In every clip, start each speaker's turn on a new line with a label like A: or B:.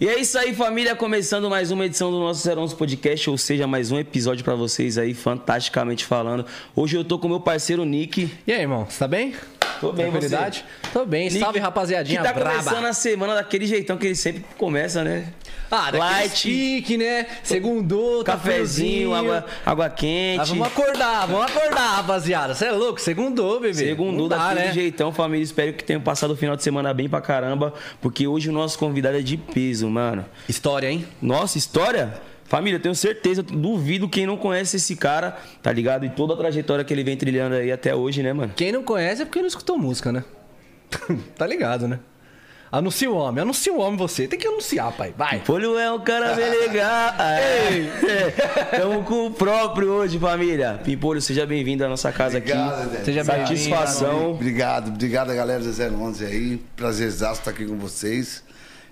A: E é isso aí, família. Começando mais uma edição do nosso 011 Podcast, ou seja, mais um episódio pra vocês aí, fantasticamente falando. Hoje eu tô com meu parceiro Nick.
B: E aí, irmão, você tá bem?
A: Tô bem,
B: Tranquilidade? Tô bem,
A: Nick,
B: salve rapaziadinha
A: Que tá
B: braba.
A: começando a semana daquele jeitão que ele sempre começa, né?
B: Ah, daquele
A: Light,
B: chique, né? Segundou, tá
A: cafezinho,
B: friozinho.
A: água, água quente.
B: Ah, vamos acordar, vamos acordar, rapaziada. Você é louco, segundou, bebê.
A: Segundo
B: Não dá,
A: daquele
B: né?
A: jeitão, família. Espero que tenham passado o final de semana bem pra caramba. Porque hoje o nosso convidado é de peso, mano.
B: História, hein?
A: Nossa, história? Família, eu tenho certeza, eu duvido quem não conhece esse cara, tá ligado? E toda a trajetória que ele vem trilhando aí até hoje, né, mano?
B: Quem não conhece é porque não escutou música, né? tá ligado, né? Anuncia o homem, anuncia o homem você. Tem que anunciar, pai. Vai.
A: Folho é um cara bem legal. É. Tamo com o próprio hoje, família. Pimpolho, seja bem-vindo à nossa casa
C: Obrigado,
A: aqui.
C: Zé.
B: Seja bem-vindo.
A: Satisfação.
C: Obrigado, obrigado a galera do 011 aí. Prazerzaço estar aqui com vocês.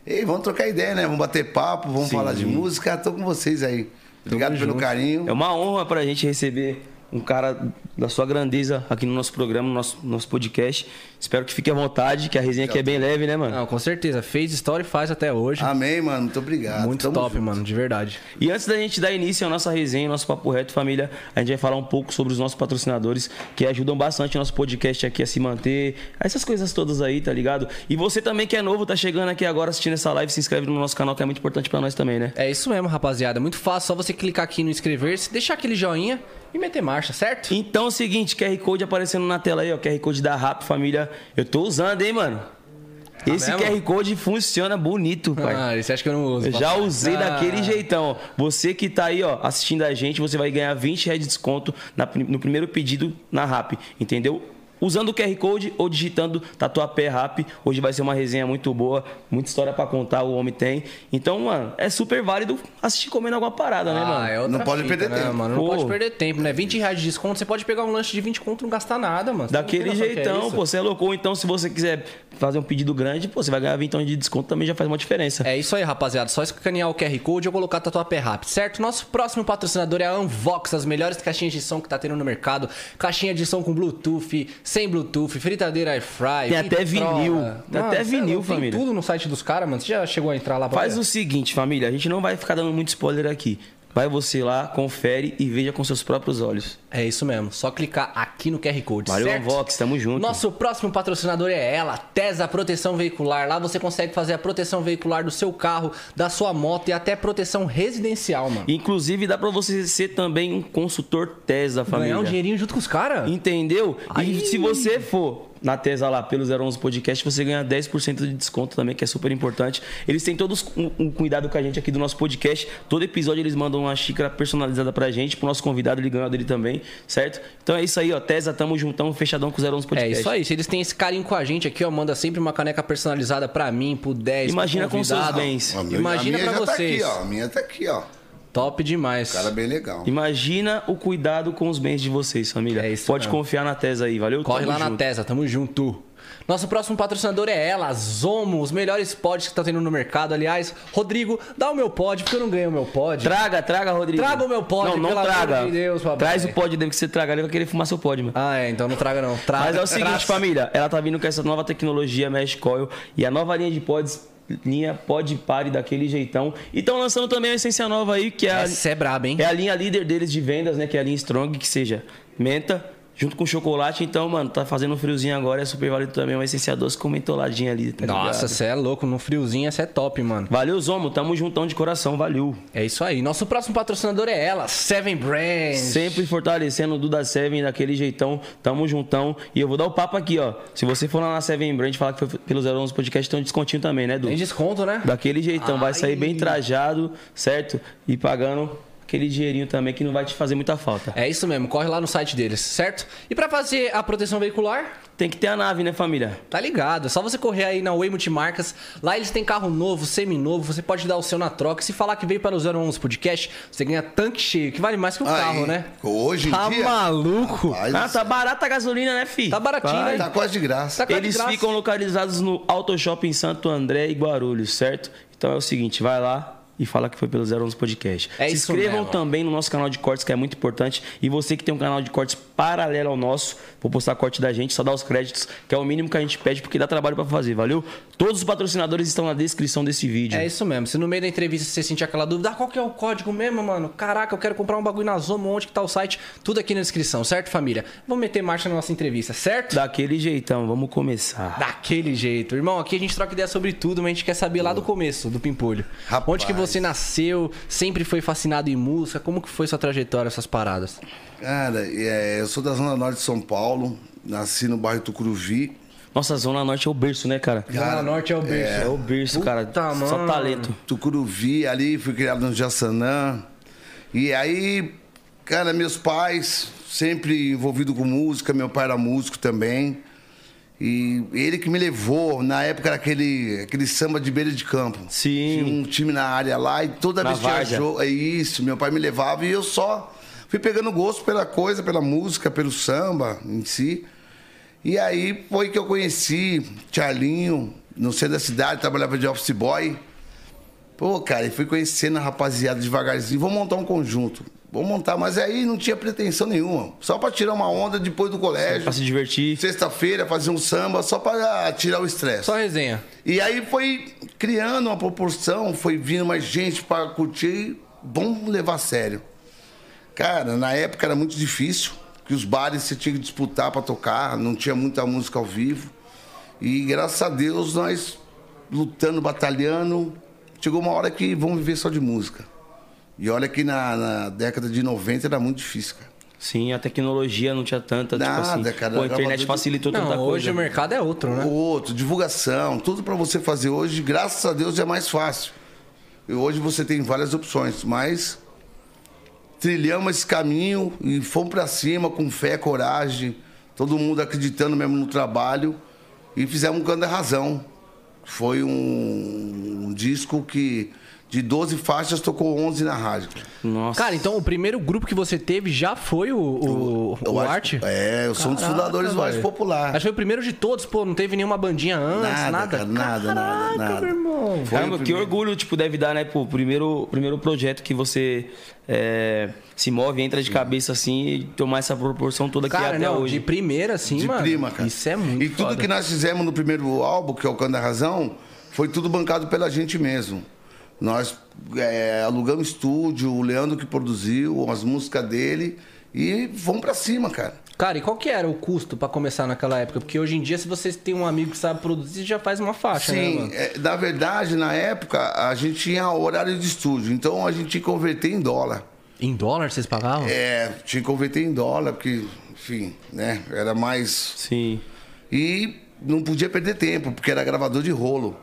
C: E vamos trocar ideia, né? Vamos bater papo, vamos falar de música. Tô com vocês aí. Obrigado pelo carinho.
A: É
B: um
A: uma honra pra gente receber um cara da sua grandeza aqui no nosso programa, no nosso, nosso podcast. Espero que fique à vontade, que a resenha aqui é bem leve, né, mano?
B: Não, com certeza. Fez história e faz até hoje.
C: Amém, mano. Muito obrigado.
B: Muito
C: Tamo
B: top,
C: junto.
B: mano, de verdade.
A: E antes da gente dar início à nossa resenha, ao nosso papo reto, família, a gente vai falar um pouco sobre os nossos patrocinadores que ajudam bastante o nosso podcast aqui a se manter, essas coisas todas aí, tá ligado? E você também que é novo, tá chegando aqui agora assistindo essa live, se inscreve no nosso canal que é muito importante pra nós também, né?
B: É isso mesmo, rapaziada. Muito fácil, só você clicar aqui no inscrever-se, deixar aquele joinha e meter marcha, certo?
A: Então é o seguinte, QR Code aparecendo na tela aí, ó, QR Code da Rap, família. Eu tô usando, hein, mano? Esse
B: mesmo?
A: QR Code funciona bonito, pai.
B: Ah, você acha que eu não uso?
A: Eu já
B: papai?
A: usei
B: Ah,
A: daquele jeitão. ó. Você que tá aí, ó, assistindo a gente, você vai ganhar 20 reais de desconto na prim- no primeiro pedido na RAP, entendeu? Usando o QR Code ou digitando Tatuapé RAP. Hoje vai ser uma resenha muito boa, muita história pra contar, o homem tem. Então, mano, é super válido assistir comendo alguma parada, né, mano?
B: Ah, é outra
C: Não pode
B: fita,
C: perder
B: né,
C: tempo.
B: Mano, não
A: Pô.
B: pode perder tempo, né? 20 reais de desconto, você pode pegar um lanche de 20 conto e não gastar nada, mano. Você
A: Daquele
B: não tem noção que é
A: jeitão,
B: isso?
A: pô, você é louco. Ou Então, se você quiser fazer um pedido grande, pô, você vai ganhar 20 de desconto, também já faz uma diferença.
B: É isso aí, rapaziada. Só escanear o QR Code ou colocar Tatuapé Rap, certo? Nosso próximo patrocinador é a Unvox, as melhores caixinhas de som que tá tendo no mercado. Caixinha de som com Bluetooth, sem Bluetooth, fritadeira air fry.
A: Tem até
B: vitrola.
A: vinil.
B: Mano,
A: Tem até
B: cê é
A: vinil,
B: louco, tem
A: família.
B: tudo no site dos caras, mano. Você já chegou a entrar lá pra
A: Faz
B: ver?
A: o seguinte, família, a gente não vai ficar dando muito spoiler aqui. Vai você lá, confere e veja com seus próprios olhos.
B: É isso mesmo. Só clicar aqui no QR Code,
A: Valeu,
B: certo?
A: Vox, tamo junto.
B: Nosso próximo patrocinador é ela, Tesa Proteção Veicular. Lá você consegue fazer a proteção veicular do seu carro, da sua moto e até proteção residencial, mano.
A: Inclusive, dá pra você ser também um consultor TESA, família.
B: Ganhar um dinheirinho junto com os caras?
A: Entendeu?
B: Aí.
A: E se você for na TESA lá, pelo 011 Podcast, você ganha 10% de desconto também, que é super importante. Eles têm todos um, um cuidado com a gente aqui do nosso podcast. Todo episódio eles mandam uma xícara personalizada pra gente, pro nosso convidado, ele ganha a dele também, certo? Então é isso aí, ó. TESA, tamo juntão, fechadão com o 011
B: É
A: Podcast.
B: isso aí, se eles têm esse carinho com a gente aqui, ó, manda sempre uma caneca personalizada pra mim, pro 10,
A: Imagina
B: pro
A: com seus
B: convidado.
A: bens.
C: A minha-
B: Imagina
C: a minha
B: pra
C: já
B: vocês.
C: Tá aqui, ó. A minha tá aqui, ó.
B: Top demais.
C: Cara bem legal.
A: Imagina o cuidado com os bens de vocês, família.
B: É isso
A: Pode
B: mesmo.
A: confiar na Tesa aí, valeu?
B: Corre
A: Tamo
B: lá na
A: junto.
B: Tesa, tamo junto. Nosso próximo patrocinador é ela, Zomo, os melhores pods que tá tendo no mercado. Aliás, Rodrigo, dá o meu pod, porque eu não ganho o meu pod.
A: Traga, traga, Rodrigo.
B: Traga o meu pod,
A: Não, não
B: pelo
A: traga.
B: amor de Deus, papai.
A: Traz o pod dele que você traga, ele vai querer fumar seu pod, mano.
B: Ah, é, então não traga não. Traga.
A: Mas é o seguinte,
B: Traça.
A: família, ela tá vindo com essa nova tecnologia Mesh Coil e a nova linha de pods, linha Pod Pare daquele jeitão. E estão lançando também a essência nova aí, que é a,
B: Essa é braba, hein?
A: é a linha líder deles de vendas, né? Que é a linha Strong, que seja menta. Junto com chocolate, então, mano, tá fazendo um friozinho agora, é super válido também, uma essência doce com mentoladinha ali, tá ligado?
B: Nossa, você é louco, no friozinho essa é top, mano.
A: Valeu, Zomo. Tamo juntão de coração. Valeu.
B: É isso aí. Nosso próximo patrocinador é ela, Seven Brands.
A: Sempre fortalecendo o Duda Seven daquele jeitão. Tamo juntão. E eu vou dar o papo aqui, ó. Se você for lá na Seven Brand falar que foi pelo 011 Podcast, tem um descontinho também, né, Du?
B: Tem desconto, né?
A: Daquele jeitão. Vai sair
B: Ai.
A: bem trajado, certo? E pagando aquele dinheirinho também que não vai te fazer muita falta.
B: É isso mesmo, corre lá no site deles, certo? E pra fazer a proteção veicular,
A: Tem que ter a nave, né, família?
B: Tá ligado, é só você correr aí na Way Multimarcas. Lá eles têm carro novo, semi-novo, você pode dar o seu na troca. E se falar que veio para o 011 Podcast, você ganha tanque cheio, que vale mais que um
C: Aí,
B: carro, né?
C: Hoje em
B: Tá
C: dia.
B: maluco?
C: Rapaz,
A: Ah, tá barata a gasolina, né, fi?
B: Tá baratinho,
A: Vai.
B: né?
C: tá quase de graça.
B: Tá de
A: Eles
B: graça.
A: ficam localizados no Auto Shopping Santo André e Guarulhos, certo? Então é o seguinte, vai lá e fala que foi pelo 011 Podcast.
B: É
A: Se
B: isso
A: inscrevam
B: mesmo.
A: também no nosso canal de cortes, que é muito importante. E você que tem um canal de cortes paralelo ao nosso, pro pro sacote da gente, só dá os créditos, que é o mínimo que a gente pede, porque dá trabalho pra fazer, valeu? Todos os patrocinadores estão na descrição desse vídeo.
B: É isso mesmo. Se no meio da entrevista você sentir aquela dúvida, ah, qual que é o código mesmo, mano? Caraca, eu quero comprar um bagulho na Zomo, onde que tá o site? Tudo aqui na descrição, certo, família? Vamos meter marcha na nossa entrevista, certo?
A: Daquele jeitão, vamos começar.
B: Daquele jeito. Irmão, aqui a gente troca ideia sobre tudo, mas a gente quer saber lá do começo, do Pimpolho.
C: Rapaz.
B: Onde que você nasceu? Sempre foi fascinado em música? Como que foi sua trajetória, essas paradas?
C: Cara, é, eu sou da Zona Norte de São Paulo, nasci no bairro Tucuruvi.
A: Nossa, Zona Norte é o berço, né, cara?
B: Zona Norte é o
A: É,
B: berço.
A: o berço,
B: Puta,
A: cara. Só
B: mano.
A: talento.
C: Tucuruvi ali, fui criado no Jaçanã. E aí, cara, meus pais, sempre envolvido com música, meu pai era músico também. E ele que me levou, na época era aquele, aquele samba de beira de campo.
A: Sim.
C: Tinha um time na área lá e toda
A: Na
C: vez tinha
A: várzea.
C: jogo. É isso, meu pai me levava e eu só fui pegando gosto pela coisa, pela música, pelo samba em si. E aí foi que eu conheci Charlinho, no centro da cidade, trabalhava de office boy. Pô, cara, e fui conhecendo a rapaziada devagarzinho. Vou montar um conjunto. Vou montar, mas aí não tinha pretensão nenhuma. Só pra tirar uma onda depois do colégio.
A: Pra se divertir.
C: Sexta-feira, fazer um samba, só pra tirar o estresse.
B: Só resenha.
C: E aí foi criando uma proporção, foi vindo mais gente pra curtir. Vamos levar a sério. Cara, na época era muito difícil, que os bares você tinha que disputar pra tocar, não tinha muita música ao vivo. E graças a Deus nós lutando, batalhando, chegou uma hora que vamos viver só de música. E olha que na, na década de 90 era muito difícil, cara.
A: Sim, a tecnologia não tinha tanta.
C: Nada,
A: tipo assim,
C: cara,
A: pô, a
C: era
A: internet
C: gravador de-
A: facilitou
B: Não,
A: tanta
B: hoje
A: coisa.
B: o mercado é outro, né?
C: O outro, divulgação, tudo pra você fazer hoje, graças a Deus é mais fácil. E hoje você tem várias opções, mas trilhamos esse caminho e fomos pra cima com fé, coragem, todo mundo acreditando mesmo no trabalho e fizemos um canto da razão. Foi um, um disco que de 12 faixas tocou 11 na rádio.
A: Nossa.
B: Cara, então o primeiro grupo que você teve já foi o, o, o,
C: Eu acho-
B: Arte?
C: É, eu sou um dos
B: Caraca,
C: fundadores do Arte
B: velho.
C: Popular.
B: Acho que foi o primeiro de todos, pô, não teve nenhuma bandinha antes, nada.
C: Nada, cara, nada, nada,
B: Caraca,
C: nada.
B: meu irmão.
C: Foi
A: Caramba,
C: o
A: que
C: primeiro.
A: orgulho, tipo, deve dar, né, pô, primeiro, primeiro projeto que você é, se move, entra de cabeça assim e tomar essa proporção toda que é
B: Cara,
A: até
B: não,
A: hoje.
B: de primeira, assim,
C: de
B: mano.
C: prima, cara.
B: Isso é muito
C: E tudo
B: foda.
C: que nós fizemos no primeiro álbum, que é o Cano da Razão, foi tudo bancado pela gente mesmo. Nós é, alugamos estúdio, o Leandro que produziu, as músicas dele, e vamos pra cima, cara.
B: Cara, e qual que era o custo pra começar naquela época? Porque hoje em dia, se você tem um amigo que sabe produzir, já faz uma faixa, né,
C: Sim,
B: mano?
C: é, na verdade, na época, a gente tinha horário de estúdio, então a gente tinha que converter em dólar.
B: Em dólar vocês pagavam?
C: É, tinha que converter em dólar, porque, enfim, né, era mais
A: Sim.
C: E não podia perder tempo, porque era gravador de rolo.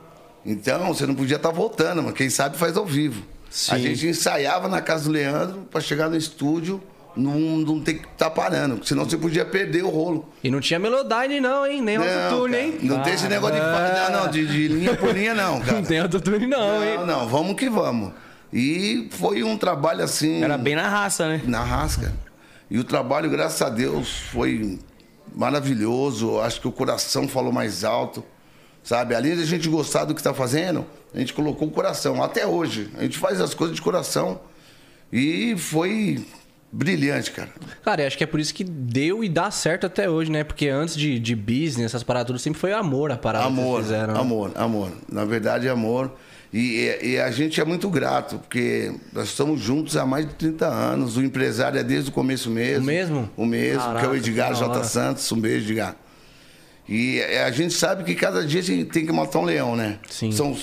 C: Então, você não podia estar voltando, mas quem sabe faz ao vivo.
A: Sim.
C: A gente ensaiava na casa do Leandro para chegar no estúdio, não, não ter que estar parando, porque senão você podia perder o rolo.
B: E não tinha Melodyne, não, hein? Nem autotune,
C: cara,
B: hein?
C: não tem esse negócio de, fa- não, não, de, de linha por linha, não, cara.
B: Não tem autotune, não, Então, hein?
C: Não, não, vamos que vamos. E foi um trabalho assim.
A: Era bem na raça, né?
C: na rasca. E o trabalho, graças a Deus, foi maravilhoso. Acho que o coração falou mais alto, sabe? Além da gente gostar do que está fazendo, a gente colocou o coração. Até hoje, a gente faz as coisas de coração. E foi brilhante, cara.
B: Cara, eu acho que é por isso que deu e dá certo até hoje, né? Porque antes de, de business, essas paradas tudo, sempre foi amor a parada que
C: Amor,
B: vocês fizeram. né?
C: amor, amor. Na verdade, é amor. E, e- e a gente é muito grato, porque nós estamos juntos há mais de 30 anos. O empresário é desde o começo mesmo.
B: O mesmo?
C: O mesmo, que é
B: Caraca,
C: o Edgar
B: que da hora.
C: J. Santos. Um beijo, Edgar. E é, a gente sabe que cada dia a gente tem que matar um leão, né?
B: Sim.
C: São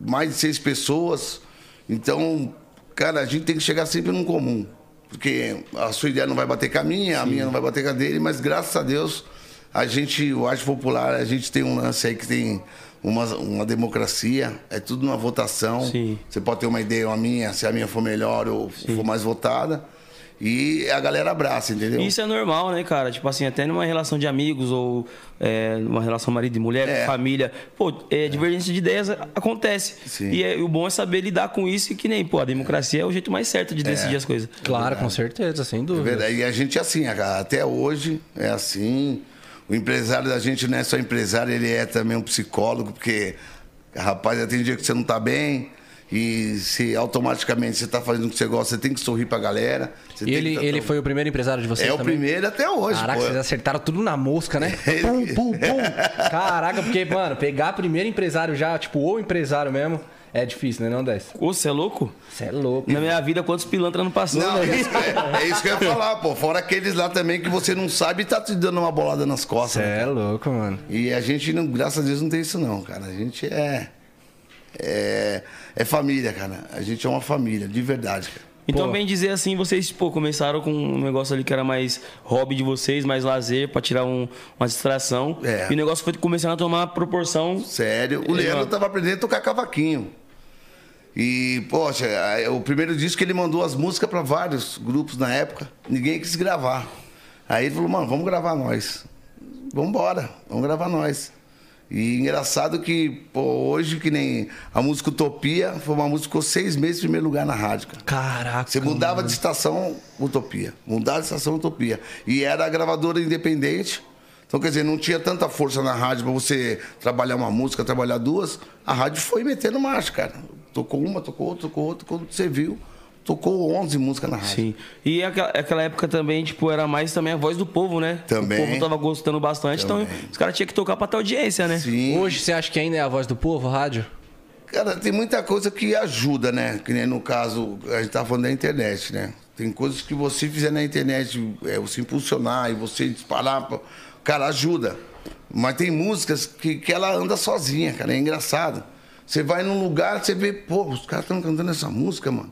C: mais de seis pessoas. Então, cara, a gente tem que chegar sempre num comum. Porque a sua ideia não vai bater com a minha, a minha não vai bater com a dele, mas graças a Deus, a gente, o Arte Popular, a gente tem um lance aí que tem uma, uma democracia, é tudo numa votação.
A: Sim.
C: Você pode ter uma ideia ou a minha, se a minha for melhor ou for mais votada. E a galera abraça, entendeu?
A: Isso é normal, né, cara? Tipo assim, até numa relação de amigos ou é, numa relação marido e mulher,
C: É.
A: família. Pô, é, divergência de ideias a- acontece.
C: Sim.
A: E é- o bom é saber lidar com isso e que nem, pô, a democracia é o jeito mais certo de decidir as coisas.
B: Claro, com certeza, sem
C: É
B: dúvida.
C: verdade. E a gente é assim, cara. até hoje é assim. O empresário da gente não é só empresário, ele é também um psicólogo, porque, rapaz, tem dia que você não tá bem. E se automaticamente você tá fazendo o que você gosta, você tem que sorrir pra galera. você
B: E
C: tem
B: ele,
C: que tá
B: ele
C: tão-
B: foi o primeiro empresário de vocês
C: É o
B: também?
C: primeiro até hoje.
B: Caraca,
C: pô.
B: vocês acertaram tudo na mosca, né? Pum, pum, pum. Caraca, porque, mano, pegar primeiro empresário já, tipo, ou empresário mesmo, é difícil, né? Não desce.
A: Ô, você é louco?
B: Você é louco.
A: Na minha vida, quantos pilantras não passou,
C: Não,
A: né?
C: é isso, é- é isso que eu ia falar, pô. Fora aqueles lá também que você não sabe e tá te dando uma bolada nas
B: Você
C: costas. né?
B: é louco, mano.
C: E a gente, não, graças a Deus, não tem isso não, cara. A gente é, é... É família, cara. A gente é uma família, de verdade, cara.
A: Então,
B: Pô.
A: bem dizer assim, vocês pô, começaram com um negócio ali que era mais hobby de vocês, mais lazer, pra tirar um- uma distração.
C: É.
A: E o negócio foi começando a tomar proporção.
C: Sério. O
A: Ele-
C: Leandro tava aprendendo a tocar cavaquinho. E, poxa, aí, o primeiro disco ele mandou as músicas pra vários grupos na época. Ninguém quis gravar. Aí ele falou, mano, vamos gravar nós. Vambora, vamos gravar nós. E engraçado que, pô, hoje que nem a música Utopia foi uma música que ficou seis meses em primeiro lugar na rádio, cara.
B: Caraca.
C: Você mudava de estação, Utopia. Mudava de estação, Utopia. E era a gravadora independente. Então, quer dizer, não tinha tanta força na rádio pra você trabalhar uma música, trabalhar duas. A rádio foi metendo marcha, cara. Tocou uma, tocou outra, tocou outra. Quando você viu, tocou 11 músicas na rádio.
A: Sim. E aquela, aquela época também, tipo, era mais também a voz do povo, né?
C: Também.
A: O povo tava gostando bastante,
C: Também.
A: então os caras tinham que tocar pra ter audiência, né?
C: Sim.
B: Hoje você acha que ainda é a voz do povo, rádio?
C: Cara, tem muita coisa que ajuda, né? Que nem no caso, a gente tá falando da internet, né? Tem coisas que você fizer na internet, é, você impulsionar e você disparar, pô, cara, ajuda. Mas tem músicas que, que ela anda sozinha, cara, é engraçado. Você vai num lugar, você vê, pô, os caras estão cantando essa música, mano.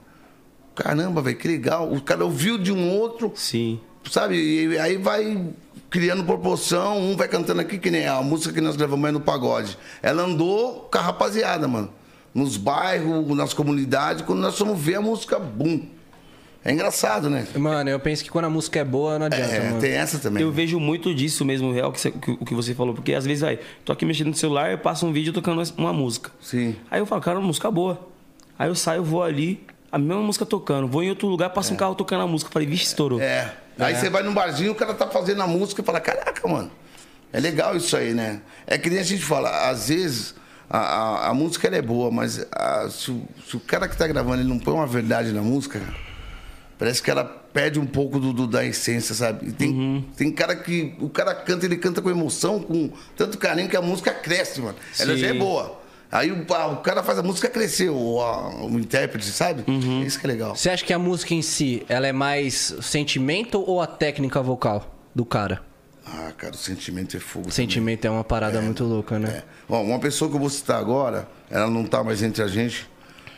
C: Caramba, velho, que legal. O cara ouviu de um outro,
A: Sim.
C: sabe? E aí vai criando proporção, um vai cantando aqui, que nem a música que nós gravamos é no pagode. Ela andou com a rapaziada, mano. Nos bairros, nas comunidades, quando nós fomos ver a música, bum. É engraçado, né?
B: Mano, eu penso que quando a música é boa, não adianta,
C: É,
B: mano.
C: tem essa também.
A: Eu vejo muito disso mesmo, real, que você- que- o que você falou. Porque às vezes, aí, tô aqui mexendo no celular, eu passo um vídeo tocando uma música.
C: Sim.
A: Aí eu falo, cara, é uma música boa. Aí eu saio, vou ali, a mesma música tocando. Vou em outro lugar, passa um carro tocando a música. Falei, vixe, estourou.
C: É. Aí você vai num barzinho, o cara tá fazendo a música e fala, caraca, mano, é legal isso aí, né? É que nem a gente fala, às vezes a, a- a música ela é boa, mas a- se, o- se o cara que tá gravando ele não põe uma verdade na música, cara, parece que ela perde um pouco do, do- da essência, sabe? E tem, tem cara que. O cara canta, ele canta com emoção, com tanto carinho que a música cresce, mano. Ela já é
A: Sim.
C: boa. Aí o, a- o cara faz a música crescer, o, a- o intérprete, sabe? Isso que é legal.
B: Você acha que a música em si, ela é mais sentimento ou a técnica vocal do cara?
C: Ah, cara, o sentimento é fogo.
B: O sentimento é uma parada muito louca, né?
C: É. Ó, uma pessoa que eu vou citar agora, ela não tá mais entre a gente,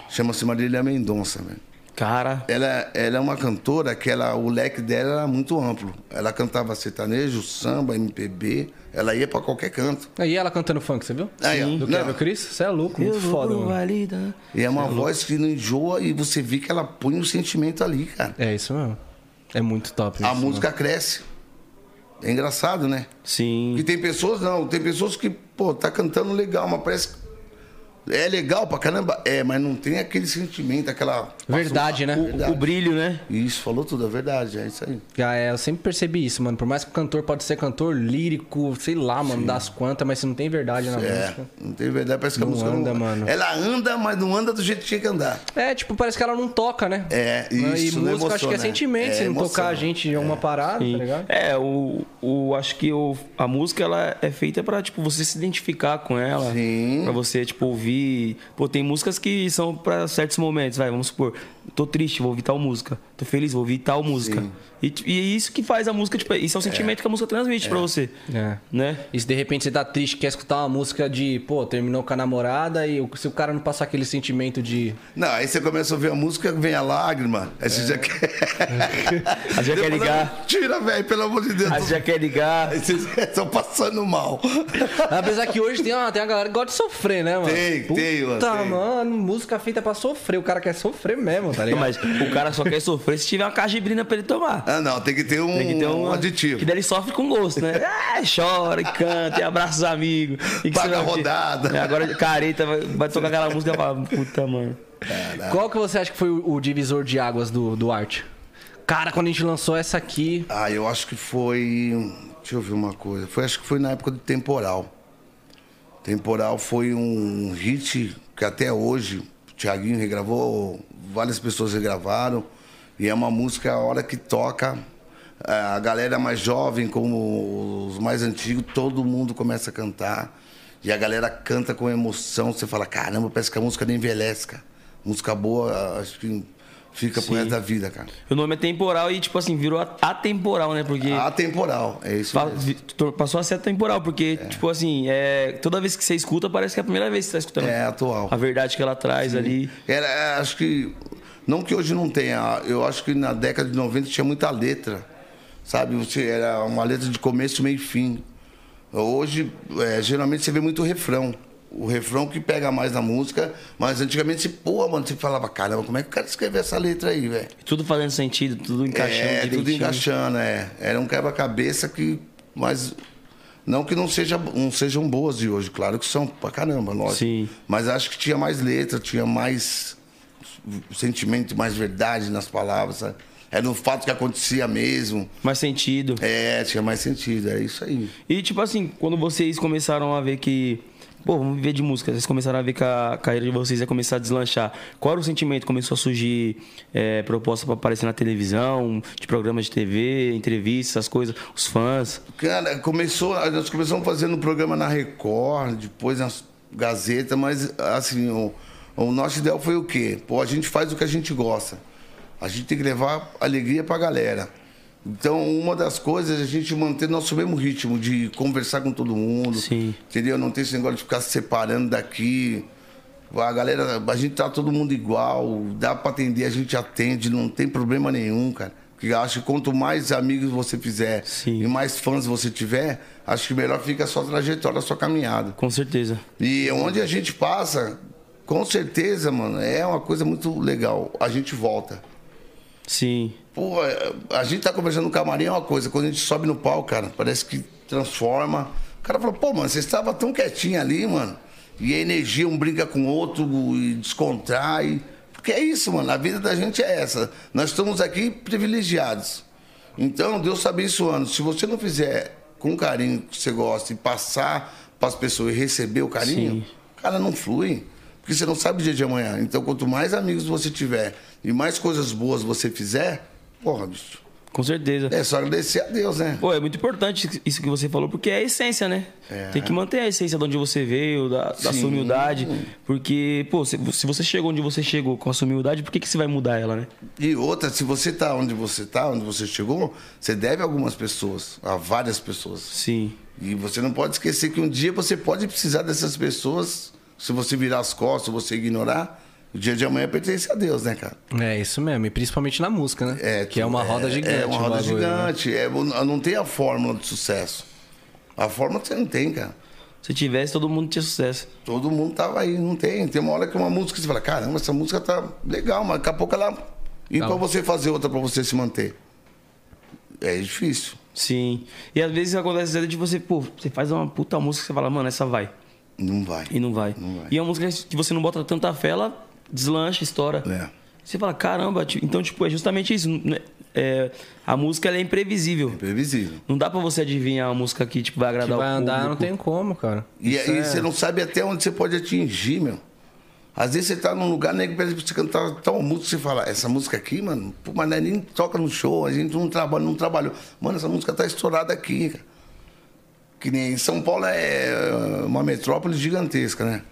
C: chama-se Marília Mendonça, velho.
A: Cara,
C: Ela, ela é uma cantora que ela, o leque dela era muito amplo. Ela cantava sertanejo, samba, MPB, ela ia pra qualquer canto.
B: Aí ela cantando funk, você viu?
C: Aí, ó,
B: Do
C: não.
B: Kevin Chris? Você é louco, muito
A: eu vou
B: foda,
A: pro
B: mano.
A: vale da-
C: E é uma voz que não enjoa e você vê que ela põe um sentimento ali, cara.
B: É isso mesmo. É muito top.
C: A
B: isso,
C: música cresce. É engraçado, né? E
A: Sim.
C: tem pessoas, não, tem pessoas que, pô, tá cantando legal, mas parece que. É legal pra caramba? É, mas não tem aquele sentimento, aquela.
B: Verdade, né?
C: O-
A: O brilho, né?
C: Isso, falou tudo, é verdade, é isso aí.
B: Ah, é, eu sempre percebi isso, mano. Por mais que o cantor pode ser cantor lírico, sei lá, mano, das quantas, mas se não tem verdade na
C: É,
B: música.
C: não tem verdade, parece que
B: Não
C: a música
B: anda,
C: não
B: mano.
C: Ela anda, mas não anda do jeito que tinha que andar.
B: É, tipo, parece que ela não toca, né?
C: É,
B: E
C: isso, não
B: música eu acho que é
C: emociona.
B: sentimento,
C: É,
B: se não
C: emociona.
B: tocar a gente em alguma parada,
A: Sim.
B: tá ligado?
A: É, o, o acho que o, a música ela é feita pra tipo você se identificar com ela,
C: Sim.
A: Pra você tipo ouvir. Pô, tem músicas que são pra certos momentos, vai, vamos supor, tô triste, vou ouvir tal música, tô feliz, vou ouvir tal música. E, t- e é isso que faz a música, tipo, isso é um sentimento que a música transmite pra você,
B: É.
A: né?
B: E se de repente você tá triste, quer escutar uma música de, pô, terminou com a namorada e o- se o cara não passar aquele sentimento de.
C: Não, aí você começa a ouvir a música, vem a lágrima, aí
B: É.
C: você já quer.
A: Aí já quer
C: Depois,
A: ligar,
C: Tira, velho, pelo amor de
B: Ah,
C: Deus.
A: aí já quer ligar.
C: Aí vocês estão passando mal.
B: Apesar que hoje tem uma, tem uma galera que gosta de sofrer, né, mano?
C: Tem, tem, mano,
B: Puta,
C: tem.
B: mano, música feita pra sofrer. O cara quer sofrer mesmo, tá ligado?
A: Mas o cara só quer sofrer se tiver uma cajibrina pra ele tomar.
C: Ah, não, tem que ter um,
A: Tem que ter
C: um
A: uma- Que
C: aditivo.
A: daí ele sofre com gosto, né? Ah, chora, e canta, e abraça os amigos. E que
C: Paga
A: sei lá
C: a
A: o quê.
C: rodada.
A: E É, agora careta vai, vai tocar aquela música e fala, puta, mano.
C: É.
B: Qual que você acha que foi o, o divisor de águas do, do arte? Cara, quando a gente lançou essa aqui.
C: Ah, eu acho que foi. Deixa eu ver uma coisa. Foi, acho que foi na época do Temporal. Temporal foi um hit que até hoje, Tiaguinho regravou, várias pessoas regravaram. E é uma música, a hora que toca, é, a galera mais jovem, como os mais antigos, todo mundo começa a cantar. E a galera canta com emoção. Você fala, caramba, parece que a música nem envelhece, cara. Música boa, acho que fica pro
A: Sim.
C: resto da vida, cara.
A: O nome é temporal e, tipo assim, virou a- atemporal, né? Porque.
C: Ah, Atemporal, é isso
A: Pa-
C: mesmo.
A: vi- tor- Passou a ser temporal, porque, tipo assim, é, toda vez que você escuta, parece que é a primeira vez que você tá escutando.
C: É atual.
A: A verdade que ela traz ali.
C: Era, é, acho que. Não que hoje não tenha, eu acho que na década de 90 tinha muita letra, sabe? Você, era uma letra de começo, meio e fim. Hoje, é, geralmente você vê muito refrão. O refrão que pega mais na música, mas antigamente, você, pô, mano, você falava, caramba, como é que o cara escreveu essa letra aí, velho?
A: Tudo fazendo sentido, tudo encaixando.
C: É, tudo
A: direitinho.
C: encaixando, é. Era um quebra-cabeça que. Mas. Não que não, seja, não sejam boas de hoje, claro que são pra caramba, lógico.
A: Sim.
C: Mas acho que tinha mais letra, tinha mais sentimento, mais verdade nas palavras, sabe? Era um fato que acontecia mesmo.
A: Mais sentido.
C: É, tinha mais sentido, é isso aí.
A: E, tipo assim, quando vocês começaram a ver que. Pô, vamos viver de música. Vocês começaram a ver que a carreira de vocês ia começar a deslanchar. Qual era o sentimento? Começou a surgir é, proposta pra aparecer na televisão, de programas de TV, entrevistas, essas coisas, os fãs.
C: Cara, começou, nós começamos fazendo um programa na Record, depois na Gazeta, mas assim, o, o nosso ideal foi o quê? Pô, a gente faz o que a gente gosta. A gente tem que levar alegria pra galera. Então, uma das coisas é a gente manter nosso mesmo ritmo de conversar com todo mundo.
A: Sim.
C: Entendeu? Não tem esse negócio de ficar se separando daqui. A galera, a gente tá todo mundo igual, dá pra atender, a gente atende, não tem problema nenhum, cara. Porque eu acho que quanto mais amigos você fizer
A: Sim.
C: e mais fãs você tiver, acho que melhor fica a sua trajetória, a sua caminhada.
A: Com certeza.
C: E onde a gente passa, com certeza, mano, é uma coisa muito legal. A gente volta.
A: Sim.
C: Pô, a gente tá conversando no camarim é uma coisa, quando a gente sobe no palco, cara, parece que transforma. O cara fala, pô, mano, você estava tão quietinho ali, mano. E a energia, um brinca com o outro e descontrai. Porque é isso, mano, a vida da gente é essa. Nós estamos aqui privilegiados. Então, Deus sabe isso, ano. Se você não fizer com o carinho que você gosta e passar pras pessoas e receber o carinho,
A: Sim.
C: cara, não flui. Porque você não sabe o dia de amanhã. Então, quanto mais amigos você tiver e mais coisas boas você fizer, porra, bicho.
A: Com certeza.
C: É só agradecer a Deus, né?
A: Pô, é muito importante isso que você falou, porque é a essência, né?
C: É.
A: Tem que manter a essência de onde você veio, da, da
C: Sim.
A: sua humildade. Porque, pô, se, se você chegou onde você chegou com a sua humildade, por que, que você vai mudar ela, né?
C: E outra, se você tá onde você tá, onde você chegou, você deve a algumas pessoas, a várias pessoas.
A: Sim.
C: E você não pode esquecer que um dia você pode precisar dessas pessoas. Se você virar as costas, se você ignorar, o dia de amanhã pertence a Deus, né, cara?
B: É isso mesmo, e principalmente na música, né? que é uma roda gigante.
C: É uma
B: o
C: roda
B: bagulho, né?
C: gigante. É, não tem a fórmula de sucesso. A fórmula você não tem, cara.
A: Se tivesse, todo mundo tinha sucesso.
C: Todo mundo tava aí, não tem. Tem uma hora que uma música você fala, caramba, essa música tá legal, mas daqui a pouco ela. E
B: Tá.
C: pra você fazer outra pra você se manter? É difícil.
A: Sim. E às vezes acontece de você, pô, você faz uma puta música que você fala, mano, essa vai.
C: Não vai.
A: E não vai.
C: Não vai.
A: E é uma música que você não bota tanta fé, ela deslancha, estoura.
C: É.
A: Você fala, caramba, tipo, então, tipo, é justamente isso. né? É, a música ela é imprevisível.
C: Previsível.
A: Não dá pra você adivinhar a música que tipo, vai
B: Que
A: agradar
B: vai
A: o público.
B: andar, não tem como, cara.
C: E
B: Isso
C: aí
B: é-
C: você não sabe até onde você pode atingir, meu. Às vezes você tá num lugar, nego, parece que você cantar tal música, você fala, essa música aqui, mano, pô, mas nós nem toca no show, a gente não trabalha, não trabalhou. Mano, essa música tá estourada aqui, cara. Que nem São Paulo é eh, uma metrópole gigantesca, né?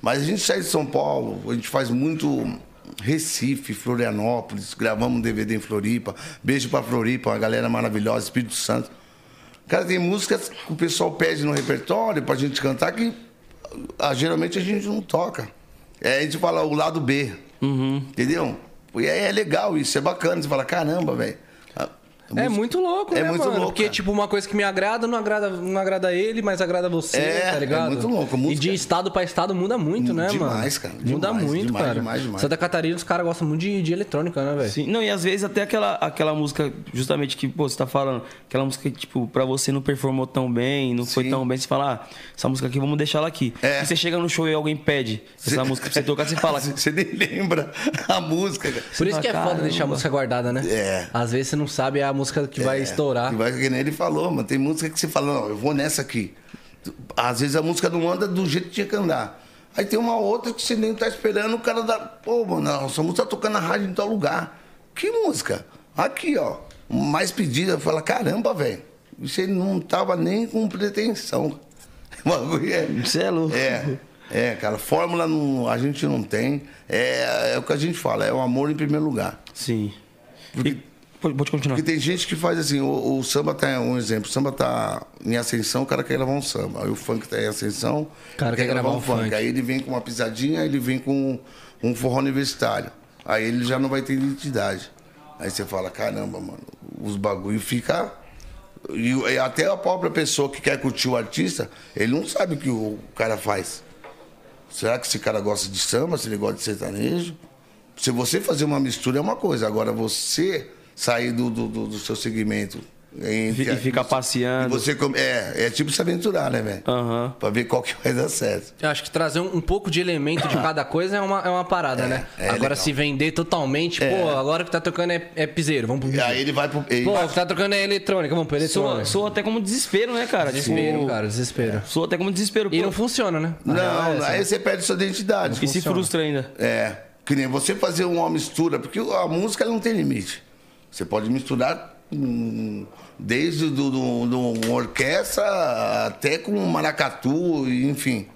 C: Mas a gente sai de São Paulo, a gente faz muito Recife, Florianópolis, gravamos um DVD em Floripa, beijo pra Floripa, uma galera maravilhosa, Espírito Santo. Cara, tem músicas que o pessoal pede no repertório pra gente cantar que ah, geralmente a gente não toca. É, a gente fala o lado B.
B: Uhum.
C: Entendeu? E aí é legal isso, é bacana. Você fala, caramba, velho. a- a
B: É
C: música-
B: muito louco,
C: É
B: né,
C: muito
B: mano?
C: louco,
B: Porque,
C: cara.
B: tipo, uma coisa que me agrada não agrada, não agrada ele, mas agrada você,
C: É,
B: tá
C: é
B: ligado?
C: muito louco,
B: E
C: música-
B: de estado pra estado muda muito, né, mano?
C: Demais, cara,
B: Muda
C: demais,
B: muito,
C: demais,
B: cara.
C: demais, demais.
B: Santa Catarina, os caras gostam muito de, de eletrônica, né, velho?
A: Sim. Não, e às vezes até aquela, aquela música, justamente que pô, você tá falando, aquela música que, tipo, pra você não performou tão bem, não foi
C: Sim.
A: tão bem, você fala, ah, essa música aqui, vamos deixar ela aqui.
C: É.
A: E você chega no show e alguém pede essa
C: Cê-
A: música pra você tocar, você fala.
C: Você nem lembra a música, cara.
B: Por isso
A: fala,
B: que é foda
A: "Caramba."
B: deixar a música guardada, né?
C: É.
B: Às vezes você não sabe a música que vai
C: É,
B: estourar.
C: que vai- que nem ele falou, mano. Tem música que você fala, não, eu vou nessa aqui. Às vezes a música não anda do jeito que tinha que andar. Aí tem uma outra que você nem tá esperando, o cara da. Pô, mano, nossa música tá tocando na rádio em tal lugar. Que música? Aqui, ó. Mais pedida, fala, caramba, velho. Você não tava nem com pretensão. O bagulho é.
A: Você é louco.
C: É, é, cara, fórmula não- a gente não tem. É, é o que a gente fala, é o amor em primeiro lugar.
A: Sim. E- pode, pode continuar.
C: Porque tem gente que faz assim, o, o samba tá um exemplo, o samba tá em ascensão, o cara quer gravar um samba. Aí o funk tá em ascensão,
B: O cara quer gravar um funk.
C: Aí ele vem com uma pisadinha, aí ele vem com um forró universitário. Aí ele já não vai ter identidade. Aí você fala, caramba, mano, os bagulho fica. E, e até a própria pessoa que quer curtir o artista, ele não sabe o que o cara faz. Será que esse cara gosta de samba? Se ele gosta de sertanejo? Se você fazer uma mistura é uma coisa. Agora, você sair do, do, do- do seu segmento é, entre
A: E ficar passeando.
C: Você come- é, é tipo se aventurar, né, velho?
A: Aham.
C: Pra ver qual que vai dar certo.
B: Eu acho que trazer um, um pouco de elemento de cada coisa é uma, é uma parada, né?
C: é
B: agora
C: legal. É.
B: se vender totalmente, pô, agora o que tá tocando é, é piseiro, vamos pro
C: E aí ele vai pro. ele
B: Pô,
C: vai-
B: o que tá trocando é eletrônica, vamos pro
A: Soa,
B: eletrônica.
A: soa até como desespero, né, cara? Tipo,
B: Desespero, cara, desespero.
A: Soa até como desespero.
B: E
A: pô.
B: não funciona, né? A real é
C: não,
B: essa, né?
C: aí você perde sua identidade.
A: e se frustra ainda.
C: É. Que nem você fazer uma mistura, porque a música ela não tem limite. Você pode misturar hum, desde do, do, do orquestra até com um maracatu, enfim.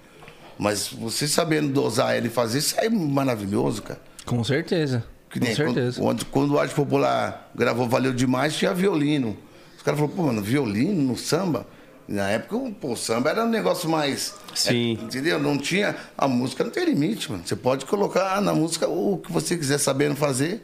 C: Mas você sabendo dosar ele e fazer, sai maravilhoso, cara.
B: Com certeza.
C: Que
B: com
C: nem
B: certeza.
C: Quando, quando, quando o Arte Popular gravou Valeu Demais, tinha violino. Os caras falaram, pô, mano, violino no samba? Na época, pô, o samba era um negócio mais.
A: Sim.
C: é, entendeu? Não tinha. A música não tem limite, mano. Você pode colocar na música o que você quiser sabendo fazer. É,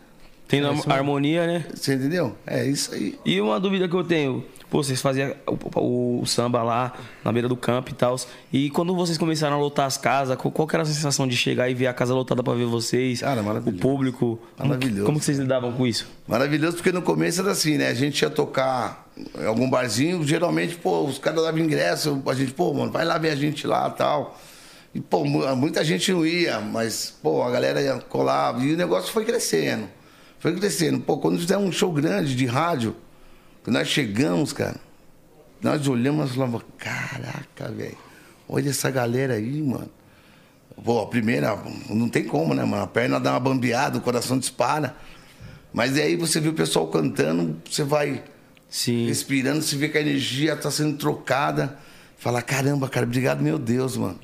A: Tendo a harmonia, né?
C: Você entendeu? É isso aí.
A: E uma dúvida que eu tenho, pô, vocês faziam o, o- o samba lá na beira do campo e tal. E quando vocês começaram a lotar as casas, qual, qual que era a sensação de chegar e ver a casa lotada pra ver vocês?
C: Cara,
A: o
C: maravilhoso.
A: público. Como que-
C: Maravilhoso.
A: Como que vocês lidavam com isso?
C: Maravilhoso, porque no começo era assim, né? A gente ia tocar em algum barzinho, geralmente, pô, os caras davam ingresso, a gente, pô, mano, vai lá ver a gente lá e tal. E, pô, mu- muita gente não ia, mas, pô, a galera ia colar. E o negócio foi crescendo. Foi crescendo. Pô, quando fizeram um show grande de rádio, que nós chegamos, cara, nós olhamos e falamos, caraca, velho, olha essa galera aí, mano. Pô, a primeira, não tem como, né, mano? A perna dá uma bambeada, o coração dispara. Mas aí você vê o pessoal cantando, você vai
A: Sim.
C: respirando, você vê que a energia tá sendo trocada. Fala, caramba, cara, obrigado, meu Deus, mano.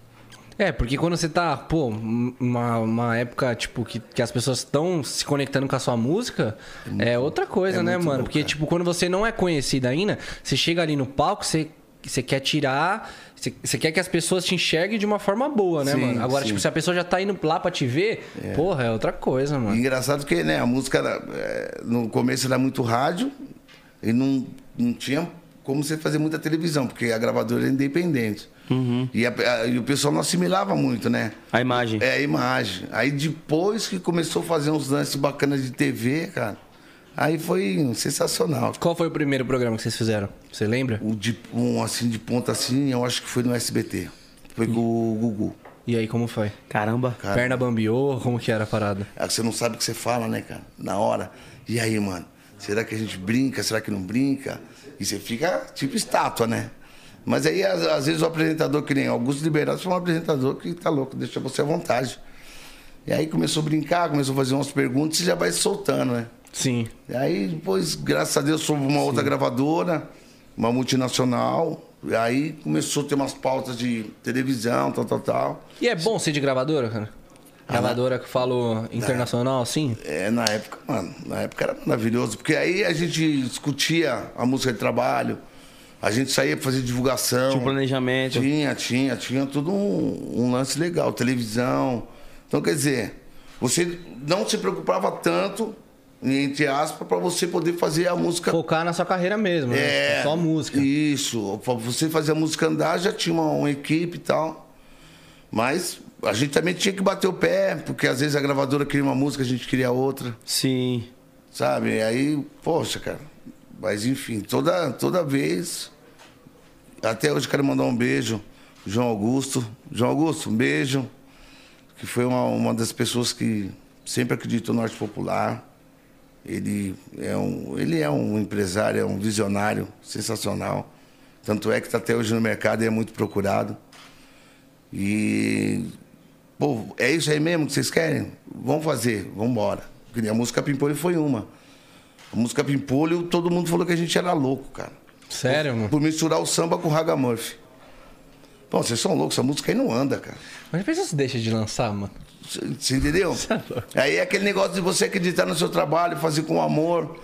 B: É, porque quando você tá, pô, um- uma, uma época, tipo, que, que as pessoas estão se conectando com a sua música, é outra coisa,
C: é
B: né,
C: muito
B: mano?
C: louco,
B: porque,
C: cara.
B: tipo, quando você não é conhecido ainda, você chega ali no palco, você, você quer tirar. Você, você quer que as pessoas te enxerguem de uma forma boa, né,
C: Sim,
B: mano? Agora,
C: sim.
B: tipo, se a pessoa já tá indo lá pra te ver, porra, é outra coisa,
C: E
B: mano.
C: engraçado que, né, a música era, é, no começo era muito rádio e não, não tinha como você fazer muita televisão, porque a gravadora era independente. E, a- a- e o pessoal não assimilava muito, né?
A: A imagem.
C: É, a imagem. Aí depois que começou a fazer uns lances bacanas de TV, cara, aí foi sensacional.
B: Qual foi o primeiro programa que vocês fizeram? Você lembra?
C: O de, um assim de ponta assim, eu acho que foi no SBT. Foi com o Gugu.
B: E aí, como foi?
A: Caramba.
C: Cara.
B: Perna bambiou? Como que era a parada?
C: É que você não sabe o que você fala, né, cara? Na hora. E aí, mano? Será que a gente brinca? Será que não brinca? E você fica tipo estátua, né? Mas aí, às, às vezes, o apresentador, que nem Augusto Liberato, foi um apresentador que tá louco, deixa você à vontade. E aí começou a brincar, começou a fazer umas perguntas e já vai se soltando, né?
B: Sim.
C: E aí depois, graças a Deus, soube uma outra gravadora, uma multinacional. E aí começou a ter umas pautas de televisão, tal, tal, tal.
B: E é bom ser de gravadora, cara?
C: Ah,
B: Gravadora que eu falo internacional, assim?
C: É, na época, mano, na época era maravilhoso, porque aí a gente discutia a música de trabalho, a gente saía pra fazer divulgação.
A: Tinha um planejamento.
C: Tinha, tinha, tinha tudo um, um lance legal, televisão. Então, quer dizer, você não se preocupava tanto, entre aspas, pra você poder fazer a música
B: Focar na sua carreira mesmo,
C: É.
B: né? Só música.
C: Isso. Pra você fazer a música andar, já tinha uma, uma equipe e tal. Mas a gente também tinha que bater o pé, porque às vezes a gravadora queria uma música, a gente queria outra,
A: Sim.
C: sabe? Aí, poxa, cara. Mas enfim, toda, toda vez. Até hoje quero mandar um beijo, João Augusto. João Augusto, um beijo. Que foi uma, uma das pessoas que sempre acreditou no arte popular. Ele é um, ele é um empresário, é um visionário sensacional. tá Tanto é que está até hoje no mercado e é muito procurado. E Pô, é isso aí mesmo que vocês querem? Vamos fazer, vamos embora. A música Pimpolho foi uma. A música Pimpolho, todo mundo falou que a gente era louco, cara.
B: Sério, mano?
C: Por misturar o samba com o Ragamuffin. Pô, vocês são loucos, essa música aí não anda, cara.
B: Mas pensa se deixa de lançar, mano.
C: Você você entendeu? Aí é aquele negócio de você acreditar no seu trabalho, fazer com amor.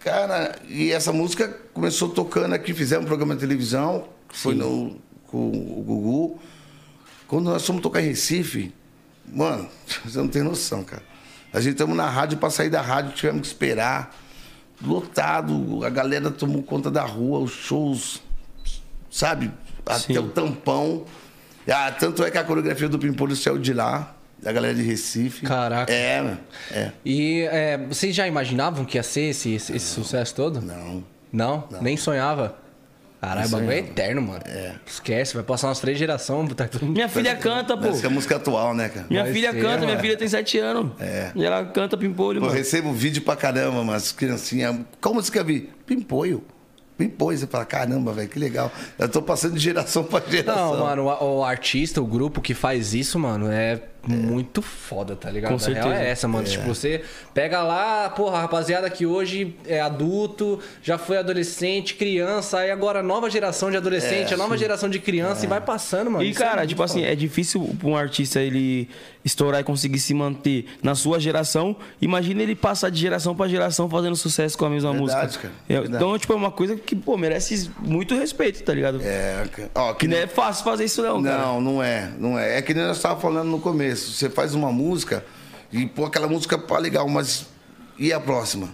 C: Cara, e essa música começou tocando aqui, fizemos um programa de televisão, que foi no, com o Gugu. Quando nós fomos tocar em Recife, mano, você não tem noção, cara. A gente estamos na rádio, para sair da rádio tivemos que esperar. Lotado, a galera tomou conta da rua, os shows, sabe? Até
A: Sim.
C: o tampão. Ah, tanto é que a coreografia do Pimpolho saiu de lá, da galera de Recife.
B: Caraca.
C: É, né? é.
B: E é, vocês já imaginavam que ia ser esse, esse, esse sucesso todo?
C: Não.
B: Não? Nem sonhava? Caralho, o
C: Nem
B: bagulho é
C: sonhava.
B: eterno, mano.
C: É.
B: Esquece, vai passar umas três gerações, tá tudo...
A: Minha filha canta, pô.
C: Essa é a música atual, né, cara?
A: Minha
B: Vai
A: filha
B: ser,
A: canta, minha
B: mano.
A: filha tem 7 anos.
C: É.
A: E ela canta pimpolho,
C: Pô, eu
A: mano.
C: recebo vídeo pra caramba, mas criancinha. Qual música eu vi? Pimpolho. Pimpolho. Você fala, caramba, velho, que legal. Eu tô passando de geração pra geração.
B: Não, mano, o, o artista, o grupo que faz isso, mano, é, muito foda, tá ligado?
A: Com
B: A real
A: certeza.
B: é essa, mano. Tipo, você pega lá, porra, a rapaziada que hoje é adulto, já foi adolescente, criança, aí agora a nova geração de adolescente, a nova geração de criança e vai passando, mano.
A: É, E,
B: Isso é
A: cara,
B: muito
A: tipo assim, é difícil pra um artista ele estourar e conseguir se manter na sua geração. Imagina ele passar de geração pra geração fazendo sucesso com a mesma
C: Verdade,
A: música.
C: cara.
A: É,
C: Verdade.
A: Então, tipo, é uma coisa que, pô, merece muito respeito, tá ligado?
C: É, cara. ó,
A: Que
C: que
A: não
C: nem.
A: é fácil fazer isso, não, cara.
C: Não, não é, não é. É que nem nós estávamos falando no começo. Você faz uma música e, pô, aquela música pá, legal, mas e a próxima?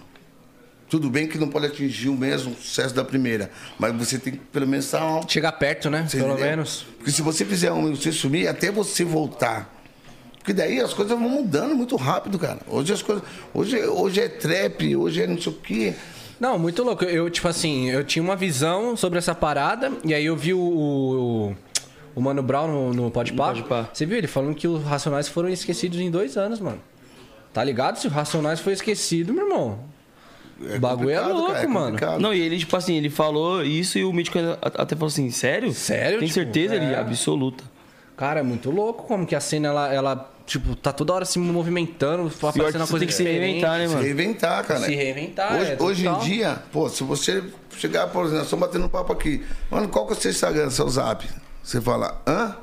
C: Tudo bem que não pode atingir o mesmo sucesso da primeira, mas você tem que pelo menos estar uma
B: Chegar perto, né?
C: Você
B: Pelo
C: entendeu?
B: menos.
C: Porque se você fizer um e você sumir, até você voltar. Porque daí as coisas vão mudando muito rápido, cara. Hoje as coisas. Hoje, hoje é trap, hoje é não sei o quê.
B: Não, muito louco. Eu, tipo assim, eu tinha uma visão sobre essa parada, e aí eu vi o. o, o Mano Brown no, no Podpah.
A: Podpah.
B: Você viu ele falando que os Racionais foram esquecidos em dois anos, mano. Tá ligado? Se o Racionais foi esquecido, meu irmão. o bagulho é
C: complicado,
B: louco,
C: cara, é
B: mano.
C: complicado.
A: Não, e ele, tipo assim, ele falou isso e o Mítico ainda a- até falou assim, sério?
B: Sério,
A: Tem
B: tipo,
A: certeza? Ele,
B: é.
A: absoluta.
C: Tá
B: Cara, é muito louco como que a cena, ela, ela tipo, tá toda hora se movimentando,
A: E o
B: aparecendo uma
A: artista
B: coisa
A: tem que se reinventar, né,
C: Se
A: mano?
C: reinventar, cara.
B: Se reinventar,
C: Hoje,
B: é,
C: hoje em
B: total.
C: dia, pô, se você chegar, por exemplo, nós estamos batendo um papo aqui. Mano, qual que é o seu Instagram, seu zap? Você fala, hã?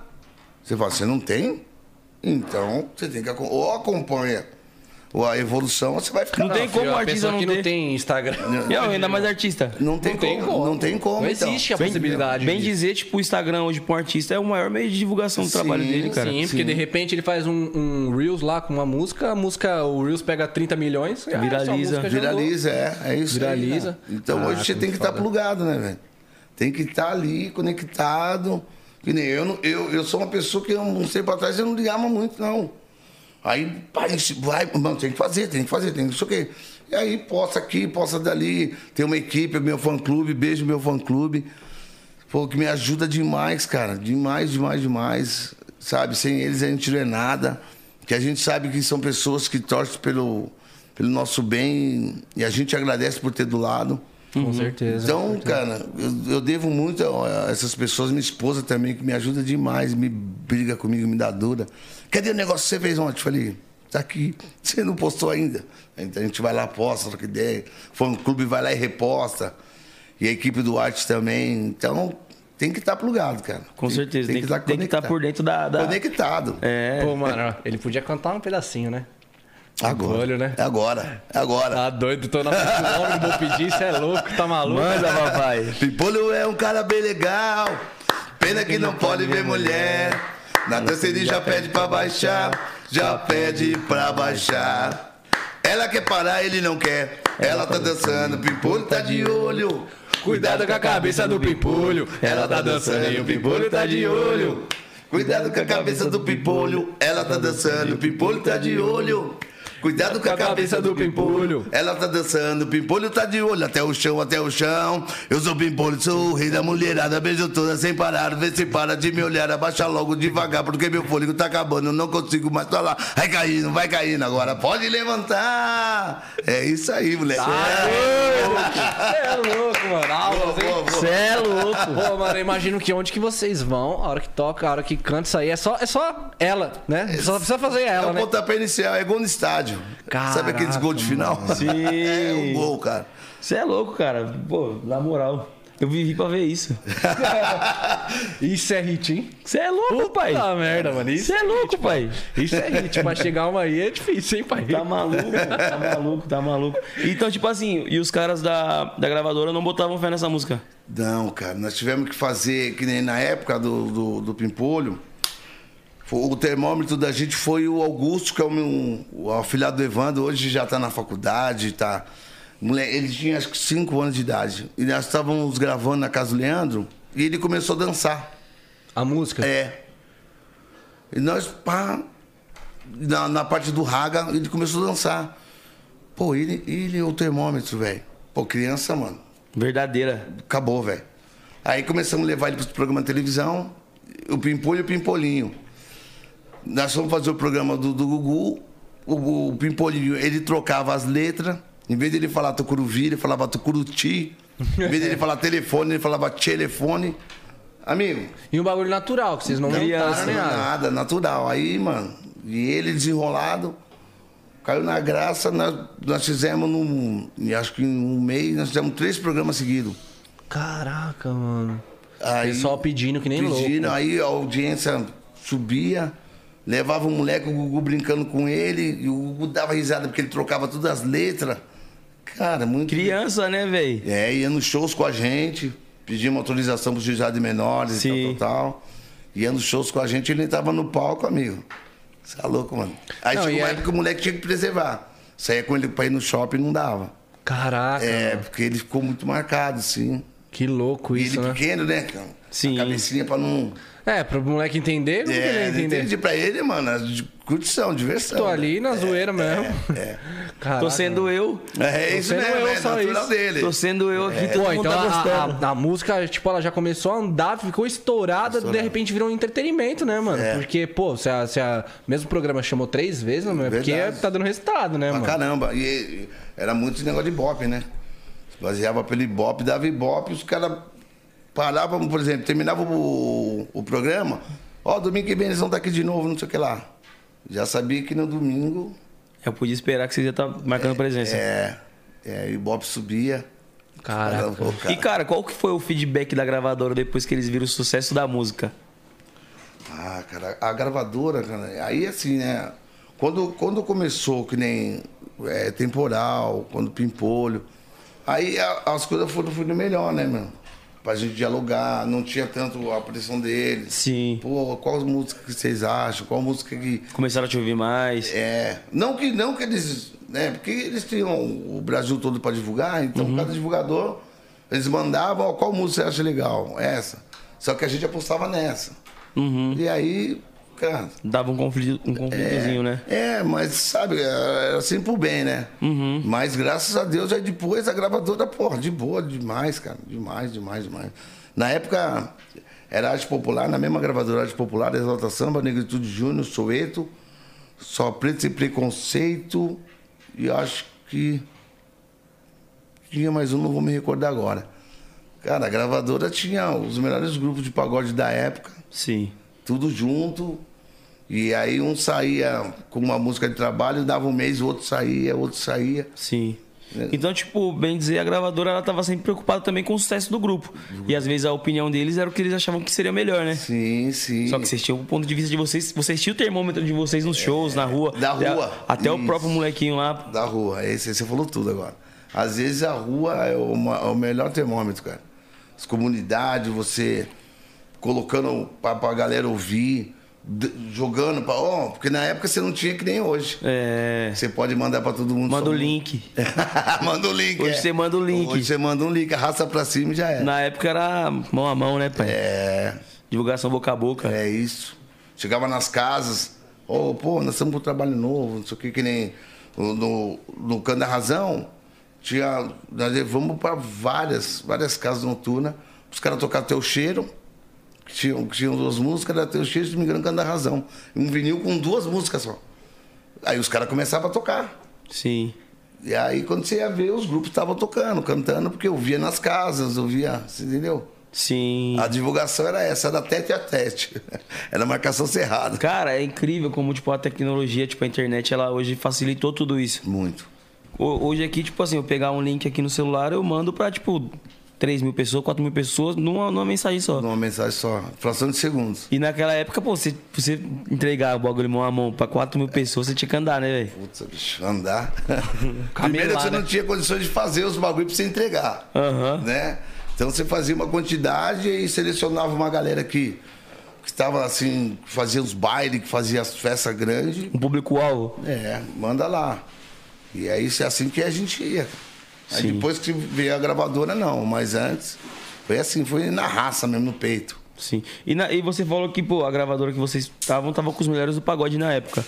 C: Você fala, você não tem? Então, você tem que. acom- Ou acompanha ou a evolução, ou você vai ficar.
A: Não tem como o artista
B: não
A: não
B: que não
A: ter.
B: tem Instagram.
A: E ó, ainda mais artista.
C: Não tem,
B: Não tem
C: como,
B: como.
C: Não tem como.
B: Não
C: então.
B: existe a
C: Bem-
B: possibilidade.
A: Bem
B: disso.
A: dizer, tipo, o Instagram hoje pra um artista é o maior meio de divulgação do
C: Sim,
A: trabalho dele, cara.
B: Sim, porque de repente ele faz um, um Reels lá com uma música, a música, o Reels pega 30 milhões, e, ah,
A: Viraliza.
B: essa música já andou.
C: Viraliza, é. É isso. aí,
B: Viraliza.
C: né? então
B: Ah,
C: hoje você
B: tá
C: tem
B: muito
C: que estar
B: foda.
C: plugado, né, velho? Tem que estar ali, conectado. Que nem eu, não- eu, eu sou uma pessoa que eu, um tempo atrás eu não ligava muito, não. Aí, pai, se- vai, mano, tem que fazer, tem que fazer, tem que isso aqui. E aí, posta aqui, posta dali. Tem uma equipe, meu fã-clube, beijo meu fã-clube. Pô, que me ajuda demais, cara. Demais, demais, demais. Sabe, sem eles a gente não é nada. Que a gente sabe que são pessoas que torcem pelo, pelo nosso bem e a gente agradece por ter do lado.
B: Com certeza.
C: Então, cara, eu, eu devo muito a, a essas pessoas, minha esposa também, que me ajuda demais, me briga comigo, me dá dura. Cadê o negócio que você fez ontem? Eu Falei, tá aqui, você não postou ainda. Então a gente vai lá, posta, troca ideia. Foi um clube, vai lá e reposta. E a equipe do Arte também. Então, tem que estar plugado, cara.
A: Com
C: Tem- tá
A: certeza, tem, que, tem que estar
C: conectado.
A: por dentro da. da...
C: Conectado.
A: É.
B: Pô, mano, ó, ele podia cantar um pedacinho, né?
C: Agora.
B: olho, né?
C: É agora. É agora.
B: Tá doido, tô na frente do homem, vou pedir, isso é louco, tá maluco?
A: Manda, papai.
C: Pimpolho é um cara bem legal. Pena que não pode ver mulher. Na dança ele já pede pra baixar, já pede pra baixar. Ela quer parar, ele não quer. Ela tá dançando, Pimpolho tá de olho. Cuidado com a cabeça do Pimpolho. Ela tá dançando e o Pimpolho tá de olho. Cuidado com a cabeça do Pimpolho. Ela tá dançando, o Pimpolho tá de tá olho. Cuidado com a cabeça do Pimpolho. Ela tá dançando, o Pimpolho tá de olho até o chão, até o chão. Eu sou Pimpolho, sou o rei da mulherada, beijo toda sem parar. Vê se para de me olhar, abaixa logo devagar, porque meu fôlego tá acabando, eu não consigo mais falar. Vai caindo, vai caindo agora, pode levantar. É isso aí, moleque.
B: Tá É louco, mano. Aulas, hein?
C: Boa, boa.
A: Você é louco.
B: Pô, mano, eu imagino que onde que vocês vão, a hora que toca, a hora que canta, isso aí é só, é só ela, né? Só precisa fazer
C: É
B: ela,
C: o
B: né?
C: pontapé inicial, é gol no estádio. Sabe aqueles
B: Caraca,
C: gols de final? É um
A: Sim.
C: gol, cara.
A: Você é louco, cara. Pô, na moral. Eu vivi pra ver isso.
B: Isso é hit, hein?
A: Você é louco, pai.
B: Puta merda, mano. Isso,
A: Você é louco, pai.
B: isso é hit. pra chegar uma aí é difícil, hein, pai?
A: Tá maluco, tá maluco, tá maluco. Então, tipo assim, e os caras da, da gravadora não botavam fé nessa música.
C: Não, cara, nós tivemos que fazer, que nem na época do, do, do Pimpolho, foi- o termômetro da gente foi o Augusto, que é o meu o afilhado do Evandro, hoje já tá na faculdade, tá. Mole- Ele tinha acho que 5 anos de idade. E nós estávamos gravando na casa do Leandro e ele começou a dançar.
B: A música?
C: É. E nós, pá, na, na parte do raga, ele começou a dançar. Pô, ele, ele é o termômetro, velho. Pô, criança, mano
A: Verdadeira.
C: acabou, velho. Aí começamos a levar ele para os programas de televisão, o Pimpolho e o Pimpolinho. Nós fomos fazer o programa do, do Gugu, o, o Pimpolinho, ele trocava as letras, em vez de ele falar Tucuruvi, ele falava Tucuruti, em vez de ele falar telefone, ele falava telefone. Amigo,
B: E um bagulho natural, que vocês não né?
A: Criança,
B: montaram nem nada.
C: tá nada, natural. Aí, mano, e ele desenrolado, caiu na graça, nós, nós fizemos, num, acho que em um mês, nós fizemos três programas seguidos.
B: Caraca, mano.
C: Aí-
B: Pessoal pedindo que nem
C: pedindo,
B: louco.
C: aí a audiência subia, levava o moleque, o Gugu brincando com ele, e o Gugu dava risada porque ele trocava todas as letras. Cara, muito.
A: Criança, né, velho?
C: É, ia nos shows com a gente, pedimos autorização pros juizados de menores
A: Sim.
C: e tal, tal, tal. Ia nos shows com a gente, ele tava no palco, amigo. Você é louco, mano. Aí
B: Não,
C: chegou
B: e é
C: uma
B: aí-
C: época que o moleque tinha que preservar. Saía com ele pra ir no shopping não dava.
B: Caraca,
C: É,
B: mano.
C: porque ele ficou muito marcado, sim.
B: que louco
C: E
B: isso,
C: ele
B: né?
C: pequeno, né? cara?
A: Sim.
C: A cabecinha pra não.
B: É, pro moleque entender, como que ele
C: É,
B: ia entender?
C: entendi pra ele, mano, é de curtição, diversão.
B: Tô
C: né?
B: ali na zoeira mesmo.
C: é.
B: Caraca.
A: Tô sendo eu.
C: É isso
B: sendo
C: mesmo,
B: eu,
C: é
B: só
C: natural
B: isso.
C: dele.
A: Tô sendo eu aqui, todo
B: Pô,
A: mundo
B: então
A: tá
B: a,
A: gostando.
B: a- a música, tipo, ela já começou a andar, ficou estourada, de repente virou um entretenimento, né, mano?
C: É.
B: Porque, pô, se a, se a- mesmo programa chamou três vezes, mano, é porque
C: Verdade.
B: tá dando resultado, né,
C: Pra
B: mano?
C: caramba. E, e era muito esse negócio de ibope, né? Baseava pelo ibope, dava ibope, os caras paravam, por exemplo, terminavam o, o programa. Ó, domingo que vem eles vão estar aqui de novo, não sei o que lá. Já sabia que no domingo,
A: Eu podia esperar que vocês iam estar marcando presença.
C: é, é ibope subia.
B: Caraca.
C: Falava, "Pô,
A: E, cara, qual que foi o feedback da gravadora depois que eles viram o sucesso da música?
C: Ah, cara, a gravadora, cara, aí assim, né? Quando, quando começou, que nem é, temporal, quando pimpolho, aí a- as coisas foram fluindo melhor, né, meu? Pra gente dialogar, não tinha tanto a pressão deles.
A: Sim.
C: Pô, qual música que vocês acham? Qual música que.
A: Começaram a te ouvir mais.
C: É. Não que, não que eles. Né, porque eles tinham o Brasil todo pra divulgar, então cada divulgador, eles mandavam, ó, qual música você acha legal? Essa. Só que a gente apostava nessa. E aí, cara.
A: Dava um conflito, um conflitozinho, né?
C: É, mas sabe, era sempre pro bem, né? Mas graças a Deus, aí depois a gravadora, porra, de boa, demais, cara. Demais, demais, demais. Na época, era Arte Popular, na mesma gravadora Arte Popular, Exalta Samba, Negritude Júnior, Soeto, Só Preto e Preconceito, e acho que tinha mais um, não vou me recordar agora. Cara, a gravadora tinha os melhores grupos de pagode da época
A: Sim.
C: tudo junto. E aí um saía com uma música de trabalho, dava um mês, o outro saía, o outro saía.
A: Sim.
C: É.
A: Então, tipo, bem dizer, a gravadora ela tava sempre preocupada também com o sucesso do grupo. E às vezes a opinião deles era o que eles achavam que seria melhor, né?
C: Sim, sim.
A: Só que vocês tinham o ponto de vista de vocês, vocês tinham o termômetro de vocês nos shows, na rua.
C: É. Da
A: até,
C: rua.
A: Até o
C: Isso.
A: próprio molequinho lá.
C: Da rua, esse, você falou tudo agora. Às vezes a rua é o, ma- é o melhor termômetro, cara. As comunidades, você colocando pra, pra galera ouvir, d- jogando pra. ó, porque na época você não tinha que nem hoje.
A: É.
C: Você pode mandar pra todo mundo.
A: Manda
C: só
A: o
C: um-
A: link.
C: manda o link. é.
A: Hoje você manda o link.
C: Hoje você manda um link, arrasta pra cima e já é.
A: Na época era mão a mão, né, pai?
C: É.
A: Divulgação boca a boca.
C: É isso. Chegava nas casas, ô, pô, nós estamos com um trabalho novo, não sei o que, que nem no, no Cano da Razão, tinha, nós levamos para várias, várias casas noturnas, os caras tocaram até o cheiro, que tinham, que tinham duas músicas, era até o cheiro, se não me engano, Cano da Razão. Um vinil com duas músicas só. Aí os caras começavam a tocar.
A: Sim.
C: E aí, quando você ia ver, os grupos estavam tocando, cantando, porque eu via nas casas, eu via, você entendeu?
A: Sim.
C: A divulgação era essa, era tete a tete. Era marcação cerrada.
A: Cara, é incrível como, tipo, a tecnologia, tipo, a internet, ela hoje facilitou tudo isso.
C: Muito.
A: Ho- Hoje aqui, tipo assim, eu pegar um link aqui no celular, eu mando pra, tipo, 3 mil pessoas, 4 mil pessoas numa, numa mensagem só.
C: Numa mensagem só, fração de segundos.
A: E naquela época, pô, você, você entregar o bagulho mão a mão pra 4 mil pessoas, você tinha que andar, né, velho?
C: Putz, bicho, andar.
B: Camelar,
C: Primeiro você
B: né?
C: não tinha condições de fazer os bagulho pra você entregar.
A: Aham.
C: Né? Então você fazia uma quantidade e selecionava uma galera que, que tava assim, que fazia os bailes, que fazia as festas grandes.
A: Um público-alvo.
C: É, manda lá. E aí é assim que a gente ia. Aí
A: Sim.
C: depois que veio a gravadora, não, mas antes foi assim, foi na raça mesmo, no peito.
A: Sim. E, na- e você falou que, pô, a gravadora que vocês estavam, tava com os melhores do pagode na época.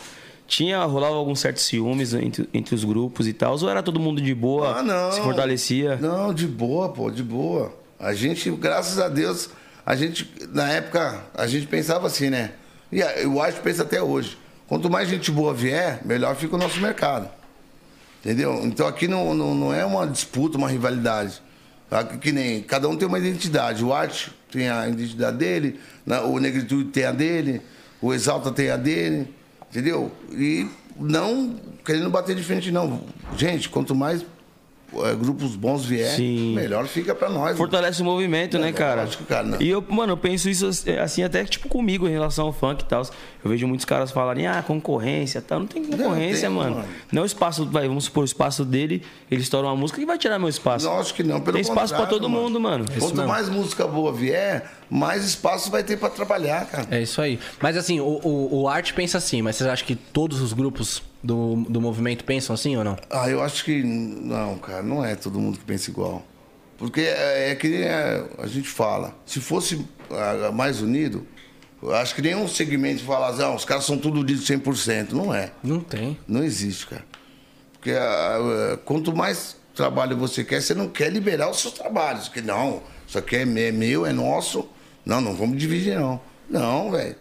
A: Tinha, rolava alguns certos ciúmes entre, entre os grupos e tal, ou era todo mundo de boa,
C: Ah, não.
A: se fortalecia?
C: Não, de boa, pô, de boa. A gente, graças a Deus, a gente, na época, a gente pensava assim, né? E a- eu acho que pensa até hoje. Quanto mais gente boa vier, melhor fica o nosso mercado. Entendeu? Então aqui não, não, não é uma disputa, uma rivalidade. Aqui, que nem cada um tem uma identidade. O Arte tem a identidade dele, na- o Negritude tem a dele, o Exalta tem a dele. Entendeu? E não querendo bater de frente, não. Gente, quanto mais eh, grupos bons vier,
A: Sim.
C: melhor fica pra nós.
A: Fortalece o movimento, né, cara?
C: É lógico, cara, não.
A: E eu, mano, eu penso isso assim, até tipo comigo em relação ao funk e tal. Eu vejo muitos caras falarem, ah, concorrência e tal. Não tem concorrência,
C: tem,
A: mano.
C: mano.
A: Não é o espaço, vai, vamos supor, o espaço dele, ele estoura uma música que vai tirar meu espaço.
C: Lógico que não, pelo
A: tem espaço pra
C: contrário,
A: todo mundo, mano.
B: É Isso
C: Quanto
B: mesmo.
C: mais música boa vier, mais espaço vai ter pra trabalhar, cara.
B: É isso aí. Mas assim, o, o, o arte pensa assim, mas vocês acham que todos os grupos do, do movimento pensam assim ou não?
C: Ah, eu acho que não, cara, não é todo mundo que pensa igual. Porque é, é que nem é, a gente fala, se fosse ah, mais unido, eu acho que nenhum segmento fala assim, ah, os caras são tudo unidos 100%. Não é,
B: Não tem.
C: não existe, cara. Porque ah, ah, quanto mais trabalho você quer, você não quer liberar os seus trabalhos. Que não, isso aqui é me- é meu, é nosso. Não, não vamos dividir, não. Não, velho.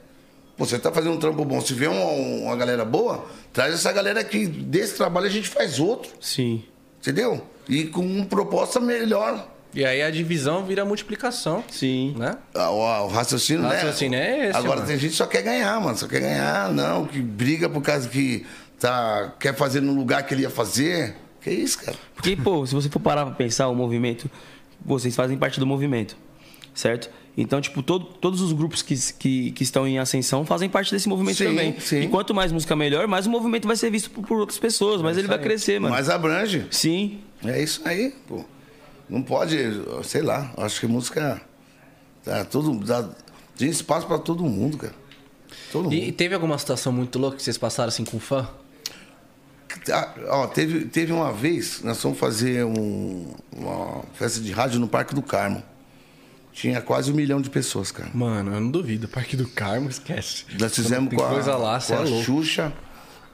C: Pô, Você tá fazendo um trampo bom. Se vê uma, uma galera boa, traz essa galera aqui. Desse trabalho a gente faz outro.
A: Sim.
C: Entendeu? E com uma proposta melhor.
B: E aí a divisão vira multiplicação,
A: Sim.
B: né?
C: Ah, O, o raciocínio,
B: O
C: né?
B: raciocínio é esse,
C: Agora
B: mano.
C: tem gente que só quer ganhar, mano. Só quer ganhar, não. Que briga por causa que tá, quer fazer no lugar que ele ia fazer. Que isso, cara?
A: Porque, pô, se você for parar pra pensar o movimento, vocês fazem parte do movimento, certo? Então, tipo, todo- todos os grupos que, que, que estão em ascensão fazem parte desse movimento
C: Sim,
A: também.
C: sim.
A: E quanto mais música melhor, mais o movimento vai ser visto por, por outras pessoas, mas ele vai crescer, mano.
C: É Mas abrange.
A: Sim,
C: É isso aí, pô. Não pode, sei lá. Acho que música. Tá, todo, dá, tem espaço pra todo mundo, cara. Todo mundo.
B: E teve alguma situação muito louca que vocês passaram assim com fã?
C: Ah, ó, teve, teve uma vez, nós fomos fazer um- uma festa de rádio no Parque do Carmo. Tinha quase um milhão de pessoas, cara.
B: Mano, eu não duvido. Parque do Carmo, esquece.
C: Nós fizemos
B: Tem
C: com a,
B: coisa lá, cê
C: com
B: é
C: a
B: louco.
C: Xuxa.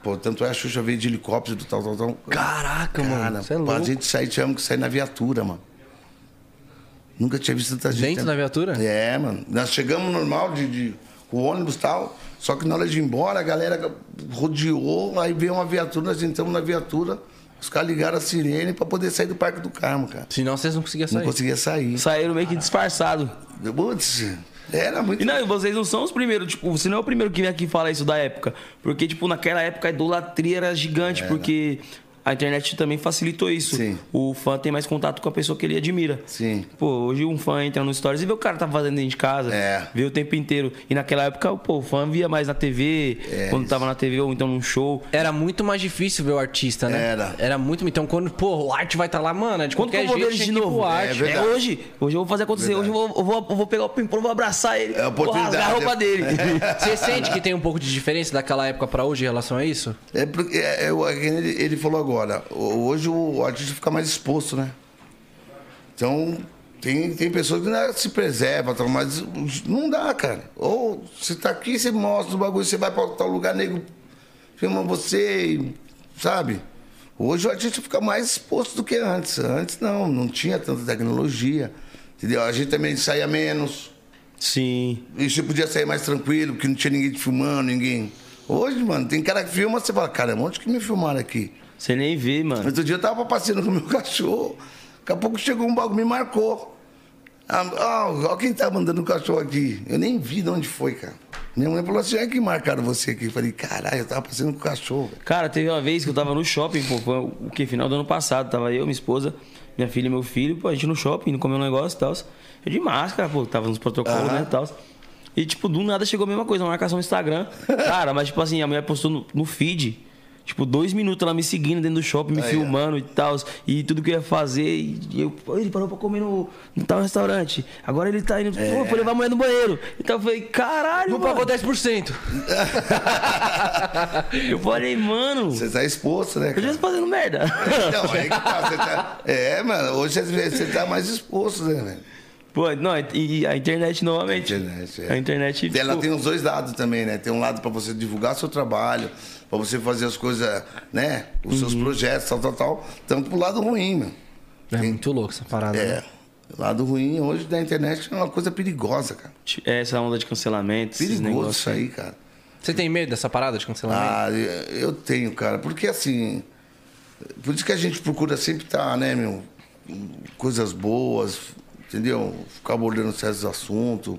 C: Pô, tanto é a Xuxa veio de helicóptero, tal, tal, tal.
B: Caraca, mano. Você é
C: pra
B: louco.
C: gente sair, tivemos que sair na viatura, mano. Nunca tinha visto tanta gente.
B: Dentro da viatura?
C: É, mano. Nós chegamos normal de, de- com o ônibus e tal. Só que na hora de ir embora, a galera rodeou, aí veio uma viatura, nós entramos na viatura, os caras ligaram a sirene pra poder sair do Parque do Carmo, cara.
B: Senão vocês não conseguiam
C: Não
B: sair.
C: conseguia sair.
A: saíram meio que disfarçado.
C: Putz, era muito.
A: E não, e vocês não são os primeiros, tipo, você não é o primeiro que vem aqui falar isso da época. Porque, tipo, naquela época a idolatria era gigante, porque a internet também facilitou isso.
C: Sim.
A: O fã tem mais contato com a pessoa que ele admira.
C: Sim.
A: Pô, hoje um fã entra no Stories e vê o cara tá fazendo dentro de casa.
C: É.
A: Vê o tempo inteiro. E naquela época, pô, o fã via mais na TV,
C: É
A: quando tava na TV ou então num show.
B: Era muito mais difícil ver o artista, né?
C: Era.
B: Era muito. Então, quando, pô, o arte vai estar lá, mano. é De
A: Quando que eu
B: qualquer
A: vou ver
B: jeito,
A: ele
B: tinha
A: de
B: que ir pro
A: novo?
B: arte.
C: É verdade.
A: hoje. Hoje eu vou fazer acontecer. Hoje eu vou, eu vou- eu vou pegar o pimpão, vou abraçar ele.
C: É a oportunidade.
A: Vou rasgar a roupa dele.
C: É
B: Você sente que tem um pouco de diferença daquela época pra hoje em relação a isso?
C: É porque é, é, o- é que ele, ele falou agora, ho- hoje o artista fica mais exposto, né? Então, tem, tem pessoas que né, se preservam, tal, mas os- não dá, cara. Ou você tá aqui, você mostra o bagulho, você vai pra tal lugar, nego filma você, e- sabe? Hoje o artista fica mais exposto do que antes. Antes não, não tinha tanta tecnologia. Entendeu? A gente também saía menos.
A: Sim.
C: E você podia sair mais tranquilo, porque não tinha ninguém te filmando, ninguém. Hoje, mano, tem cara que filma, você fala, caramba, onde que me filmaram aqui?
A: Você nem vê, mano.
C: Outro dia eu tava passeando com o meu cachorro, daqui a pouco chegou um bagulho, me marcou. Ah, ah, olha quem tá mandando o cachorro aqui. Eu nem vi de onde foi, cara. Minha mãe falou assim, é que marcaram você aqui. Eu falei, caralho, eu tava passeando com o cachorro. velho."
A: Cara, teve uma vez que eu tava no shopping, pô, foi o que? Final do ano passado. Tava eu, minha esposa, minha filha e meu filho, pô, a gente no shopping, indo comer um negócio e tal. Eu de máscara, pô, tava nos protocolos,
C: Aham.
A: né, e tal. E, tipo, do nada chegou a mesma coisa, uma marcação no Instagram. Cara, mas, tipo assim, a mulher postou no, no feed. Tipo, dois minutos ela me seguindo dentro do shopping, me
C: Aí, ó.
A: filmando e tal. E tudo que eu ia fazer. E eu, pô, ele parou pra comer no, no tal restaurante. Agora ele tá indo.
C: É.
A: Pô, foi levar a mulher no banheiro. Então eu falei, caralho,
B: Não pagou
A: mano.
B: 10%.
A: Eu falei, mano.
C: Você tá exposto, né?
A: Eu já
C: Cara?
A: tô fazendo merda.
C: Não, é que tá, você tá. É, mano, hoje você você tá mais exposto, né, velho?
A: Pô, não, e e a internet novamente.
C: A internet, é.
A: A internet.
C: Ela
A: pô,
C: tem os dois lados também, né? Tem um lado pra você divulgar seu trabalho, pra você fazer as coisas, né? Os seus
A: Uhum.
C: projetos, tal, tal, tal. Tanto pro lado ruim, mano.
B: É muito louco essa parada. né?
C: É. O lado ruim hoje da internet é uma coisa perigosa, cara.
A: tipo, é Essa onda de cancelamento, esses
C: um Perigoso
A: negócios.
C: isso aí, cara.
B: Você tem medo dessa parada de cancelamento?
C: Ah, eu- eu tenho, cara. Porque assim. Por isso que a gente procura sempre estar, né, meu? Coisas boas, entendeu? Ficar abordando certos assuntos,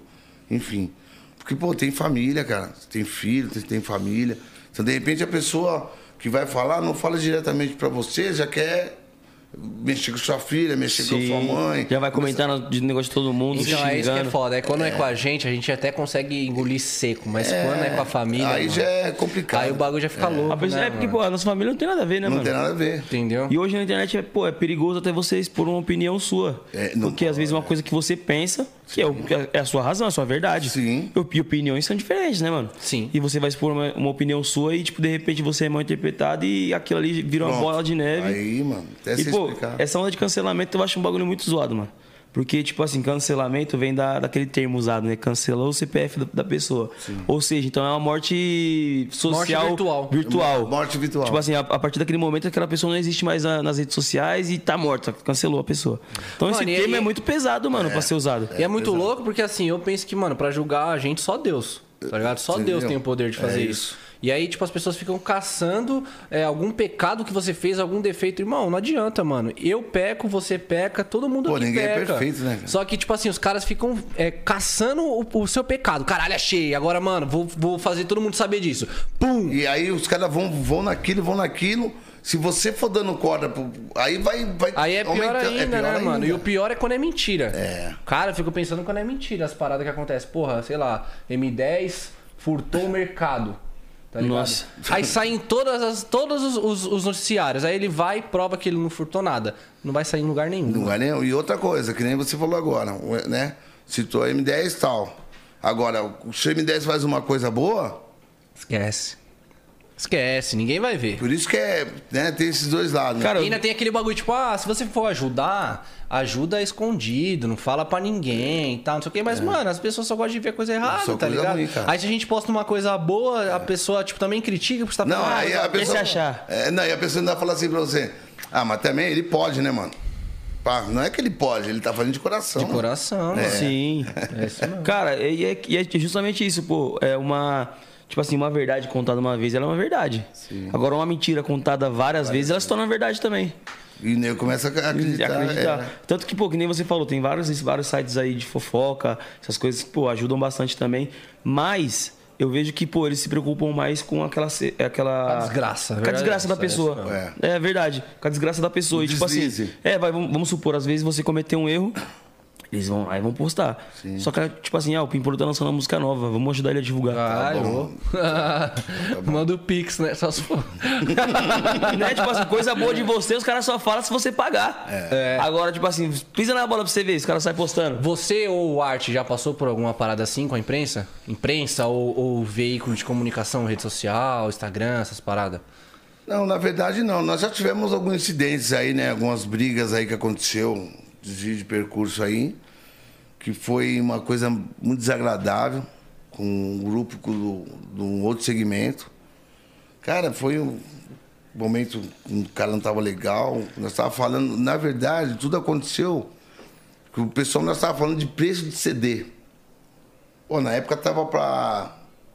C: enfim. Porque, pô, tem família, cara. Você tem filho, você tem família. Então, de repente, a pessoa que vai falar não fala diretamente pra você, já quer mexer com sua filha, mexer com
A: Sim.
C: sua mãe.
A: Já vai comentar no de negócio de todo mundo,
B: Então é isso que é
A: xingando.
B: foda. É quando é. com a gente, a gente até consegue engolir seco. Mas quando é com a família.
C: Aí
B: mano,
C: já é complicado.
B: Aí o bagulho já fica louco.
A: A pessoa-
B: né,
A: é porque,
B: mano?
A: pô, a nossa família não tem nada a ver, né,
C: Não
A: mano?
C: tem nada a ver.
B: Entendeu?
A: E hoje na internet é, pô, é perigoso até você expor uma opinião sua.
C: É, não-
A: porque às vezes é uma coisa que você pensa, que é, o- que é a sua razão, é a sua verdade.
C: Sim.
A: E op- E opiniões são diferentes, né, mano?
B: Sim.
A: E você vai expor uma, uma opinião sua e, tipo, de repente você é mal interpretado e aquilo ali vira uma
C: Pronto.
A: bola de neve.
C: Aí, mano, até
A: E,
C: se
A: pô,
C: É explicar.
A: essa onda de cancelamento eu acho um bagulho muito zoado, mano. Porque, tipo assim, cancelamento vem da, daquele termo usado, né? Cancelou o CPF da, da pessoa. Ou seja, então é uma morte social.
B: virtual.
A: virtual.
C: Morte virtual.
A: Tipo assim, a, a partir daquele momento aquela pessoa não existe mais na- nas redes sociais e tá morta, cancelou a pessoa. Então
B: Mano,
A: esse
B: e
A: termo
B: aí-
A: é muito pesado, mano, pra ser usado.
B: E é muito louco porque assim, eu penso que, mano, pra julgar a gente só Deus. Tá ligado? Só
C: Você
B: Deus
C: entendeu?
B: tem o poder de fazer
C: É
B: isso. E aí, tipo, as pessoas ficam caçando é, algum pecado que você fez, algum defeito. Irmão, não adianta, mano. Eu peco, você peca, todo mundo
C: Pô,
B: aqui
C: ninguém é
B: peca.
C: perfeito, né, cara?
B: Só que, tipo assim, os caras ficam é, caçando o, o seu pecado. Caralho, achei. Agora, mano, vou, vou fazer todo mundo saber disso. Pum!
C: E aí os caras vão, vão naquilo, vão naquilo. Se você for dando corda, pro- aí vai. vai
B: Aí é pior
C: aumentando-
B: ainda,
C: é pior
B: né,
C: ainda.
B: mano? E o pior é quando é mentira.
C: É.
B: Cara, eu fico pensando quando é mentira as paradas que acontecem. Porra, sei lá, M10 furtou o mercado. Tá ligado?
A: Nossa.
B: Aí saem todas as, todos os, os- os noticiários. Aí ele vai e prova que ele não furtou nada. Não vai sair em lugar nenhum.
C: Não é nem- E outra coisa, que nem você falou agora, né? Citou a M10 e tal. Agora, se o M10 faz uma coisa boa,
B: Esquece. Esquece, ninguém vai ver.
C: por isso que é, né, tem esses dois lados. né?
A: Cara,
B: E ainda tem aquele bagulho, tipo, ah, se você for ajudar, ajuda escondido, não fala pra ninguém e tal, não sei o quê. Mas, mano, as pessoas só gostam de ver coisa errada,
C: É. Só
B: tá
C: coisa
B: ligado?
C: ruim, cara. É.
B: Aí se a gente posta uma coisa boa, a pessoa, tipo, também critica por estar né?
C: não, aí a
A: quer se
C: pessoa.
A: achar.
C: É, não, e a pessoa ainda fala assim pra você: Ah, mas também ele pode, né, mano? Pá, não é que ele pode, ele tá fazendo de coração.
B: De
C: mano.
B: coração,
C: É,
B: assim, mano.
A: Sim.
B: É
A: Cara, e é, e é justamente isso, pô. É uma. Tipo assim, uma verdade contada uma vez, ela é uma verdade. Agora, uma mentira contada várias vezes, ela se torna verdade também.
C: E o nego começa a acreditar.
A: Acreditar.
C: é.
A: Tanto que, pô, que nem você falou, tem vários, vários sites aí de fofoca, essas coisas que, pô, ajudam bastante também. Mas eu vejo que, pô, eles se preocupam mais com aquela. se- aquela
B: a
A: Com
B: desgraça,
A: a
C: né?
B: verdade,
A: desgraça da
B: essa-
A: pessoa.
C: essa-
A: É. verdade. Com a desgraça da pessoa.
C: O
A: e, tipo assim.
C: deslize.
A: É, vai, vamos, vamos supor, às vezes você cometeu um erro. Eles vão lá e vão postar. Só que, tipo assim, ah, o Pimpolho tá lançando uma música nova, vamos ajudar ele a divulgar.
C: Ah. tá
B: Caralho. Manda o Pix, né? Só se for.
A: né? Tipo assim, coisa boa de você, os caras só falam se você pagar.
C: É.
A: Agora, tipo assim, pisa na bola pra você ver, os caras saem postando.
B: Você ou o Arte já passou por alguma parada assim com a imprensa? Imprensa ou, ou veículo de comunicação, rede social, Instagram, essas paradas?
C: Não, na verdade não. Nós já tivemos alguns incidentes aí, né? Algumas brigas aí que aconteceu, um desvio de percurso aí, que foi uma coisa muito desagradável com um grupo com- do, de um outro segmento. Cara, foi um, momento o cara não tava legal. Nós tava falando, na verdade, tudo aconteceu que o pessoal nós tava falando de preço de CD. Pô, na época tava pra.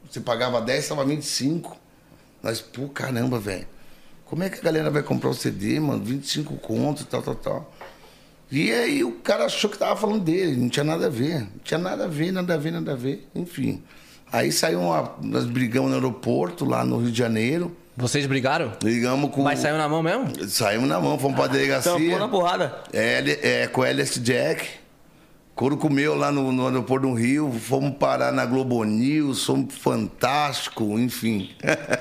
C: Você pagava 10, tava 25. Nós, pô, caramba, velho. Como é que a galera vai comprar o CD, mano? 25 conto e tal, tal, tal. E aí o cara achou que tava falando dele, não tinha nada a ver. Não tinha nada a ver, nada a ver, nada a ver. Enfim. Aí saiu uma. Nós brigamos no aeroporto, lá no Rio de Janeiro.
B: Vocês brigaram?
C: Ligamos com.
B: Mas saiu na mão mesmo?
C: Saímos na mão, fomos
A: Tampou
C: pra
A: na
C: delegacia.
A: porrada.
C: L- é, com LS Jack. Couro comeu lá no, no aeroporto do Rio, fomos parar na Globo News, fomos pro fantástico, enfim.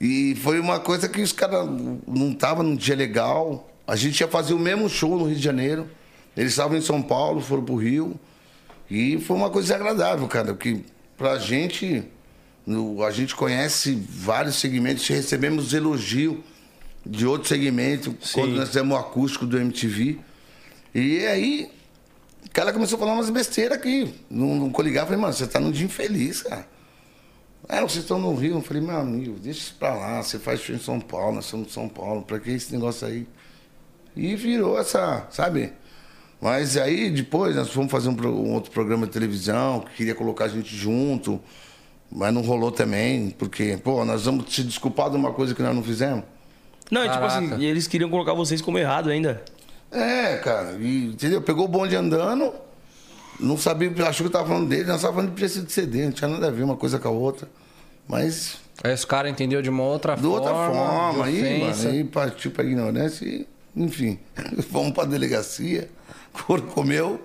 C: e foi uma coisa que os caras não estavam num dia legal. A gente ia fazer o mesmo show no Rio de Janeiro. Eles estavam em São Paulo, foram pro Rio. E foi uma coisa agradável, cara, porque pra gente, no- a gente conhece vários segmentos, recebemos elogio de outro segmento, quando nós fizemos o acústico do MTV. E aí, o cara começou a falar umas besteiras aqui. Não, não coligava, falei, mano, você tá num dia infeliz, cara. Ah, vocês estão no Rio. Eu falei, meu amigo, deixa isso pra lá, você faz show em São Paulo, nós somos de São Paulo, pra que esse negócio aí? E virou essa, sabe? Mas aí depois nós fomos fazer um, pro- um outro programa de televisão, que queria colocar a gente junto, mas não rolou também, porque, pô, nós vamos se desculpar de uma coisa que nós não fizemos?
A: Não, é tipo
B: Caraca.
A: assim, e eles queriam colocar vocês como errado ainda.
C: É, cara, e, entendeu? Pegou o bonde andando, não sabia, achou que eu tava falando dele, nós tava falando de preço de CD, não tinha nada a ver uma coisa com a outra. Mas,
B: Aí os caras entenderam de uma outra
C: de outra forma,
B: de
C: aí, mano,
B: ofensa.
C: aí partiu pra ignorância e, enfim, fomos pra delegacia, couro comeu.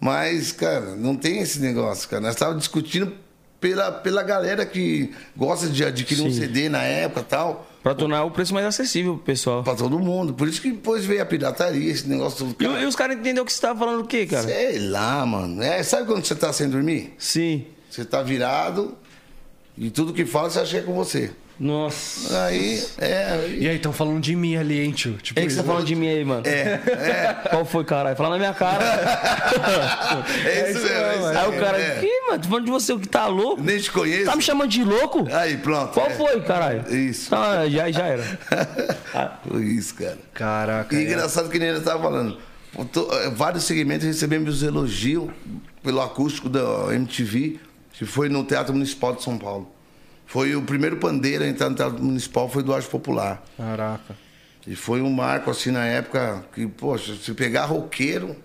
C: Mas, cara, não tem esse negócio, cara. Nós estávamos discutindo pela, pela galera que gosta de adquirir um
A: Sim.
C: CD na época e tal.
A: Pra tornar o preço mais acessível pro pessoal.
C: Pra todo mundo. Por isso que depois veio a pirataria, esse negócio todo.
A: E,
C: Cara,
A: e os caras entenderam que você tava falando o quê, cara?
C: Sei lá, mano. É, sabe quando você tá sem dormir?
A: Sim.
C: Você tá virado e tudo que fala você acha que é com você.
A: Nossa.
C: Aí, é. aí-
B: E aí, estão falando de mim ali, hein, tio? Tipo,
C: É
A: O que que você tá falando de mim aí, mano? Qual foi, caralho? Fala na minha cara.
C: É isso mesmo. É isso
A: aí o
C: mesmo,
A: cara,
C: é.
A: que, mano? Tô falando de você, o que tá louco?
C: Nem te conheço.
A: Tá me chamando de louco?
C: Aí, pronto.
A: Qual
C: é.
A: foi, caralho?
C: Isso.
A: Ah, já, já era.
C: Ah, Foi isso, cara.
B: Caraca.
C: E
B: é.
C: engraçado que nem ele tava falando. Eu tô- eh, vários segmentos recebemos elogio pelo acústico da MTV, que foi no Teatro Municipal de São Paulo. Foi o primeiro pandeiro a entrar no Teatro Municipal, foi do Arte Popular.
B: Caraca.
C: E foi um marco, assim, na época, que, poxa, se pegar roqueiro,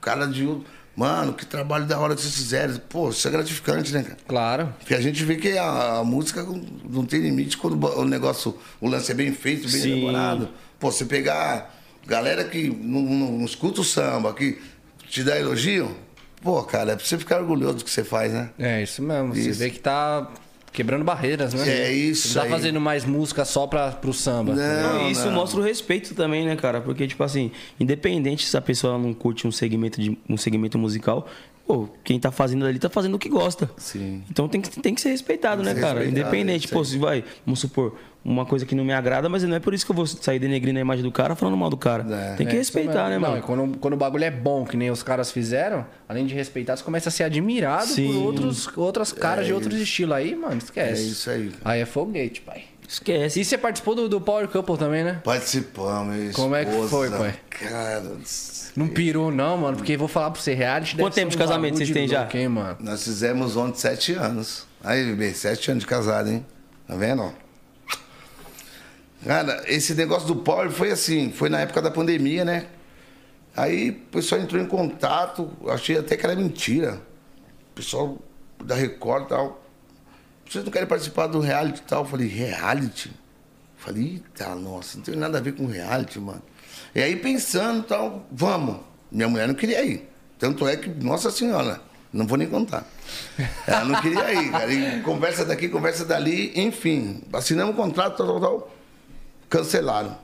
C: cara de. outro- Mano, que trabalho da hora que vocês fizeram. Pô, isso é gratificante, né, cara?
B: Claro.
C: Porque a gente vê que a, a música não tem limite quando ba- o negócio, o lance é bem feito, bem
A: Sim.
C: elaborado. Pô, você pegar galera que não, não- não escuta o samba, que te dá elogio, pô, cara, é pra você ficar orgulhoso do que você faz, né?
B: É isso mesmo. Você
C: Isso.
B: vê que tá quebrando barreiras, né?
C: É isso
B: Não tá
C: aí. Né?
B: fazendo mais música só pra, pro samba. É
A: Não, e isso mostra o respeito também, né, cara? Porque, tipo assim, independente se a pessoa não curte um segmento, de, um segmento musical, pô, quem tá fazendo ali tá fazendo o que gosta.
C: Sim.
A: Então tem que, tem que ser respeitado, né,
C: ser
A: cara?
C: respeitado,
A: independente,
C: isso
A: pô,
C: aí.
A: se vai, vamos supor, uma coisa que não me agrada, mas não é por isso que eu vou sair denegrindo a imagem do cara falando mal do cara.
C: É.
A: Tem que
B: É, isso
A: respeitar,
B: mesmo.
A: né,
B: Não,
A: mano?
B: e quando, quando o bagulho é bom, que nem os caras fizeram, além de respeitar, você começa a ser admirado por
A: Sim.
B: outros, outras caras de outros estilos. Aí, mano, esquece.
C: É isso aí, cara.
B: Aí é foguete, pai.
A: Esquece.
B: E você participou do, do Power Couple também, né?
C: Participamos, minha
B: Como é que
C: esposa,
B: foi, pai?
C: Cara,
B: Não pirou, não, mano, porque vou falar pra você, reality
A: Quanto
B: deve
A: tempo
B: ser
A: de
B: um
A: casamento
B: bagulho
A: vocês têm já?
B: louco, hein, mano?
C: nós fizemos ontem sete anos. Aí, bebê, sete anos de casado, hein? Tá vendo? ó? Cara, esse negócio do Power foi assim, foi na época da pandemia, né? Aí o pessoal entrou em contato, achei até que era mentira. O pessoal da Record e tal. Vocês não querem participar do reality e tal? Eu falei, reality? Falei, eita, nossa, não tem nada a ver com reality, mano. E aí pensando e tal, vamos. Minha mulher não queria ir. Tanto é que, nossa senhora, não vou nem contar. Ela não queria ir, cara. E conversa daqui, conversa dali, enfim. Assinamos o contrato, tal, tal, tal. Cancelaram.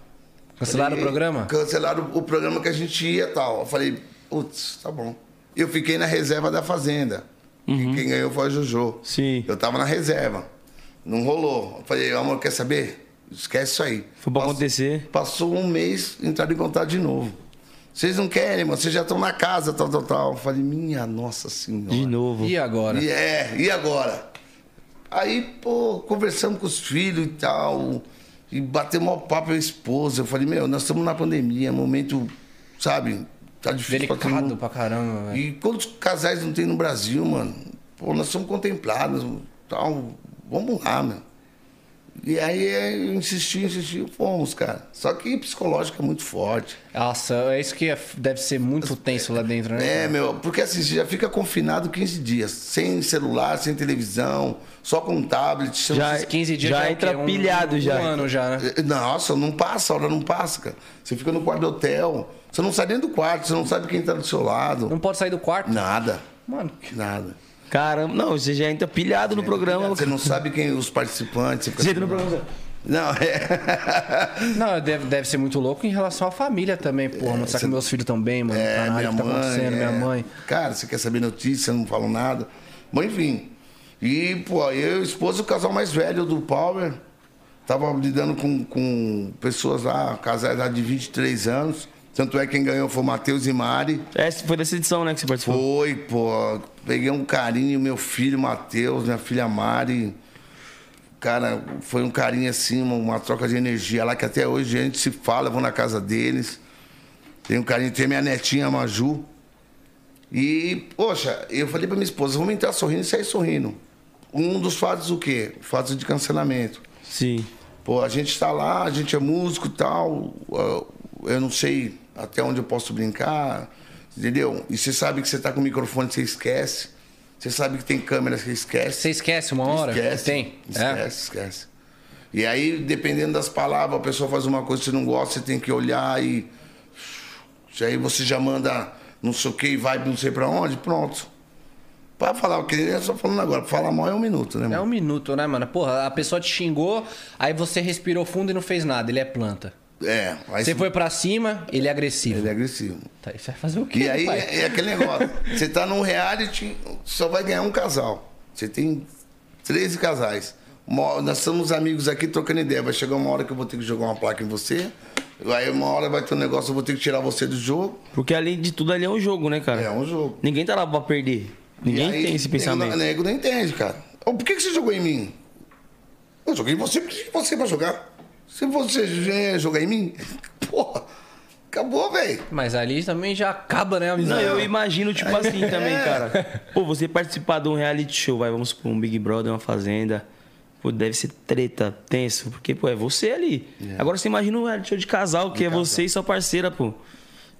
B: Cancelaram o
C: Falei,
B: programa?
C: Cancelaram o programa que a gente ia e tal. Eu falei, putz, tá bom. Eu fiquei na reserva da Fazenda.
B: Uhum.
C: E quem ganhou foi a Jojo.
A: Sim.
C: Eu tava na reserva. Não rolou. Eu falei, amor, quer saber? Esquece isso aí.
A: Foi pra
C: Passo-
A: acontecer.
C: Passou um mês, entraram em contato de novo. Vocês não querem, mano. Vocês já estão na casa, tal, tal, tal. Eu falei, minha nossa senhora.
A: De novo.
B: E agora?
C: E é, e agora? Aí, pô, conversamos com os filhos e tal. E bater maior papo com a esposa. Eu falei, meu, nós estamos na pandemia, é um momento, sabe, tá difícil pra todo
B: Delicado
C: mundo.
B: pra caramba,
A: É.
B: velho.
C: E quantos casais não tem no Brasil, mano? Pô, nós somos contemplados, tal, vamos lá, mano. E aí é, eu insisti, insisti, fomos, cara. Só que psicológico é muito forte.
B: Nossa, é isso que é- deve ser muito tenso lá dentro, né?
C: É, meu, porque assim, você já fica confinado 15 dias, sem celular, sem televisão, só com tablet. você não
A: Já-
B: Esses 15 dias
A: já
B: é o quê?
A: entra
B: Um-
A: pilhado já.
B: Um ano já, né?
C: Eh, Nossa, não passa, a hora não passa, cara. Você fica no quarto do hotel, você não sai nem do quarto, você não sabe quem tá do seu lado.
B: Não pode sair do quarto.
C: Nada,
B: Mano,
C: nada.
A: Caramba, não, você já entra pilhado no programa.
C: Você não sabe quem os participantes. Você
A: Você
C: fica...
A: entra no programa.
C: Não, é.
B: não, deve, deve ser muito louco em relação à família também, porra. mano, será que meus filhos estão bem, mano?
C: É,
B: Caralho, o
C: minha
B: que tá
C: mãe.
B: acontecendo,
C: é.
B: minha mãe.
C: Cara, você quer saber notícia, não falam nada. Mas enfim. E, pô, eu e a esposa, o casal mais velho do Power. Tava lidando com, com pessoas lá, casais lá de 23 anos. Tanto é que quem ganhou foi o Matheus e Mari.
A: Essa foi dessa edição, né, que você participou.
C: Foi, pô. Peguei um carinho, meu filho Matheus, minha filha Mari. Cara, foi um carinho assim, uma, uma troca de energia lá que até hoje a gente se fala, eu vou na casa deles. Tem um carinho, tem minha netinha Maju. E, poxa, eu falei pra minha esposa, vamos entrar sorrindo e sair sorrindo. Um dos fatos o quê? O fato de cancelamento.
A: Sim.
C: Pô, a gente tá lá, a gente é músico e tal. ah, Eu não sei até onde eu posso brincar, entendeu? E você sabe que você tá com o microfone, você esquece. Você sabe que tem câmera, você esquece.
B: Você esquece uma hora?
C: Esquece.
B: Tem. É.
C: Esquece, esquece. E aí, dependendo das palavras, a pessoa faz uma coisa que você não gosta, você tem que olhar e. e Aí você já manda não sei o que e vai não sei pra onde, pronto. Pra falar o que é, eu só falando agora, pra falar mal é um minuto, né,
B: É
C: mano?
B: um minuto, né, mano? Porra, a pessoa te xingou, aí você respirou fundo e não fez nada. Ele é planta.
C: É, aí
B: Você foi pra cima, ele é agressivo.
C: Ele é agressivo.
B: Tá, isso vai fazer o quê,
C: E aí
B: pai?
C: é aquele negócio. Você tá num reality, só vai ganhar um casal. Você tem 13 casais. Uma- nós somos amigos aqui trocando ideia. Vai chegar uma hora que eu vou ter que jogar uma placa em você. Aí uma hora vai ter um negócio, eu vou ter que tirar você do jogo.
A: Porque além de tudo ali é um jogo, né, cara?
C: É um jogo.
A: Ninguém tá lá pra perder. Ninguém
C: E aí,
A: tem esse
C: nego-
A: pensamento.
C: Nego, não entende, cara. Ô, Por que, que você jogou em mim? Eu joguei em você, por que você vai jogar? Se você é, jogar em mim, porra, acabou, velho.
B: Mas ali também já acaba, né, a
A: Não,
B: amizade?
A: eu imagino, tipo assim também, cara. Pô, você participar de um reality show, vai, vamos supor, um Big Brother, uma fazenda. Pô, deve ser treta, tenso, porque, pô, é você ali. Agora você imagina um reality show de casal, que é você e sua parceira, pô.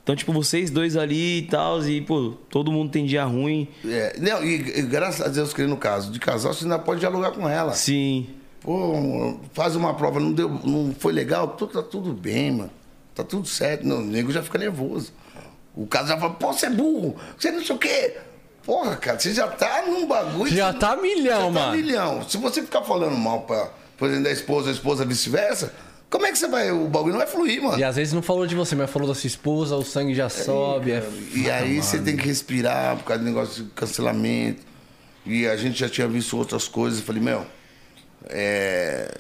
A: Então, tipo, vocês dois ali e tal, e, pô, todo mundo tem dia ruim.
C: É, não, e, e graças a Deus que no caso de casal, você ainda pode dialogar com ela.
A: Sim.
C: Pô, faz uma prova, não deu, não foi legal, tu- tá tudo bem, mano. Tá tudo certo. Não, o nego já fica nervoso. O cara já fala, pô, você é burro, você não sei o quê. Porra, cara, você já tá num bagulho.
B: Já
C: você-
B: tá milhão,
C: já tá
B: mano.
C: milhão. Se você ficar falando mal pra, por exemplo, da esposa, a esposa vice-versa, como é que você vai. O bagulho não vai fluir, mano.
B: E às vezes não falou de você, mas falou da sua esposa, o sangue já sobe. É...
C: E aí você tem que respirar por causa do negócio de cancelamento. E a gente já tinha visto outras coisas. Eu Falei, meu, é,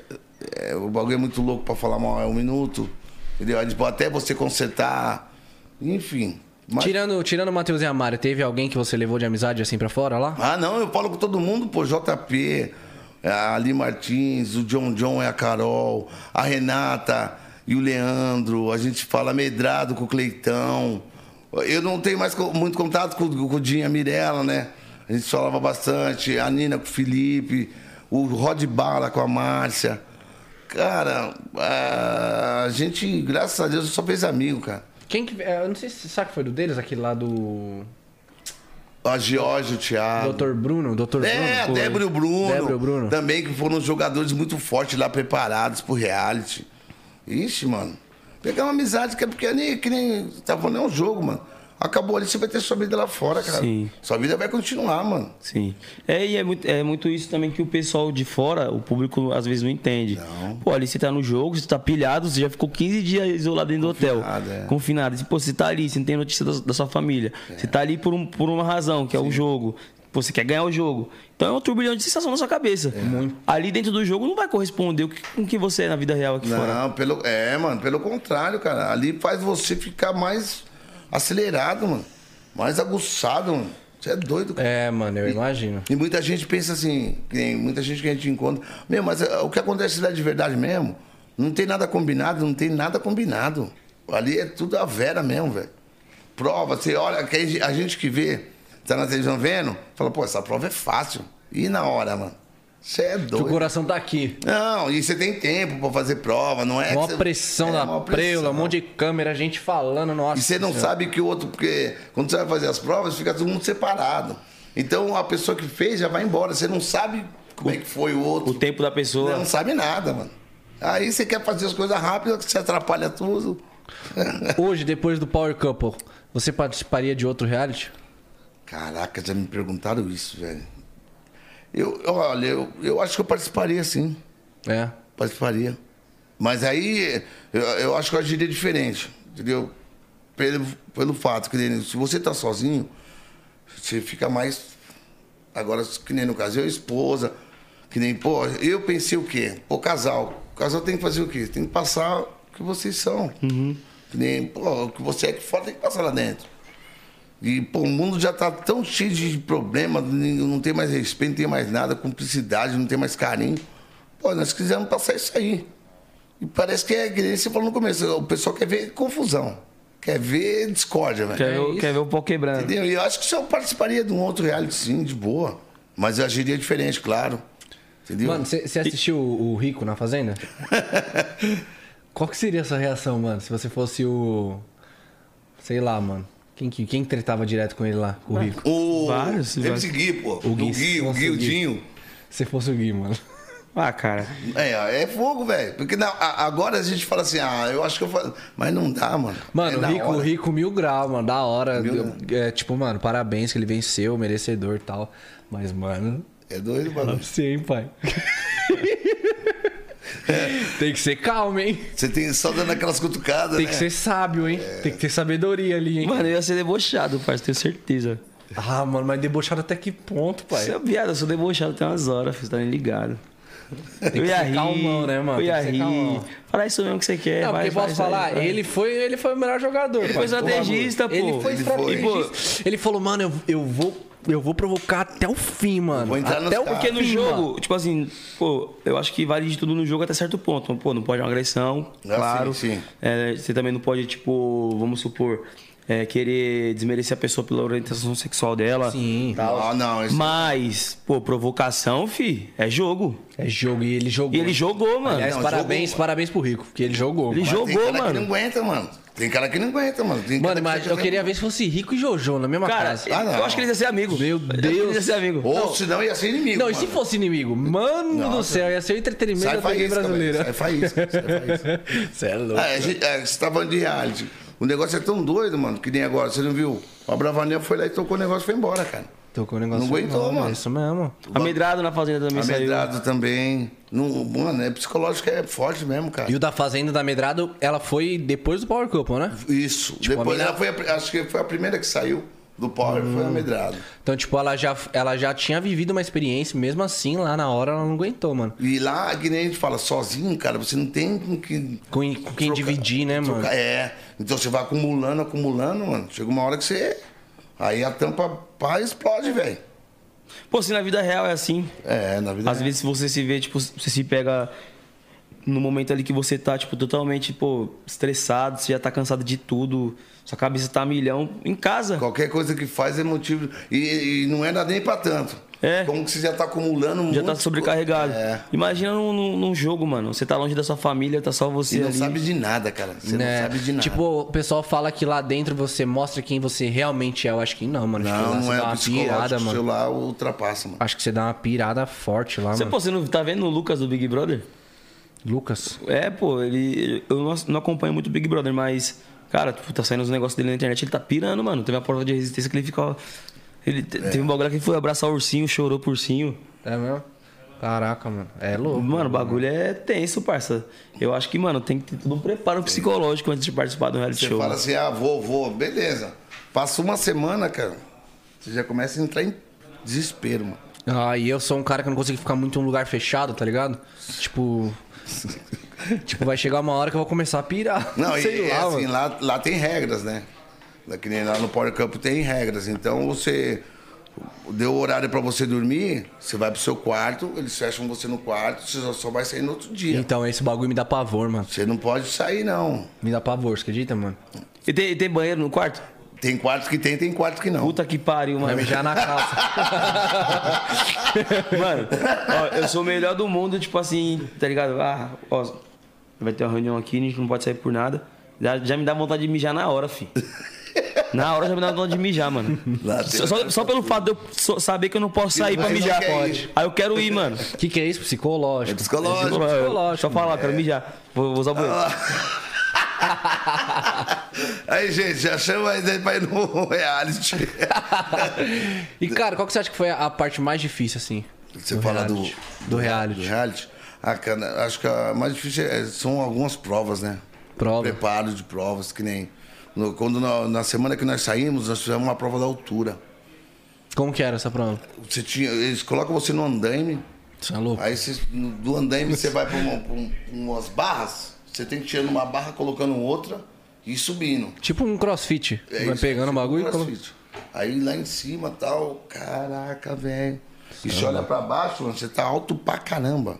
C: é, o bagulho é muito louco pra falar mal, é um minuto. Entendeu? Aí, tipo, até você consertar. Enfim. Mas-
B: Tirando, tirando o Matheus e a Mari, teve alguém que você levou de amizade assim pra fora lá?
C: Ah, não, eu falo com todo mundo, pô, JP, a Ali Martins, o John John é a Carol, a Renata e o Leandro, a gente fala medrado com o Cleitão. Eu não tenho mais co- muito contato com, com o Dinha Mirella, né? A gente falava bastante, a Nina com o Felipe, o Rod Bala com a Márcia. Cara, a gente, graças a Deus, só fez amigo, cara.
B: Quem que. é, Eu não sei se sabe que foi do deles, aquele lá do.
C: A George, o Thiago.
B: Dr. Bruno. Dr.
C: Ah, É, a
B: Bruno.
C: Débora e o Bruno.
B: Débora e o Bruno.
C: Também que foram jogadores muito fortes lá, preparados pro reality. Ixi, mano. Pegar uma amizade que é porque nem, que nem. Tá falando, é um jogo, mano. Acabou ali, você vai ter sua vida lá fora, cara.
A: Sim.
C: Sua vida vai continuar, mano.
A: Sim. É, e é muito, é muito isso também que o pessoal de fora, o público às vezes não entende. Pô, ali você tá no jogo, você tá pilhado, você já ficou 15 dias isolado dentro do
C: Confinado,
A: hotel.
C: é.
A: Confinado. E, Pô, você tá ali, você não tem notícia da, da sua família. Você tá ali por, um, por uma razão, que é o jogo. Pô, Você quer ganhar o jogo. Então é um turbilhão de sensação na sua cabeça.
C: É.
A: Ali dentro do jogo não vai corresponder o que- com o que você é na vida real aqui fora.
C: Não, pelo, é, mano, pelo contrário, cara. Ali faz você ficar mais acelerado, mano. Mais aguçado, mano. Você é doido, cara.
B: É, mano, eu imagino.
C: E muita gente pensa assim, que nem muita gente que a gente encontra. Meu, mas eh, o que acontece lá de verdade mesmo Não tem nada combinado, não tem nada combinado. Ali é tudo a vera mesmo, velho. Prova, você olha, que a gente- a gente que vê, tá na televisão vendo, fala, pô, essa prova é fácil. E na hora, mano? Você é
B: Que o
C: doido.
B: coração tá aqui.
C: Não, e você tem tempo pra fazer prova, não é? que
B: Uma
C: você-
B: pressão
C: é,
B: da
C: mó
B: preula, um monte de câmera, gente falando, nossa.
C: E você não sabe que o outro, porque quando você vai fazer as provas, fica todo mundo separado. Então a pessoa que fez já vai embora, você não sabe como é que foi o outro.
A: O tempo da pessoa.
C: Não sabe nada, mano. Aí você quer fazer as coisas rápidas, você atrapalha tudo.
B: Hoje, depois do Power Couple, você participaria de outro reality?
C: Caraca, já me perguntaram isso, velho. Eu, olha, eu, eu acho que eu participaria sim.
B: É.
C: Participaria. Mas aí eu, eu acho que eu agiria diferente, entendeu? Pelo, pelo fato que nem, se você tá sozinho, você fica mais. Agora, que nem no caso, eu, esposa, que nem, pô, eu pensei o quê? Pô, casal. O casal tem que fazer o quê? Tem que passar o que vocês são. Que nem, pô, o que você é que fora tem que passar lá dentro. E, pô, o mundo já tá tão cheio de problemas, não tem mais respeito, não tem mais nada, cumplicidade, não tem mais carinho. Pô, nós quisemos passar isso aí. E parece que é que nem você falou no começo, o pessoal quer ver confusão, quer ver discórdia, velho.
A: Quer, ver,
B: É
A: o-
B: isso.
A: quer ver o pau quebrando.
C: Entendeu? E eu acho que se eu participaria de um outro reality, sim, de boa. Mas eu agiria diferente, claro. Entendeu?
B: Mano, você você assistiu o o Rico na Fazenda? Qual que seria a sua reação, mano, se você fosse o. Sei lá, mano. Quem, que- quem tretava direto com ele lá, com o Rico?
C: o...
A: vários,
C: Deve
A: vários.
C: seguir, pô.
B: O
C: O
B: Gui,
C: Gui, o Gui, o
B: nossa, o Gui.
C: Dinho.
B: Se fosse o Gui, mano.
A: Ah, cara.
C: É, é fogo, velho. Porque na- a- agora a gente fala assim, ah, eu acho que eu faço. Mas não dá, mano.
B: Mano,
C: É
B: o
C: na
B: rico,
C: hora.
B: o rico mil grau, mano. Da hora.
C: Mil
B: É, tipo, mano, parabéns que ele venceu, merecedor e tal. Mas, mano,
C: É doido, mano.
B: você, hein, pai? Tem que ser calmo, hein?
C: Você tem só dando aquelas cutucadas,
B: Tem
C: né?
B: que ser sábio, hein?
C: É.
B: Tem que ter sabedoria ali, hein?
A: Mano, eu ia ser debochado, parceiro, tenho certeza.
B: Ah, mano, mas debochado até que ponto, pai?
A: Você é viado, eu sou debochado até umas horas, filho, tá nem ligado. eu
B: que
A: ia
B: ser
A: rir.
B: calmão, né, mano?
A: Eu ia
B: Tem que ser
A: rir.
B: calmão.
A: Fala isso mesmo que você quer.
B: Não,
A: vai,
B: porque
A: vai,
B: posso
A: vai,
B: falar,
A: vai.
B: ele foi ele foi o melhor jogador. Ele
A: foi estrategista, pô.
B: Ele foi
C: Ele
B: estrategista. Ele falou, mano, eu, eu vou eu vou provocar até o fim, mano.
C: Vou entrar nos
B: até o
C: caras.
A: Porque no
B: fim, mano.
A: jogo, tipo assim, pô, eu acho que vale de tudo no jogo até certo ponto. Então, Pô, não pode uma agressão,
C: Ah,
A: claro.
C: sim, sim.
A: É, você também não pode, tipo, vamos supor, é, querer desmerecer a pessoa pela orientação sexual dela.
B: Sim.
C: Não, não. Isso...
A: Mas, pô, provocação, fi, é jogo.
B: É jogo e ele jogou.
A: E ele jogou, mano.
B: Aliás,
C: Não,
B: parabéns,
C: jogou,
B: parabéns pro Rico, porque ele jogou.
A: Ele
B: mano.
A: jogou,
C: tem cara que
A: mano.
C: não aguenta, mano. Tem cara que não aguenta, mano. Tem cara
B: Mano,
C: que
B: mas
C: já
B: eu
C: tem-
B: queria ver se fosse Rico e Jojo na mesma
A: Cara,
B: casa.
C: Ah, não.
A: eu acho que eles iam ser amigos.
B: Meu
A: Eu acho que
B: Deus.
A: Eles iam ser amigos.
C: Ou senão ia ser inimigo.
B: Não, e se
C: mano.
B: fosse inimigo? Mano do
C: Nossa.
B: céu, ia ser o entretenimento da
C: Sai
B: TV
C: faísca, velho. Sai
B: brasileira.
C: faísca. Sai faísca.
B: Você é louco.
C: Ah, a gente, é, você tá falando de reality. O negócio é tão doido, mano, que nem agora. Você não viu? O Bravanel foi lá e tocou o negócio e foi embora, cara.
B: Tocou um negócio.
C: Não aguentou,
B: normal,
C: mano.
B: Isso mesmo.
A: Amedrado na fazenda também saiu.
C: Amedrado também. Não, mano, é psicológico, é forte mesmo, cara.
B: E o da Fazenda da Medrado, ela foi depois do Power Couple, né?
C: Isso. Depois ela foi, a pri- acho que foi a primeira que saiu do Power, foi Amedrado.
B: Então, tipo, ela já, ela já tinha vivido uma experiência, mesmo assim, lá na hora ela não aguentou, mano.
C: E lá, que nem a gente fala, sozinho, cara, você não tem com que.
B: Com, com quem dividir, né, mano?
C: É. Então você vai acumulando, acumulando, mano. Chega uma hora que você. Aí a tampa pá, explode, velho.
A: Pô, se na vida real é assim.
C: É, na vida.
A: Às vezes você se vê, tipo, você se pega no momento ali que você tá, tipo, totalmente, pô, estressado, você já tá cansado de tudo, sua cabeça tá a milhão em casa.
C: Qualquer coisa que faz é motivo. E, e não é nada nem pra tanto.
A: É.
C: Como que você já tá acumulando muito.
A: Já tá sobrecarregado.
C: É.
A: Imagina num, num- num jogo, mano. Você tá longe da sua família, tá só você
C: Você não
A: ali.
C: sabe de nada, cara. Você
B: Né?
C: não sabe de nada.
B: Tipo, o pessoal fala que lá dentro você mostra quem você realmente é. Eu acho que não, mano. Acho que lá
C: não, não
A: tá
B: você
C: é
B: dá uma
C: psicológico.
B: pirada,
C: o
B: mano.
C: celular ultrapassa, mano.
B: Acho que você dá uma pirada forte lá,
A: Você,
B: mano.
A: pô, você não tá vendo o Lucas do Big Brother?
B: Lucas.
A: É, pô, ele. Eu não, não acompanho muito o Big Brother, mas. Cara, tipo, tá saindo os negócios dele na internet, ele tá pirando, mano. Teve uma prova de resistência que ele ficou. Ele te- teve um bagulho lá que ele foi abraçar o ursinho, chorou por ursinho.
B: É mesmo? Caraca, mano. É louco.
A: Mano, o bagulho é tenso, parça. Eu acho que, mano, tem que ter todo um preparo psicológico antes de participar do reality
C: Você
A: show.
C: fala
A: mano.
C: assim, ah, vou, vou. Beleza. Passa uma semana, cara. Você já começa a entrar em desespero, mano.
B: Ah, e eu sou um cara que não consigo ficar muito em um lugar fechado, tá ligado? Tipo. tipo, vai chegar uma hora que eu vou começar a pirar.
C: Não,
B: sei
C: e,
B: lá,
C: é assim,
B: mano.
C: lá, lá tem regras, né? Lá Que nem lá no Power Camp tem regras. Então você. Deu horário pra você dormir, você vai pro seu quarto, eles fecham você no quarto, você só- só vai sair no outro dia.
B: Então, esse bagulho me dá pavor, mano.
C: Você não pode sair, não.
B: Me dá pavor, você acredita, mano?
A: E tem, e tem banheiro no quarto?
C: Tem quartos que tem, tem quartos que não.
A: Puta que pariu,
B: Vai
A: mano.
B: mijar na calça.
A: Mano, ó, eu sou o melhor do mundo, tipo assim, tá ligado? Ah, ó, vai ter uma reunião aqui, a gente não pode sair por nada. Já, já me dá vontade de mijar na hora, fi. Na hora já me dá vontade de mijar, mano.
C: Lá tem-
A: Só, só- só pelo fato de eu so- saber que eu não posso sair pra
C: Mas não é
A: mijar.
C: quer ir.
A: Aí eu quero ir, mano.
B: O que, que é isso? Psicológico.
C: É psicológico.
A: Mano,
B: Psicológico,
A: Só falar, quero mijar. Vou, vou usar o
C: Ah,
A: banheiro.
C: Aí, gente, já chama aí daí pra ir no reality.
B: E, cara, qual que você acha que foi a a parte mais difícil, assim?
C: Você fala do,
B: reality? Do reality.
C: Do reality? Ah, cara, acho que a mais difícil é- são algumas provas, né?
B: Prova.
C: Preparo de provas, que nem. no- quando na, na semana que nós saímos, nós fizemos uma prova da altura.
B: Como que era essa prova?
C: Você tinha, eles colocam você no andaime,
B: Você é louco?
C: aí você, no- do andaime você vai pra, uma- pra um- umas barras, você tem que tirar uma barra, colocando outra e subindo.
B: Tipo um crossfit.
C: É
B: vai
C: isso,
B: pegando o
C: tipo
B: bagulho e colo-
C: crossfit. Aí lá em cima tal, caraca, velho. E você olha pra baixo, mano, você tá alto pra caramba.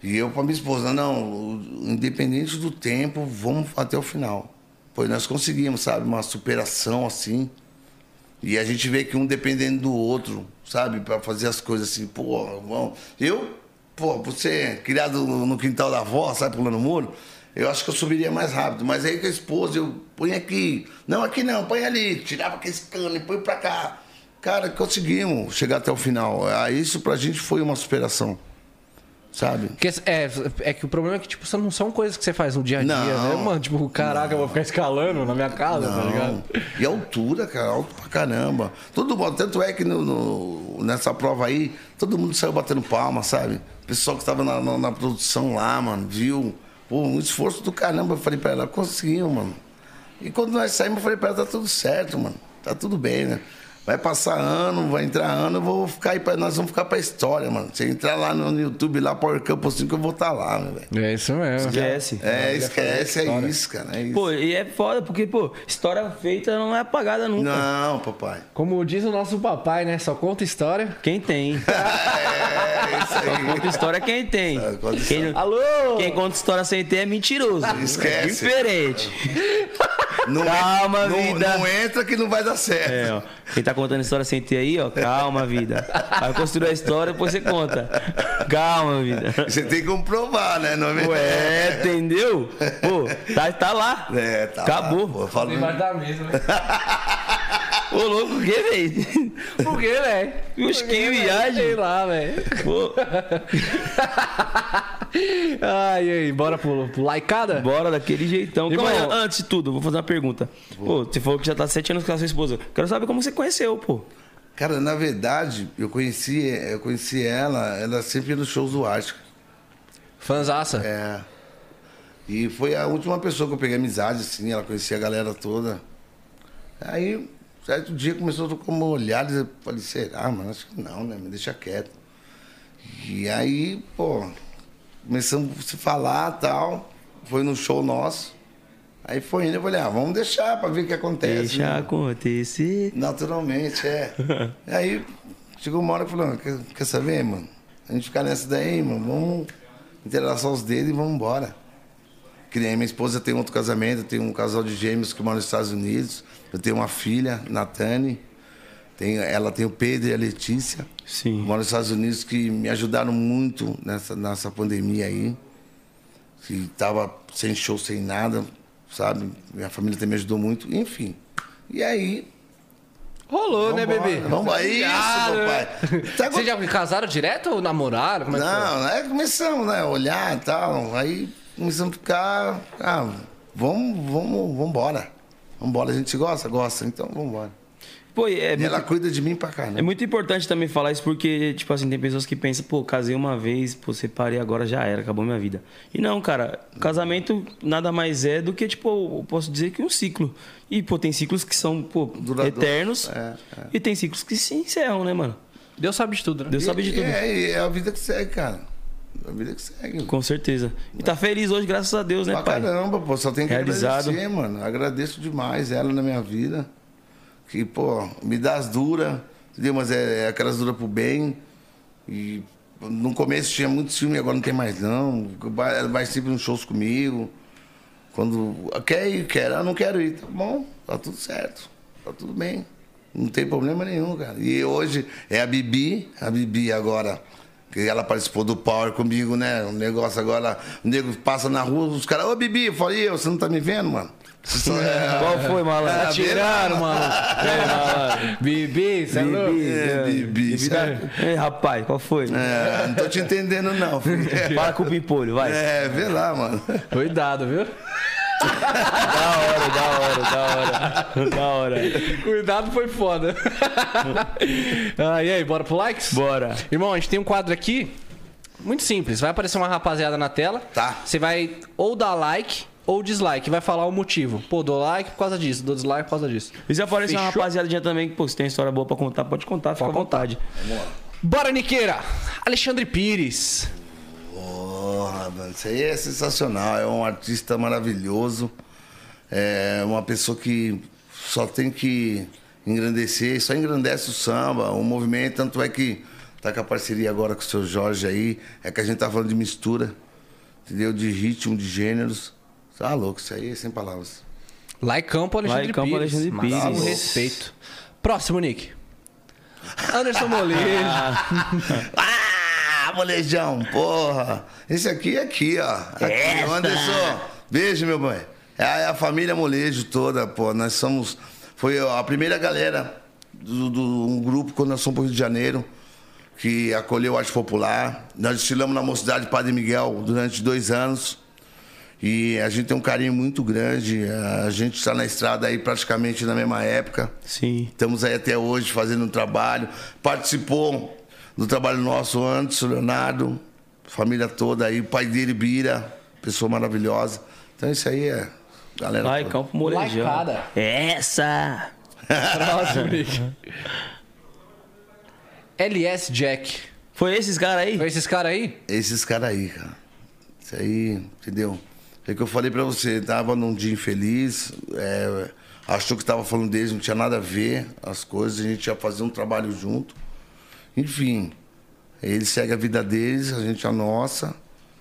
C: E eu pra minha esposa, não, independente do tempo, vamos até o final. Pois nós conseguimos, sabe, uma superação assim. E a gente vê que um dependendo do outro, sabe, pra fazer as coisas assim, pô, vamos. Eu, pô, você é criado no quintal da avó, sabe, pulando muro, eu acho que eu subiria mais rápido. Mas aí com a esposa, eu põe aqui, não, aqui não, põe ali, tirava aquele cano e põe pra cá. Cara, conseguimos chegar até o final. Ah, Isso pra gente foi uma superação, sabe?
B: Porque, é, é que o problema é que, tipo, são- não são coisas que você faz no dia a dia, né,
C: Não.
B: mano? Tipo, caraca, eu vou ficar escalando na minha casa, tá ligado?
C: E a altura, cara, alto pra caramba. Todo mundo, tanto é que no- no- nessa prova aí, todo mundo saiu batendo palma, sabe? O pessoal que tava na, na- na produção lá, mano, viu? Pô, um esforço do caramba. Eu falei pra ela, conseguiu, mano. E quando nós saímos, eu falei pra ela, tá tudo certo, mano. Tá tudo bem, né? Vai passar ano, vai entrar ano, eu vou ficar aí pra, nós vamos ficar pra história, mano. Se entrar lá no YouTube, lá Power Campo 5, eu vou estar lá, né, velho?
B: É isso mesmo.
A: Esquece.
C: É, esquece, é isso, cara. É isso.
A: Pô, e é foda, porque, pô, história feita não é apagada nunca.
C: Não, papai.
B: Como diz o nosso papai, né? Só conta história.
A: Quem tem?
C: É isso aí.
A: Conta história quem tem.
C: É, conta
A: Quem não-
B: Alô!
A: Quem conta história sem ter é mentiroso. É
C: Esquece.
A: diferente.
C: Não
A: Calma,
C: en- não-
A: vida.
C: não entra que não vai dar certo.
A: É, ó. Quem tá contando história sem ter aí, ó, calma, vida. Vai construir a história, depois você conta. Calma, vida.
C: Você tem que comprovar, né? Não é
A: É.
C: verdade?
A: Ué, entendeu? Pô, tá, tá lá.
C: É, tá.
A: Acabou.
C: lá, pô, fala-
B: da mesa, né?
A: Ô, louco, o que, velho?
B: Por quê, velho?
A: Os
B: Por
A: que
B: quê, velho?
A: viagem.
B: Sei lá, velho.
A: Pô,
B: Ai, ai, bora pro, pro laicada?
A: bora daquele jeitão.
B: Irmão.
A: Calma, aí, antes de tudo, vou fazer uma pergunta. Pô, você falou que já tá sete anos com a sua esposa. Quero saber como você conheceu, pô.
C: Cara, na verdade, eu conheci, eu conheci ela, ela sempre ia nos shows do Asca.
B: Fanzaça.
C: É. E foi a última pessoa que eu peguei amizade, assim, ela conhecia a galera toda. Aí, certo dia, começou a trocar uma olhada, eu falei, será, mano? Acho que não, né? Me deixa quieto. E aí, pô, começamos a se falar tal. Foi no show nosso. Aí foi indo, eu falei, ah, vamos deixar pra ver o que acontece.
A: Deixa
C: né?
A: acontecer.
C: Naturalmente, é. E aí, chegou uma hora que eu falei, "Ah, quer, quer saber, mano? A gente ficar nessa daí, mano, vamos entrelaçar os dedos e vamos embora. Que nem minha esposa tem outro casamento, tem um casal de gêmeos que mora nos Estados Unidos. Eu tenho uma filha, Natane. Tem, ela tem o Pedro e a Letícia.
A: Sim.
C: Moro nos Estados Unidos que me ajudaram muito nessa, nessa pandemia aí. Que tava sem show, sem nada, sabe? Minha família também ajudou muito, enfim. E aí,
B: Rolou, né, bebê? né?
C: Vamos aí, isso, meu pai. Tá
B: Vocês já casaram direto ou namoraram? Como é que foi?
C: Não, aí começamos, né? a Olhar e tal. Aí começamos a ficar. Ah, vamos, vamos, vamos embora. Vamos embora. A gente gosta? Gosta, então vamos embora.
A: Pô, e é
C: E
A: muito
C: ela cuida de mim pra
A: É
C: caramba.
A: muito importante também falar isso porque, tipo assim, tem pessoas que pensam, pô, casei uma vez, pô, separei agora, já era, acabou minha vida. E não, cara, casamento nada mais é do que, tipo, eu posso dizer que um ciclo. E, pô, tem ciclos que são, pô,
C: Duradouros.
A: eternos.
C: É, é.
A: E tem ciclos que se encerram, né, mano?
B: Deus sabe de tudo, né?
A: Deus sabe de
C: E-
A: tudo.
C: É, e é a vida que segue, cara. É a vida que segue.
A: Com certeza. E tá feliz hoje, graças a Deus, né,
C: pra
A: pai?
C: caramba, pô. Só tenho que
A: Realizado.
C: agradecer, mano. Agradeço demais ela na minha vida. Que, pô, me dá as duras. Entendeu? Mas é, é aquelas duras pro bem. E no começo tinha muitos filmes, agora não tem mais não. Vai, ela vai sempre nos shows comigo. Quando. Quer ir, quer. Ah, não quero ir. Tá bom, tá tudo certo. Tá tudo bem. Não tem problema nenhum, cara. E hoje é a Bibi, a Bibi agora. Que ela participou do Power comigo, né? O negócio agora, o nego passa na rua, os caras, ô Bibi, eu falei, eu, você não tá me vendo, mano? Você só- é,
A: Qual foi, malandro?
B: Atiraram, mano. É, mano. Bibi, você é louco?
A: Bibi,
C: É,
A: é,
C: Bibi,
A: Bibi da- Ei, rapaz, qual foi?
C: é, não tô te entendendo, não. filho.
A: Para com o pimpolho, vai.
C: É, vê lá, mano.
B: Cuidado, viu?
A: Da hora, da hora, da hora. Da hora.
B: Cuidado foi foda. ah, e aí, bora pro likes?
A: Bora.
B: Irmão, a gente tem um quadro aqui muito simples. Vai aparecer uma rapaziada na tela.
C: Tá.
B: Você vai ou dar like ou dislike. Vai falar o motivo. Pô, dou like por causa disso, dou dislike por causa disso.
A: E se aparecer uma
B: Fechou.
A: rapaziadinha também que, pô, se tem história boa pra contar, pode contar, fica à
B: Pode contar.
A: vontade.
B: Bora, Niqueira! Alexandre Pires.
C: Porra, mano, isso aí é sensacional. É um artista maravilhoso. É uma pessoa que só tem que engrandecer, só engrandece o samba, o movimento. Tanto é que tá com a parceria agora com o seu Jorge aí. É que a gente tá falando de mistura, entendeu? De ritmo, de gêneros. Tá louco, isso aí é sem palavras.
B: Lá em campo, Alexandre
A: Lá em campo,
B: Pires.
A: Alexandre
B: Mas
A: Pires.
B: com respeito. Próximo, Nick. Anderson Molejo.
C: Ah, molejão, porra. Esse aqui é aqui, ó. Aqui, Anderson. Beijo, meu pai. É a a família molejo toda, pô. Nós somos. Foi a primeira galera do, do- um grupo quando nós fomos pro Rio de Janeiro, que acolheu a arte popular. Nós desfilamos na mocidade Padre Miguel durante dois anos. E a gente tem um carinho muito grande. A gente está na estrada aí praticamente na mesma época.
A: Sim.
C: Estamos aí até hoje fazendo um trabalho. Participou do trabalho nosso antes, o Leonardo, família toda aí, o pai dele, Bira, pessoa maravilhosa. Então isso aí é. Galera.
A: Lá em
C: toda.
A: campo, molejão.
B: Lacada.
A: Essa!
B: Próximo, Nick. LS Jack.
A: Foi esses caras aí?
B: Foi esses caras aí?
C: Esses caras aí, cara. Isso aí, entendeu? É que eu falei pra você, tava num dia infeliz, é, achou que tava falando deles, não tinha nada a ver as coisas, a gente ia fazer um trabalho junto. Enfim, eles seguem a vida deles, a gente a nossa,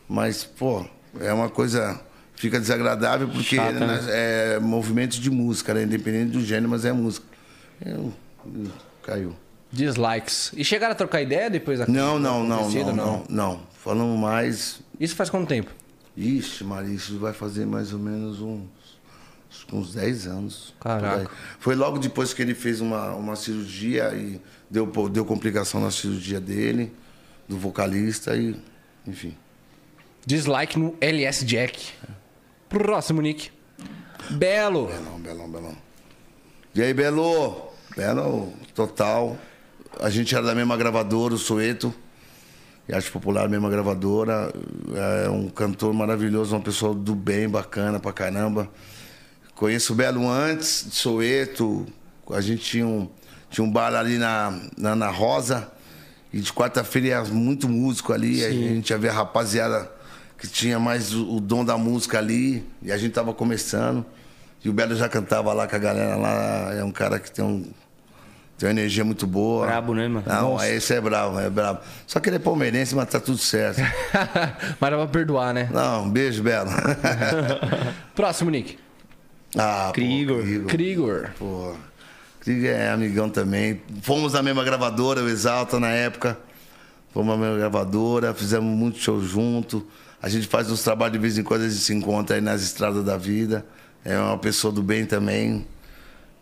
C: mas, pô, é uma coisa. Fica desagradável porque
A: Chata, né?
C: né, é movimento de música, né? independente do gênero, mas é música. Eu, eu- caiu.
B: Dislikes. E chegaram a trocar ideia depois da
C: Não, não, não,
B: acontecido,
C: não, não, não. Falamos mais,
B: Isso faz quanto tempo?
C: Ixi, Maria, isso vai fazer mais ou menos uns, acho que uns 10 anos.
B: Caraca.
C: Por aí. Foi logo depois que ele fez uma, uma cirurgia e deu, po- deu complicação na cirurgia dele, do vocalista e. Enfim.
B: Dislike no LS Jack. Próximo, Nick. Belo.
C: Belão, Belão, Belão. E aí, Belo? Belo, total. A gente era da mesma gravadora, o Sueto. E Arte Popular, mesma gravadora. É um cantor maravilhoso, uma pessoa do bem, bacana pra caramba. Conheço o Belo antes, de Soweto. A gente tinha um, tinha um bar ali na, na, na Rosa. E de quarta-feira ia muito músico ali. A gente ia ver a rapaziada que tinha mais o, o dom da música ali. E a gente tava começando. E o Belo já cantava lá com a galera lá. É um cara que tem um. Tem uma energia muito boa.
A: Brabo, né, mano?
C: Não,
A: Nossa.
C: esse é brabo, é brabo. Só que ele é palmeirense, mas tá tudo certo.
B: Mas dá pra perdoar, né?
C: Não, um beijo, Belo.
B: Próximo, Nick.
C: ah, pô,
A: Krigor.
B: Krigor.
C: Pô, Krieger é amigão também. Fomos na mesma gravadora, o Exalta, na época. Fomos na mesma gravadora, fizemos muito show junto. A gente faz uns trabalhos de vez em quando, a gente se encontra aí nas estradas da vida. É uma pessoa do bem também.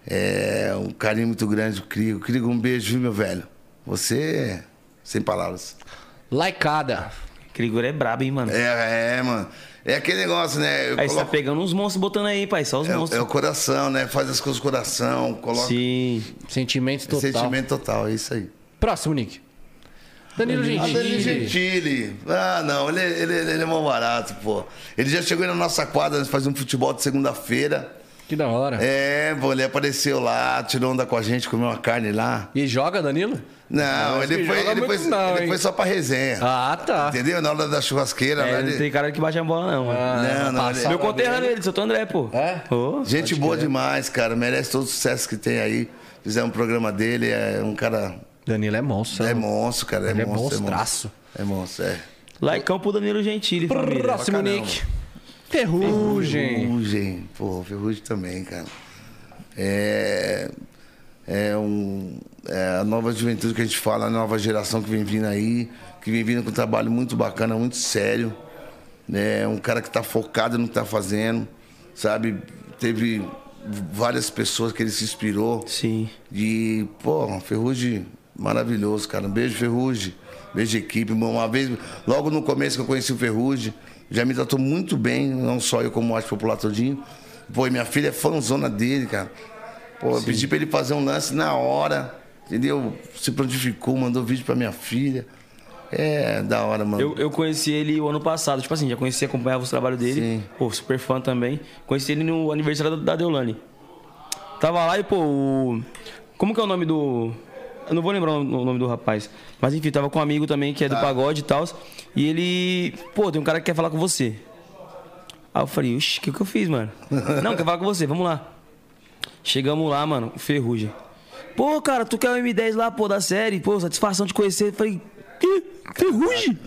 C: É um carinho muito grande, o Crigo. Crigo, um beijo, viu, meu velho? Você, é sem palavras.
B: Laicada.
A: Krigor é brabo, hein, mano?
C: É, é, mano. É aquele negócio, né? Eu
A: aí você tá
C: coloco-
A: pegando uns monstros botando aí, pai. Só os
C: é, o- é
A: monstros.
C: o coração, né? Faz as coisas com o coração, coloca
A: Sim.
B: Sentimento total.
C: sentimento total, é isso aí.
B: Próximo, Nick. Danilo
C: Ah,
B: Gentili.
C: Danilo Gentili. Ah, não, ele, é né, ele, ele é mó barato, pô. Ele já chegou aí na nossa quadra, nós fazíamos um futebol de segunda-feira.
B: Que da hora.
C: É, pô, ele apareceu lá, tirou onda com a gente, comeu uma carne lá.
B: E joga, Danilo?
C: Não,
B: Mas
C: ele
B: que
C: foi,
B: joga
C: ele,
B: muito
C: foi,
B: não,
C: ele
B: hein?
C: foi só pra resenha.
B: Ah, tá.
C: Entendeu? Na Ah, tá hora da churrasqueira. lá,
A: É, não
C: ele-
A: tem cara que bate a bola, não. mano.
C: Não, não,
B: passada
C: ele- é
A: Meu conterrâneo, ele, seu André, pô.
B: É?
A: Ô.
C: Gente boa demais, cara. Merece todo o sucesso que tem aí. Fizemos um programa dele, é um cara.
B: Danilo é monstro.
C: É monstro, cara. É
B: Ele é
C: monstro.
B: monstraço.
C: É monstro, é.
A: Laicão pro Danilo Gentili, família.
B: Próximo
C: Pra caramba.
B: Nick. Ferrugem.
C: Ferrugem. Pô, Ferrugem também, cara. É. É, um, é a nova juventude que a gente fala, a nova geração que vem vindo aí, que vem vindo com um trabalho muito bacana, muito sério. Né? Um cara que tá focado no que tá fazendo, sabe? Teve várias pessoas que ele se inspirou.
A: Sim.
C: E, pô, um Ferrugem, maravilhoso, cara. Um beijo, Ferrugem. Beijo, equipe. Uma vez, logo no começo que eu conheci o Ferrugem, já me tratou muito bem, não só eu, como o Arte Popular todinho. Pô, e minha filha é fãzona dele, cara. Pô, eu pedi pra ele fazer um lance na hora, entendeu? Se prontificou, mandou vídeo pra minha filha. É, da hora, mano.
A: Eu, eu conheci ele o ano passado, tipo assim, já conhecia, acompanhava o trabalho dele.
C: Sim.
A: Pô, super fã também. Conheci ele no aniversário da, da Deolane. Tava lá e, pô, o... Como que é o nome do... Eu não vou lembrar o nome do rapaz. Mas enfim, tava com um amigo também
C: Tá.
A: que é do pagode e tal. E ele... Pô, tem um cara que quer falar com você. Aí eu falei, oxi, o que, que eu fiz, mano? não, quer falar com você, vamos lá. Chegamos lá, mano, ferrugem. Pô, cara, tu quer o M10 lá, pô, da série? Pô, satisfação de conhecer. Falei, que? Ferrugem?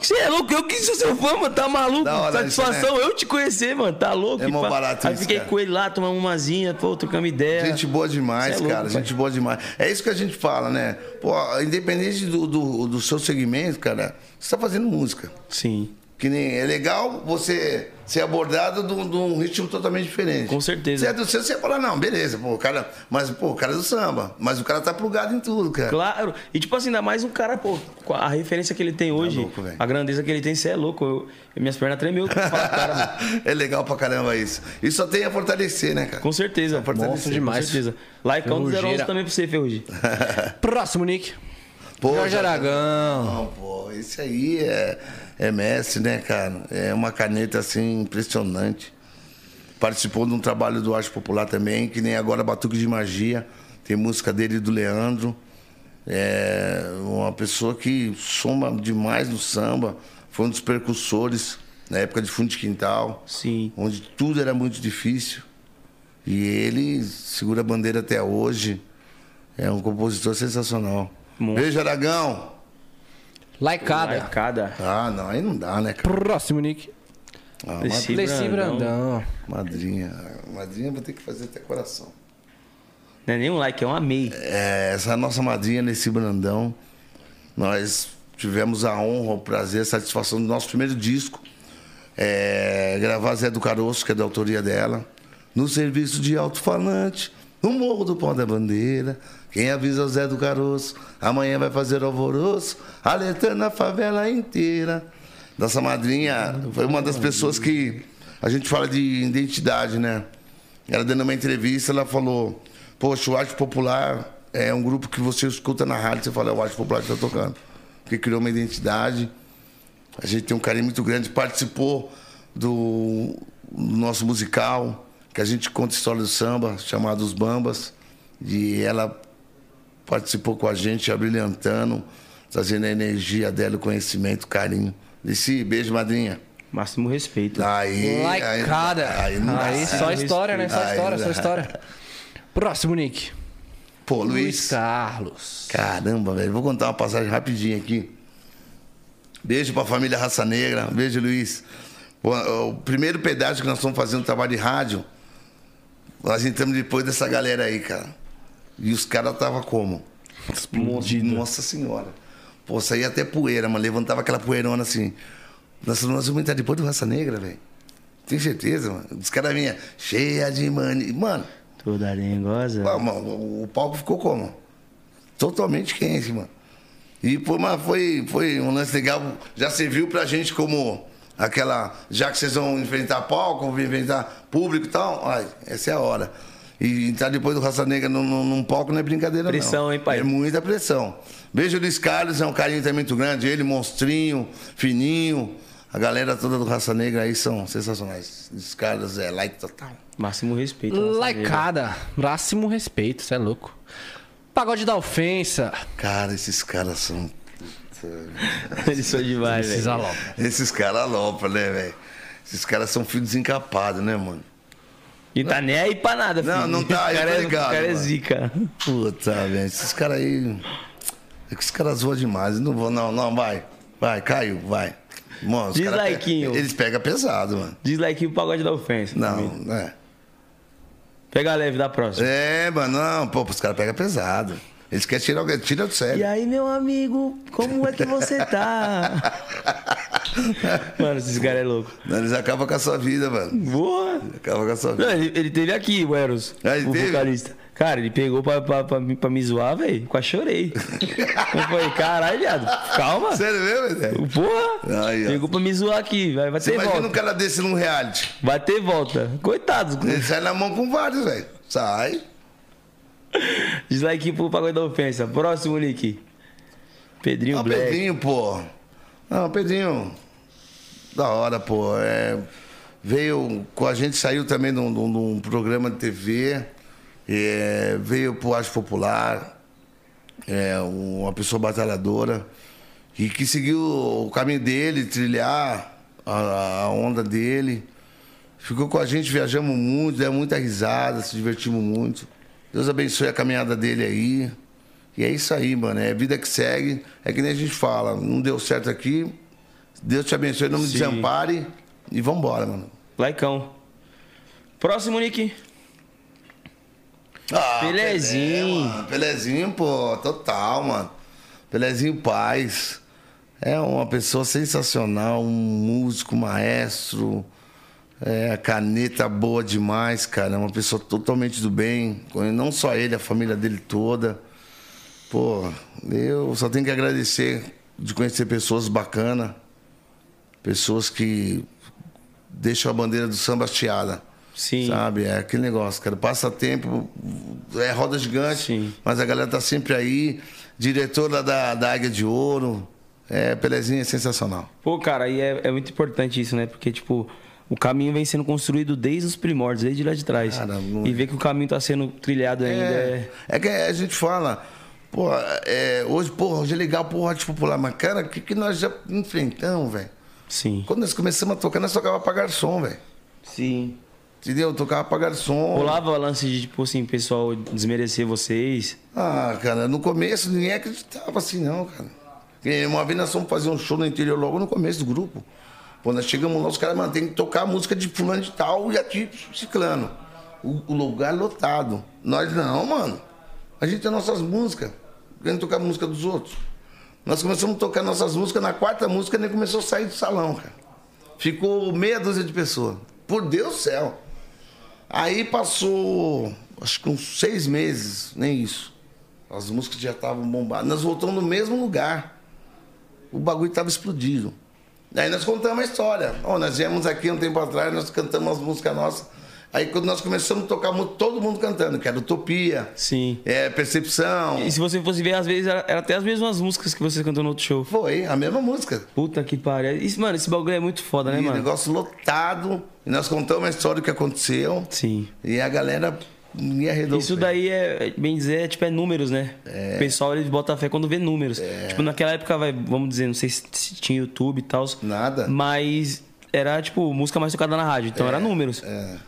A: Você é louco? Eu que sou seu fã, mano, tá maluco?
C: Da hora isso,
A: satisfação eu te conhecer, mano, tá louco?
C: É mó
A: E pá.
C: barato
A: Aí
C: isso,
A: fiquei
C: cara.
A: com ele lá, tomamos umazinha, pô, trocamos ideia.
C: Gente boa demais,
A: Cê é louco,
C: cara.
A: pai.
C: Gente boa demais. É isso que a gente fala, né? Pô, independente do, do, do seu segmento, cara, você tá fazendo música.
A: Sim,
C: Que nem é legal você ser abordado de um, de um ritmo totalmente diferente.
A: Com certeza.
C: Se é do seu, você ia falar, não, beleza, pô, o cara. Mas, pô, o cara é do samba. Mas o cara tá plugado em tudo, cara.
A: claro. E tipo assim, ainda mais um cara, pô, com a referência que ele tem hoje,
C: Tá louco, velho.
A: a grandeza que ele tem, você é louco. Eu- minhas pernas tremeu pra falar com o cara, mano.
C: é legal pra caramba isso. E só tem a fortalecer, né, cara?
A: Com certeza.
C: Fortalecer.
B: Monstro demais.
A: Com certeza. Laicão do
B: Ferrugeira.
A: 011 também pra você, Ferrugem.
B: Próximo Nick.
C: Pô,
B: Jorge
C: já-
B: Aragão.
C: Não, pô, esse aí é, é mestre, né, cara? É uma caneta, assim, impressionante. Participou de um trabalho do Arte Popular também, que nem agora Batuque de Magia. Tem música dele e do Leandro. É uma pessoa que soma demais no samba. Foi um dos percussores na época de fundo de quintal,
A: Sim.
C: onde tudo era muito difícil. E ele segura a bandeira até hoje. É um compositor sensacional.
A: Monstro.
C: Beijo, Aragão!
B: Laicada.
A: Laicada.
C: Ah, não, aí não dá, né, cara?
B: Próximo Nick.
C: Ah,
A: Esse-
C: mad-
B: Leci Brandão.
A: Brandão.
C: Madrinha. Madrinha vou ter que fazer até coração.
A: Não é nem um like, é um amei.
C: É, essa nossa madrinha, Nessi Brandão, nós tivemos a honra, o prazer, a satisfação do nosso primeiro disco. É, gravar Zé do Caroço, que é da autoria dela. No serviço de alto-falante, no Morro do Pão da Bandeira. Quem avisa é o Zé do Caroço, amanhã vai fazer alvoroço, alertando a favela inteira. Nossa madrinha foi uma das pessoas que a gente fala de identidade, né? Ela dando uma entrevista, ela falou: Poxa, o Arte Popular é um grupo que você escuta na rádio, você fala, é o Arte Popular que tá tocando. Porque criou uma identidade. A gente tem um carinho muito grande, participou do nosso musical, que a gente conta a história do samba, chamado Os Bambas. E ela participou com a gente, abrilhantando, trazendo a energia dela, o conhecimento, o carinho. Desci, beijo, madrinha.
A: Máximo respeito.
C: Tá. Aí.
B: Laicada.
C: Aí, aí, não dá.
B: Aí só história, né? Só
C: Aí
B: história, só
C: dá.
B: história. Próximo Nick.
C: Pô,
B: Luiz
C: Luiz.
B: Carlos.
C: Caramba, velho. Vou contar uma passagem rapidinho aqui. Beijo pra família Raça Negra. Beijo, Luiz. O, o primeiro pedágio que nós estamos fazendo um trabalho de rádio, nós entramos depois dessa galera aí, cara. E os caras tava como? Explodido. Nossa senhora. Pô, saía até poeira, mano. Levantava aquela poeirona assim. Nós, nós vamos entrar depois do Raça Negra, velho. Tem certeza, mano? Os caras vinham cheia de mani. Mano,
A: Toda lingosa.
C: ah, mano, o o palco ficou como? Totalmente quente, mano. E pô, mas foi, foi um lance legal. Já serviu pra gente como aquela. Já que vocês vão enfrentar palco, vão enfrentar público e tal, ai, essa é a hora. E entrar depois do Raça Negra num, num- num palco não é brincadeira, não.
A: Pressão, hein, pai?
C: É muita pressão. Beijo Luiz Carlos, é um carinho também muito grande. Ele, monstrinho, fininho. A galera toda do Raça Negra aí são sensacionais. Os caras é like total.
A: Máximo respeito.
B: Laicada. Máximo respeito, você é louco. Pagode da ofensa.
C: Cara, esses caras são.
A: Eles são demais, velho.
B: Precisa logo.
C: Esses caras alopram, né, velho? Esses caras são filhos desencapados, né, mano?
A: E tá nem aí pra nada, filho.
C: Não, não tá,
A: O
C: eu
A: cara,
C: tô
A: é-
C: ligado,
A: o cara é
C: mano.
A: zica.
C: Puta, velho. Esses caras aí. É que os caras zoam demais. Não vou, não, não, vai. Vai, caiu, vai. Mano, os cara-
A: Dislikeinho.
C: Eles pegam pesado, mano.
A: Diz lá aqui o pagode da ofensa.
C: Não,
A: Amigo.
C: né?
A: Pega leve da próxima.
C: É, mano, não, pô, os caras pegam pesado. Eles querem tirar alguém, tira do
A: E
C: sério.
A: aí, meu amigo, como é que você tá? Mano, esse cara é louco.
C: Eles acabam com a sua vida, mano.
A: Boa.
C: Acabam com a sua vida.
A: Não, ele, ele teve aqui, o Eros.
C: Ah, ele
A: o
C: teve?
A: vocalista. Cara, ele pegou pra, pra, pra, me- pra me zoar, velho. Quase chorei. Eu falei, caralho, viado, calma.
C: Sério mesmo, velho?
A: Porra!
C: Aí, ó.
A: pegou pra me zoar aqui, vai, vai
C: Você
A: ter
C: imagina
A: volta.
C: um cara desse num reality.
A: Vai ter volta. Coitado.
C: Ele sai na mão com vários, velho. Sai.
A: Dislike pro pagode da ofensa. Próximo, Nick. Pedrinho
C: Ah, o
A: Black.
C: Pedrinho, pô. Não, o Pedrinho. Da hora, pô. É, veio. Com a gente saiu também de um, de um- de um programa de TV. É, veio pro Arte Popular. É, uma pessoa batalhadora. E que seguiu o caminho dele, trilhar a, a onda dele. Ficou com a gente, viajamos muito, deu muita risada, se divertimos muito. Deus abençoe a caminhada dele aí. E é isso aí, mano. É vida que segue. É que nem a gente fala, não deu certo aqui. Deus te abençoe, não me desampare. E vambora, mano.
A: Laicão. Próximo, Nick.
C: Ah,
A: Pelezinho.
C: Pelé, mano. Pelezinho, pô, total, mano. Pelezinho Paz. É uma pessoa sensacional, um músico, maestro. É, a caneta boa demais, cara. É uma pessoa totalmente do bem. Não só ele, a família dele toda. Pô, eu só tenho que agradecer de conhecer pessoas bacanas. Pessoas que deixam a bandeira do samba hasteada.
A: Sim.
C: Sabe? É aquele negócio, cara. Passa tempo, é roda gigante,
A: Sim.
C: mas a galera tá sempre aí. Diretora da, da Águia de Ouro. É, Pelezinha é sensacional.
A: Pô, cara, e é, é muito importante isso, né? Porque, tipo, o caminho vem sendo construído desde os primórdios, desde lá de trás.
C: Cara, não-
A: e ver que o caminho tá sendo trilhado ainda
C: É,
A: é.
C: é que a gente fala, pô, é, hoje, porra, hoje é legal, porra, arte popular, mas cara, o que, que nós já enfrentamos, velho?
A: Sim.
C: Quando nós começamos a tocar, nós tocava pra garçom, velho.
A: Sim.
C: Entendeu? Tocava pra garçom.
A: Rolava lance de, tipo assim, pessoal desmerecer vocês.
C: Ah, cara, no começo ninguém acreditava assim, não, cara. E Uma vez nós fomos fazer um show no interior logo no começo do grupo. Quando nós chegamos lá, os caras, mano, tem que tocar a música de fulano de tal e aqui ciclano. O, o lugar é lotado. Nós não, mano. A gente tem nossas músicas. Querendo tocar a música dos outros. Nós começamos a tocar nossas músicas, na quarta música nem começou a sair do salão, cara. Ficou meia dúzia de pessoas. Por Deus do céu. Aí passou, acho que uns seis meses, nem isso. As músicas já estavam bombadas. Nós voltamos no mesmo lugar. O bagulho estava explodido. Aí nós contamos a história. Ó, nós viemos aqui um tempo atrás, nós cantamos as músicas nossas. Aí quando nós começamos a tocar música, todo mundo cantando, que era Utopia,
A: Sim.
C: é, Percepção.
A: E se você fosse ver, às vezes, era, era até as mesmas músicas que você cantou no outro show.
C: Foi a mesma música.
A: Puta que pariu. Isso, mano, esse bagulho é muito foda, né,
C: E
A: mano?
C: negócio lotado. E nós contamos a história do que aconteceu.
A: Sim.
C: E a galera me arredou.
A: Isso daí é, é, bem dizer, é, tipo, é números, né? O pessoal ele bota fé quando vê números. Tipo, naquela época, vai, vamos dizer, não sei se se tinha YouTube e tal.
C: Nada.
A: Mas era, tipo, música mais tocada na rádio. Então era números.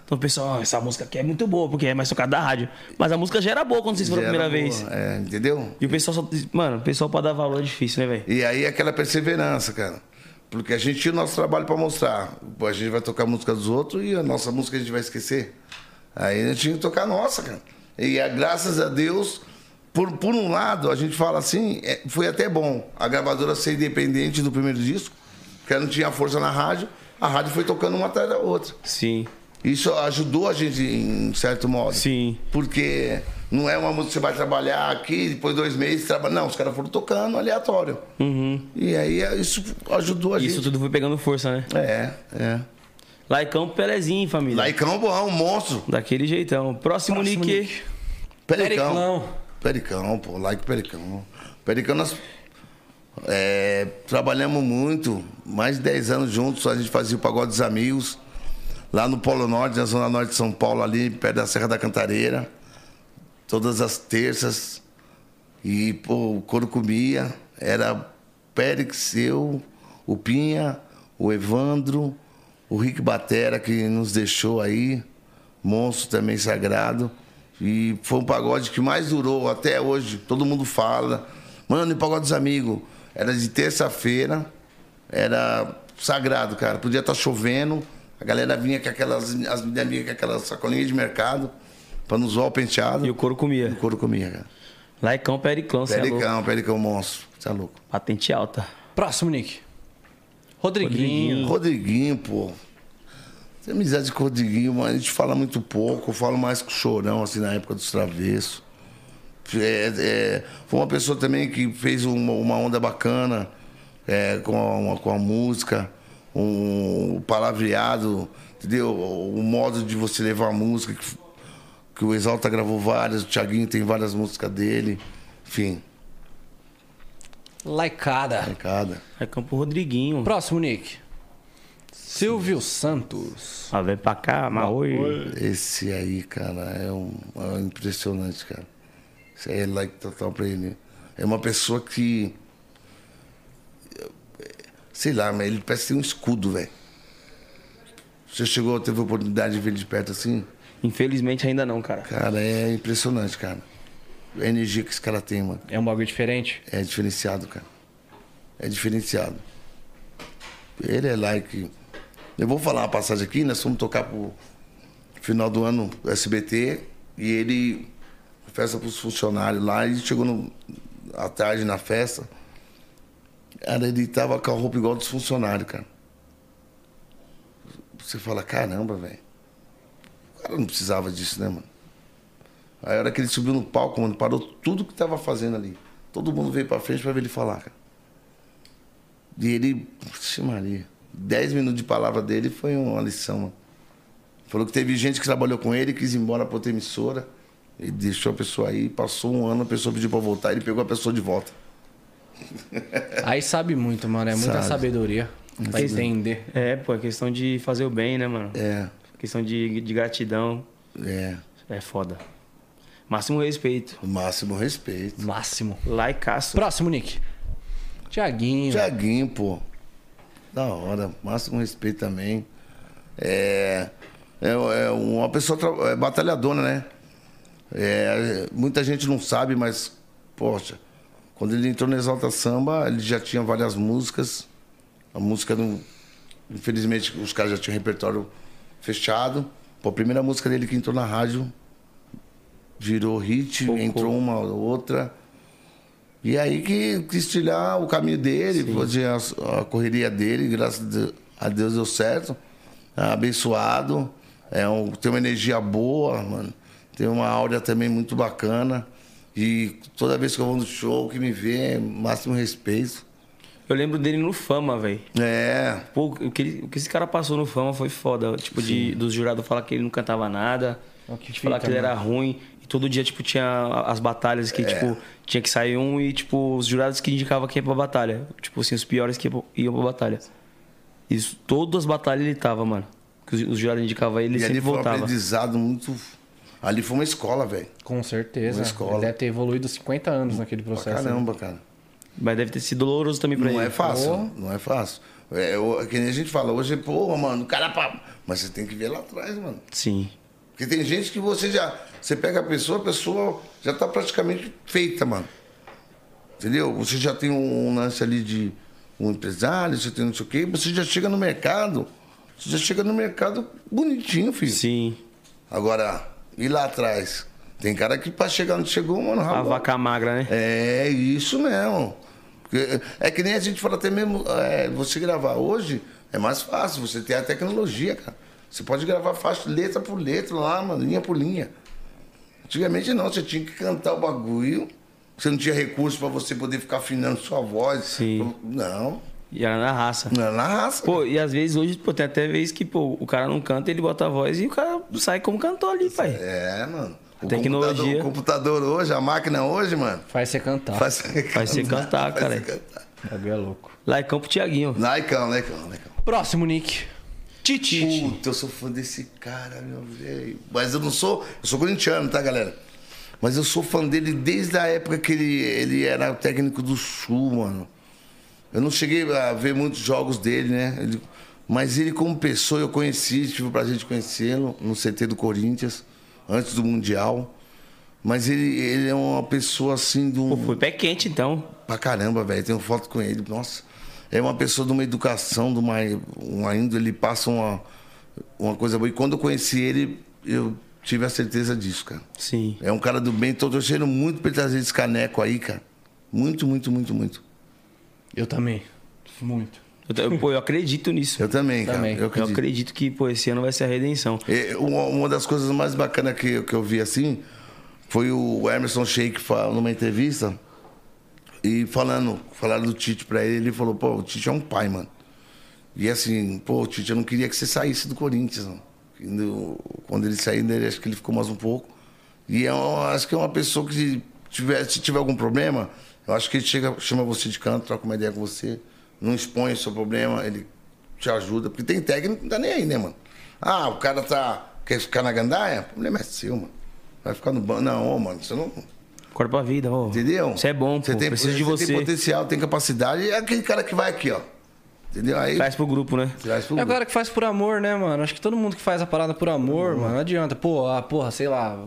A: Então o pessoal, "Ah, essa música aqui é muito boa, porque é mais tocada da rádio. Mas a música já era boa quando vocês foram a
C: Era
A: primeira
C: boa,
A: vez.
C: é, entendeu?
A: E o pessoal só. Mano, o pessoal pra dar valor é difícil, né, velho?
C: E aí aquela perseverança, cara. Porque a gente tinha o nosso trabalho pra mostrar. Pô, A gente vai tocar a música dos outros e a nossa música a gente vai esquecer. Aí a gente tinha que tocar a nossa, cara. E ah, graças a Deus, por, por um lado, a gente fala assim, é, foi até bom a gravadora ser independente do primeiro disco, porque ela não tinha força na rádio, a rádio foi tocando uma atrás da outra.
A: Sim.
C: Isso ajudou a gente em certo modo.
A: Sim.
C: Porque não é uma música que você vai trabalhar aqui, depois dois meses, trabalha. Não, os caras foram tocando aleatório. E aí é, isso ajudou a
A: Uhum. Isso
C: gente.
A: tudo foi pegando força, né?
C: É, é.
A: Laicão Pelezinho, família.
C: Laicão bom, monstro.
A: Daquele jeitão. Próximo,
B: Próximo,
A: Nick.
B: Nick.
C: Pericão.
B: Pericão.
C: Pericão, pô, like Pericão. Pericão, nós. É, trabalhamos muito, mais de 10 anos juntos, a gente fazia o Pagode dos Amigos, lá no Polo Norte, na Zona Norte de São Paulo, ali perto da Serra da Cantareira, todas as terças. E, pô, o couro comia, era Périx, eu, o Pinha, o Evandro, o Rick Batera, que nos deixou aí, monstro também sagrado. E foi um pagode que mais durou até hoje. Todo mundo fala. Mano, e o pagode dos amigos? Era de terça-feira, era sagrado, cara. Podia estar chovendo, a galera vinha com aquelas. As meninas vinham com aquelas sacolinhas de mercado pra não zoar o penteado.
A: E o couro
C: E o
A: comia.
C: couro comia, cara.
A: Laicão, periclão, cê é louco.
C: Pericão, pericão monstro. Você é louco.
A: Patente alta.
B: Próximo, Nick. Rodriguinho.
A: Hum.
C: Rodriguinho, pô. Tem amizade com o Rodriguinho, mas a gente fala muito pouco. Eu falo mais com o Chorão, assim, na época dos travessos. É, é, foi uma pessoa também que fez uma, uma onda bacana é, com, a, uma- com a música, um palavreado, entendeu? O modo de você levar a música, que, f- que o Exalta gravou várias, o Thiaguinho tem várias músicas dele. Enfim,
B: Laicada.
C: recada.
A: Laicão pro Rodriguinho.
B: Próximo, Nick. Silvio Santos.
A: Ah, vem pra cá, Maui.
C: Esse aí, cara, é, um, é impressionante, cara. Isso aí é like total pra ele. É uma pessoa que. Sei lá, mas ele parece ter um escudo, velho. Você chegou, teve a oportunidade de ver ele de perto assim?
A: Infelizmente ainda não, cara.
C: Cara, é impressionante, cara. A energia que esse cara tem, mano.
B: É um bagulho diferente.
C: É diferenciado, cara. É diferenciado. Ele é like. Eu vou falar uma passagem aqui, nós fomos tocar pro final do ano do SBT e ele festa pros funcionários lá e chegou no, à tarde na festa. Cara, ele tava com a roupa igual dos funcionários, cara. Você fala, caramba, velho. O cara não precisava disso, né, mano? Aí a hora que ele subiu no palco, mano, parou tudo que tava fazendo ali. Todo mundo veio pra frente pra ver ele falar, cara. E ele, puxa Maria, 10 minutos de palavra dele foi uma lição, mano. Falou que teve gente que trabalhou com ele, quis ir embora pra outra emissora. Ele deixou a pessoa aí, passou um ano, a pessoa pediu pra voltar, ele pegou a pessoa de volta.
B: Aí sabe muito, mano. É muita
C: Sabe.
B: sabedoria. Pra entender.
A: É, pô, é questão de fazer o bem, né, mano?
C: É,
A: Questão de, de gratidão.
C: é.
A: É foda. Máximo respeito.
C: O máximo respeito.
B: Máximo.
A: Laicaço.
B: Próximo, Nick. Tiaguinho.
C: Tiaguinho, pô. Da hora. Máximo respeito também. É. É, é uma pessoa tra- é batalhadora, né? É, muita gente não sabe, mas, poxa, quando ele entrou no Exalta Samba, ele já tinha várias músicas. A música não. Infelizmente, os caras já tinham repertório fechado. Pô, a primeira música dele que entrou na rádio virou hit, entrou uma outra. E aí que quis trilhar o caminho dele, fazer a, a correria dele, graças a Deus deu certo. É Abençoado. É um, tem uma energia boa, mano. Tem uma áurea também muito bacana. E toda vez que eu vou no show, que me vê, máximo respeito.
A: Eu lembro dele no Fama, velho.
C: É,
A: Pô, o que, ele- o que esse cara passou no Fama foi foda. Tipo, de, dos jurados falar que ele não cantava nada,
B: Ó, que
A: de falar
B: fita,
A: que ele era ruim. E todo dia, tipo, tinha as batalhas
C: É.
A: que, tipo, tinha que sair um e, tipo, os jurados que indicavam quem ia pra batalha. Tipo assim, os piores que iam pra- iam pra batalha. Isso, todas as batalhas ele tava, mano. Que os, os jurados indicavam ele, ele
C: e
A: sempre
C: ali foi um
A: voltava.
C: aprendizado muito. Ali foi uma escola, velho.
B: Com certeza.
C: Uma escola.
B: Ele deve ter evoluído 50 anos naquele
C: Pra
B: processo. né?
C: caramba, cara.
A: Mas deve ter sido doloroso também pra
C: Não
A: ele.
C: é fácil, não é fácil. É, eu- é que nem a gente fala, hoje, porra, mano, o cara. pá. Mas você tem que ver lá atrás, mano.
A: Sim.
C: Porque tem gente que você já. Você pega a pessoa, a pessoa já tá praticamente feita, mano. Entendeu? Você já tem um lance ali de um empresário, você tem não sei o quê, você já chega no mercado. Você já chega no mercado bonitinho, filho.
A: Sim.
C: Agora, e lá atrás? Tem cara que pra chegar onde chegou, mano,
A: A
C: rabo.
A: vaca magra, né?
C: É isso mesmo. Porque É que nem a gente fala até mesmo, é, você gravar hoje é mais fácil, você tem a tecnologia, cara. Você pode gravar faixa, letra por letra lá, mano, linha por linha. Antigamente não, você tinha que cantar o bagulho, você não tinha recurso pra você poder ficar afinando sua voz.
A: Sim.
C: Não,
A: E era na raça.
C: não é na raça.
A: Pô, e às vezes hoje, pô, tem até vez que, pô, o cara não canta, ele bota a voz e o cara sai como cantor ali, pai.
C: É, mano. O
A: tecnologia. Ah,
C: Computador, o computador hoje, a máquina hoje, mano,
B: Faz você cantar.
C: faz você
A: Faz você cantar,
C: faz
A: cara.
C: você cantar.
B: O bagulho é louco.
A: Lá é Campo Tiaguinho.
C: Laicão, Laicão, Laicão.
B: Próximo, Nick. Titi.
C: Puta, eu sou fã desse cara, meu velho. Mas eu não sou. Eu sou corintiano, tá, galera? Mas eu sou fã dele desde a época que ele, ele era técnico do Sul, mano. Eu não cheguei a ver muitos jogos dele, né? Ele- mas ele, como pessoa, eu conheci, tive o prazer de conhecê-lo no CT do Corinthians, antes do Mundial. Mas ele, ele é uma pessoa assim de um.
A: Pô, foi pé quente, então.
C: Pra caramba, velho. Tenho foto com ele. Nossa. É uma pessoa de uma educação, de uma, uma índole, ele passa uma, uma coisa boa. E quando eu conheci ele, eu tive a certeza disso, cara.
A: Sim.
C: É um cara do bem. Tô torcendo muito pra ele trazer esse caneco aí, cara. Muito, muito, muito, muito.
B: Eu também. Muito.
A: Eu, eu- pô, eu acredito nisso.
C: Eu também, cara.
B: Também.
C: Eu
A: Eu
C: acredito.
A: acredito que, pô, esse ano vai ser a redenção.
C: É, uma, uma das coisas mais bacanas que, que eu vi assim foi o Emerson Sheik fa- numa entrevista e falando, falaram do Tite pra ele, ele falou, pô, o Tite é um pai, mano. E assim, pô, Tite, eu não queria que você saísse do Corinthians, mano. Quando, quando ele saiu, ele, acho que ele ficou mais um pouco. E eu acho que é uma pessoa que tiver, se tiver algum problema, eu acho que ele chega, chama você de canto, troca uma ideia com você, não expõe o seu problema, ele te ajuda. Porque tem técnico que não tá nem aí, né, mano? Ah, o cara tá. Quer ficar na gandaia? O problema é seu, mano. Vai ficar no banco. Não, ô, mano, você não.
A: Acorda pra vida, ó.
C: Entendeu?
A: Você é bom, pô.
C: tem,
A: Preciso de você.
C: tem potencial, tem capacidade. É aquele cara que vai aqui, ó. Entendeu? Aí
A: Traz pro grupo, né?
C: traz pro
B: É o
C: grupo.
B: cara que faz por amor, né, mano? Acho que todo mundo que faz a parada por amor, mano, não adianta. Pô, ah, porra, sei lá.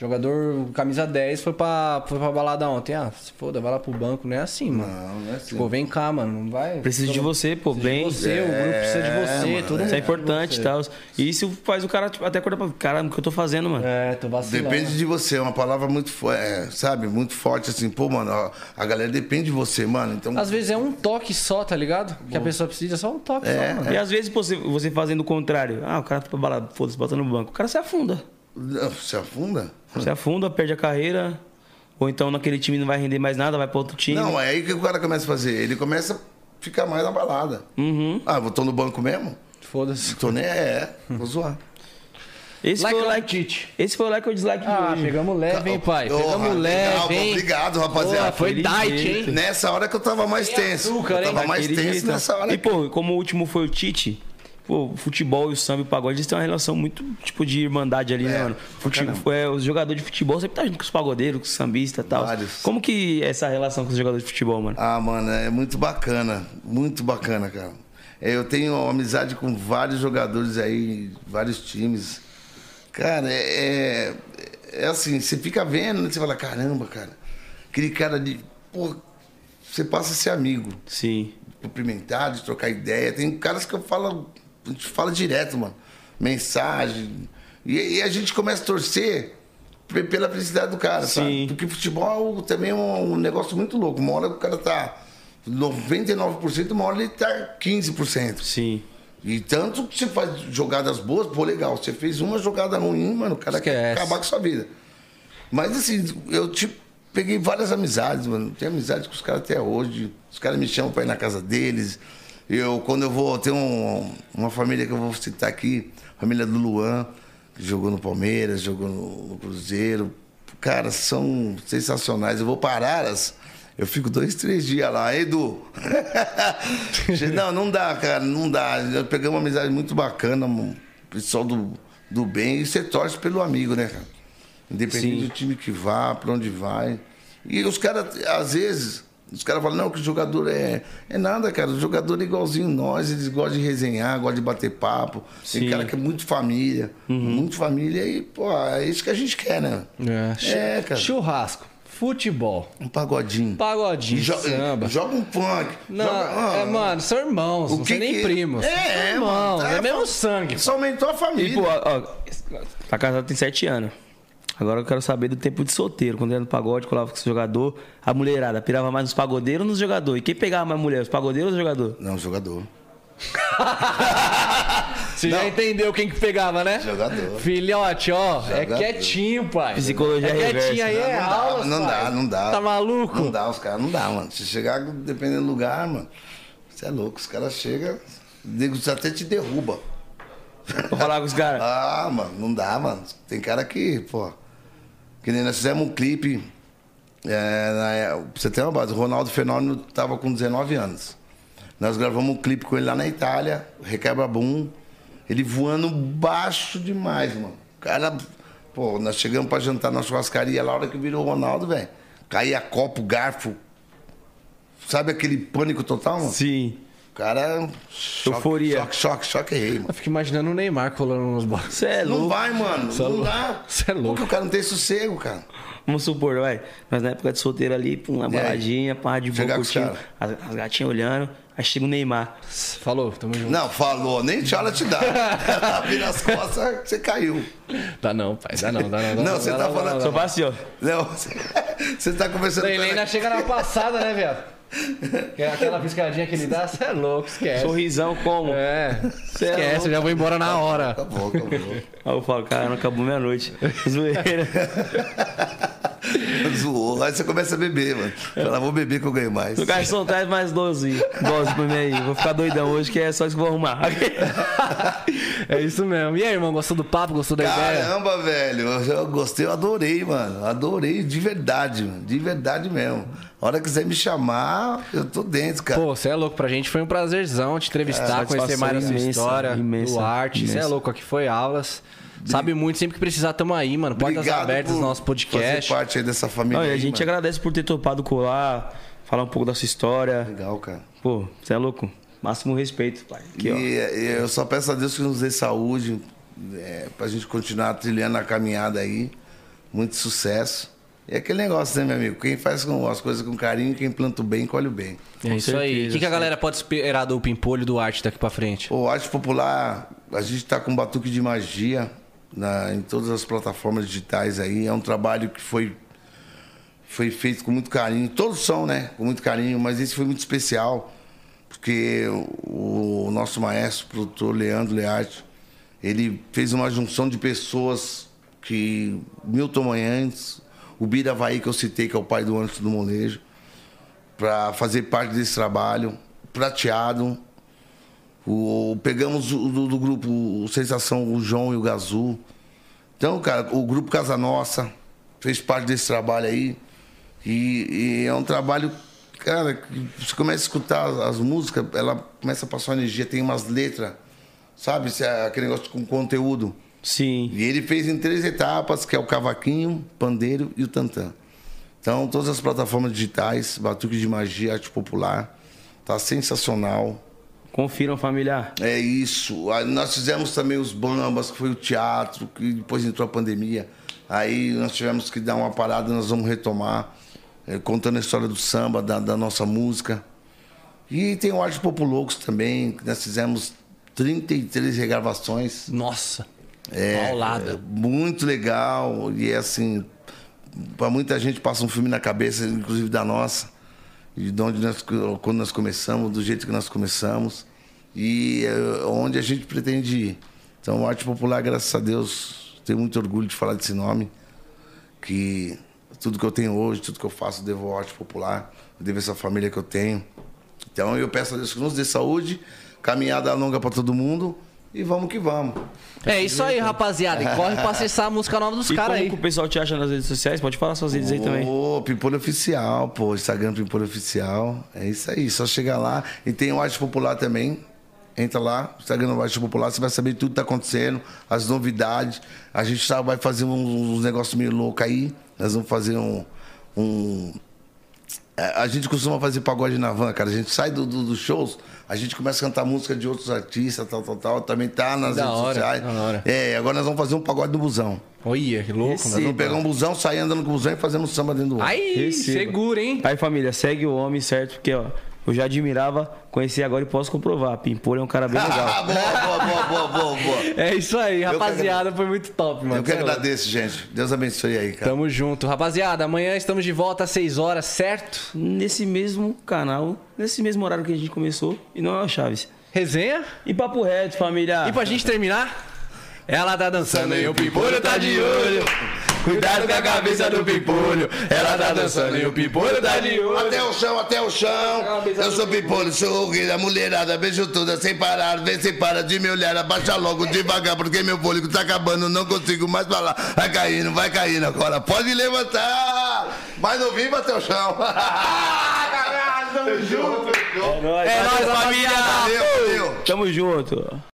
B: Jogador camisa 10 foi pra, foi pra balada ontem. Ah, se foda, vai lá pro banco. Não é assim, mano.
C: Não, não é assim.
B: Tipo, vem cá, mano. Não vai.
A: Preciso de você, pô. Bem. É,
B: Você, o grupo precisa de você,
C: mano,
B: todo mundo.
A: Isso é
B: precisa de
A: importante
B: você.
A: e tal. E isso faz o cara tipo, até acordar pra. Caramba, o que eu tô fazendo, mano?
B: É, tô vacilando.
C: Depende de você, é uma palavra muito, fo- é, sabe, muito forte assim. Pô, mano, ó, a galera depende de você, mano. Então,
B: Às vezes é um toque só, tá ligado? Que a pessoa precisa só um toque
C: É.
B: só, mano.
A: E às vezes pô, você, você fazendo o contrário. Ah, o cara tá pra balada, foda-se, bota no banco. O cara se afunda.
C: Não, se afunda?
A: Se afunda, perde a carreira. Ou então naquele time não vai render mais nada, vai pra outro time.
C: Não, é aí que o cara começa a fazer. Ele começa a ficar mais na balada.
B: Uhum.
C: Ah, vou tô no banco mesmo?
B: Foda-se.
C: Tô nem é, é, vou zoar.
A: Esse,
B: Like
A: foi o
B: ou
A: like,
B: Tite?
A: esse foi o like ou dislike de
B: Ah,
A: hoje.
B: pegamos leve, hein, pai?
C: Ô,
B: Pegamos
C: legal,
B: leve, hein?
C: Obrigado,
B: Porra,
C: rapaziada.
B: foi
A: Aquele
B: tight,
A: jeito.
B: hein?
C: Nessa hora que eu tava mais tenso.
B: açúcar,
C: eu
B: hein?
C: tava mais
A: Aquele
C: tenso
A: jeito.
C: nessa hora. né?
A: E, pô, como o último foi o Tite, pô, o futebol e o samba e o pagode, eles têm uma relação muito, tipo, de irmandade ali, né, mano? Fute- é, os jogadores de futebol sempre tá junto com os pagodeiros, com os sambistas e tal.
C: Vários.
A: Como que é essa relação com os jogadores de futebol, mano?
C: Ah, mano, é muito bacana. Muito bacana, cara. É, Eu tenho amizade com vários jogadores aí, vários times. Cara, é, é, é assim, você fica vendo, né? você fala, caramba, cara, aquele cara de. Pô, você passa a ser amigo,
A: Sim.
C: cumprimentar, de trocar ideia. Tem caras que eu falo, a gente fala direto, mano. Mensagem. E, e a gente começa a torcer pe- pela felicidade do cara,
A: Sim.
C: sabe? Porque futebol também é um, um negócio muito louco. Uma hora o cara tá 99%, uma hora ele tá 15%.
A: Sim.
C: E tanto que você faz jogadas boas, pô, legal. Você fez uma jogada ruim, mano, o cara quer
B: Esquece.
C: acabar com a sua vida. Mas assim, eu te peguei várias amizades, mano. Tenho amizade com os caras até hoje. Os caras me chamam pra ir na casa deles. Eu, quando eu vou, tem um- uma família que eu vou citar aqui, família do Luan, que jogou no Palmeiras, jogou no, no Cruzeiro. Cara, são sensacionais. Eu vou para Araras, eu fico dois, três dias lá. Edu! não, não dá, cara, não dá. Eu peguei uma amizade muito bacana, mano. pessoal do, do bem. E você torce pelo amigo, né, cara? Independente do time que vá, pra onde vai. E os caras, às vezes, os caras falam, não, que o jogador é. É nada, cara. O jogador é igualzinho nós, eles gostam de resenhar, gostam de bater papo.
A: Sim.
C: Tem cara que é muito família. Muito família e, pô, é isso que a gente quer, né?
B: Uhum. É,
C: É, cara.
B: Churrasco, futebol,
C: Um pagodinho.
B: pagodinho,
C: Jo-
B: samba.
C: Joga um punk.
B: Não,
C: joga- ah,
B: é, mano, são irmãos, não
C: que
B: são nem
C: que-
B: primos.
C: É,
B: são
C: é,
B: irmãos,
C: mano.
B: é,
C: É,
B: mesmo
C: mano.
B: sangue.
C: Só aumentou a
A: E, pô,
C: família.
A: ó, ó, tá casado tem sete anos. Agora eu quero saber do tempo de solteiro. Quando era no pagode, colava com o jogador, a mulherada pirava mais nos pagodeiros ou nos jogadores? E quem pegava mais mulher, os pagodeiros ou os jogadores?
C: Não, jogador.
B: Você já entendeu quem que pegava, né?
C: Jogador.
B: Filhote, ó, é
C: Jogador.
B: quietinho, pai.
A: Psicologia
B: é
A: reversa.
B: quietinho aí, é
C: não
B: aula,
C: dá, não
B: pai.
C: dá, não dá.
B: Tá maluco?
C: Não dá, os caras não dá, mano. Se chegar, dependendo do lugar, mano, você é louco. Os caras chegam, nego até te derruba.
A: Pra falar com os caras.
C: Ah, mano, não dá, mano. Tem cara que, pô. Que nem nós fizemos um clipe É, na é- pra você ter uma base, o Ronaldo Fenômeno tava com 19 anos. Nós gravamos um clipe com ele lá na Itália, Requebra Boom. Ele voando baixo demais, mano. O cara, pô, nós chegamos pra jantar na churrascaria lá, a hora que virou o Ronaldo, velho. Caía copo, garfo. Sabe aquele pânico total, mano?
A: Sim.
C: O cara. Choque,
A: Euforia.
C: Choque, choque, choque, errei, mano.
B: Eu fico imaginando o Neymar colando nos bolas.
A: Você é
C: Não
A: louco.
C: vai, mano.
B: Cê é
C: não
B: louco.
C: dá.
B: Cê é louco.
C: Porque o cara não tem sossego, cara.
A: Vamos supor, vai. Mas na época de solteiro ali, pum, uma
C: E aí?
A: baladinha, pá, de boa
C: Chegar com os
A: curtindo.
C: cara.
A: As, as gatinhas olhando. Aí chega o Neymar.
B: Falou, tamo junto.
C: Não, falou, nem te olha te dá. Ela vira as costas, você caiu.
B: Dá não, pai. Dá não, dá não. Dá
C: Não, você
B: dá
C: tá
B: dá
C: falando-
B: dá
A: Só
B: não, dá
A: faz assim, ó.
C: Não, você, você tá conversando
B: não.
C: com ela.
B: Helena chega na passada, né, velho? Aquela piscadinha que ele dá, você é louco, esquece.
A: Sorrisão como?
B: É,
A: é
B: esquece,
A: louco.
B: eu já vou embora na hora.
C: Acabou, acabou.
A: Aí eu falo, cara, não acabou meia-noite. Zoeira.
C: Zoou. Aí você começa a beber, mano.
B: É.
C: Fala, vou beber que eu ganho mais.
A: O garçom traz mais 12. 12 pra mim aí. Vou ficar doidão hoje, que é só isso que eu vou arrumar.
B: É isso mesmo. E aí, irmão, gostou do papo? Gostou da ideia?
C: Caramba, velho. Eu gostei, eu adorei, mano. Adorei de verdade, mano. De verdade mesmo. A hora que quiser me chamar, eu tô dentro, cara.
B: Pô, você é louco pra gente. Foi um prazerzão te
C: É,
B: entrevistar, conhecer
A: satisfação
B: mais a sua
A: imensa,
B: história,
A: imensa,
B: do arte. Você é
A: imensa.
B: louco, aqui foi aulas. Sabe muito, sempre que precisar, tamo aí, mano. Portas abertas no nosso podcast.
C: Fazer parte aí dessa família.
A: Não, e a
C: aí,
A: gente
C: mano.
A: agradece por ter topado colar, falar um pouco da sua história.
C: Legal, cara.
A: Pô, você é louco. Máximo respeito, pai. Aqui, ó.
C: e, e eu só peço a Deus que nos dê saúde, é, pra gente continuar trilhando a caminhada aí. Muito sucesso. E aquele negócio, né, meu amigo? Quem faz com- as coisas com carinho, quem planta o bem, colhe o bem.
B: É isso aí. O
A: certeza,
B: que, que a galera pode esperar do Pimpolho e do Arte daqui pra frente?
C: O Arte Popular, a gente está com Batuque de Magia na- em todas as plataformas digitais aí. É um trabalho que foi, foi feito com muito carinho. Todos são, né? Com muito carinho, mas esse foi muito especial, porque o, o nosso maestro, o produtor Leandro Learte, ele fez uma junção de pessoas que. Milton Manhantes, o Bira Havaí, que eu citei, que é o pai do Antes do Molejo, para fazer parte desse trabalho. Prateado, o- pegamos o, do, do grupo o Sensação, o João e o Gazu. Então, cara, o grupo Casa Nossa fez parte desse trabalho aí. E, e é um trabalho, cara, que você começa a escutar as, as músicas, ela começa a passar uma energia, tem umas letras, sabe? Se é Aquele negócio com conteúdo.
A: Sim.
C: E ele fez em três etapas, que é o cavaquinho, pandeiro e o tantã. Então, todas as plataformas digitais, Batuque de Magia, Arte Popular, tá sensacional.
A: Confiram, familiar.
C: É isso. Aí Nós fizemos também os Bambas, que foi o teatro, que depois entrou a pandemia. Aí nós tivemos que dar uma parada, nós vamos retomar, eh, contando a história do samba, da, da nossa música. E tem o Arte Populoucos também, que nós fizemos 33 regravações.
B: Nossa. tá
C: É,
B: Paulada.
C: muito legal. E é assim, para muita gente passa um filme na cabeça, inclusive da nossa, e de onde nós, quando nós começamos, do jeito que nós começamos, e eh, onde a gente pretende ir. Então, a arte popular, graças a Deus, tenho muito orgulho de falar desse nome, que tudo que eu tenho hoje, tudo que eu faço, eu devo à arte popular, eu devo a essa família que eu tenho. Então, eu peço a Deus que nos dê saúde, caminhada longa para todo mundo, e vamos que vamos.
B: É isso aí, rapaziada. E corre pra acessar a música nova dos
A: E como
B: caras aí.
A: que o pessoal te acha nas redes sociais? Pode falar suas redes aí também.
C: Ô, Pimpolho Oficial, pô, Instagram Pimpolho Oficial. É isso aí, só chegar lá. E tem o Arte Popular também. Entra lá, Instagram do Arte Popular, você vai saber tudo que tá acontecendo, as novidades. A gente tá, vai fazer uns, uns negócios meio loucos aí. Nós vamos fazer um. um- é, A a gente costuma fazer pagode na van, cara. A gente sai do- do- dos shows, a gente começa a cantar música de outros artistas, tal, tal, tal. Também tá nas
B: Da
C: redes
B: hora,
C: sociais.
B: da hora.
C: É, agora nós vamos fazer um pagode no busão.
B: Olha, que louco,
A: Esse-
B: mano.
C: Nós
A: Sim,
C: vamos pegar um busão, sair andando com o busão e fazendo samba dentro do ônibus.
B: Aí,
A: Receba.
B: segura, hein?
A: Aí, família, segue o homem, certo? Porque, ó, eu já admirava, conheci agora e posso comprovar. Pimpolho é um cara bem
C: Ah,
A: legal.
C: boa, boa, boa, boa, boa, boa.
B: É isso aí,
C: que
B: rapaziada. Foi muito top, mano.
C: Eu que
B: Cê é louco.
C: agradeço, gente. Deus abençoe aí, cara.
B: Tamo junto. Rapaziada, amanhã estamos de volta às 6 horas, certo?
A: nesse mesmo canal, nesse mesmo horário que a gente começou, e não é o Chaves.
B: Resenha?
A: E papo reto, família.
B: E pra gente terminar? Ela tá dançando e o
C: Pimpolho tá de olho. Cuidado com a cabeça do Pimpolho. Ela tá dançando e o Pimpolho tá de olho. Até o chão, até o chão. Eu sou Pimpolho, sou o rei da mulherada. Beijo toda sem parar. Vem sem para de me olhar. Abaixa logo devagar, porque meu fôlego tá acabando. Não consigo mais falar. Vai caindo, vai caindo agora. Pode levantar. Mais novinho bateu o chão. Ah, Caralho, tamo junto.
A: É nóis.
B: É nóis,
A: valeu,
B: rapaziada.
A: família.
C: Valeu, valeu.
A: Tamo junto.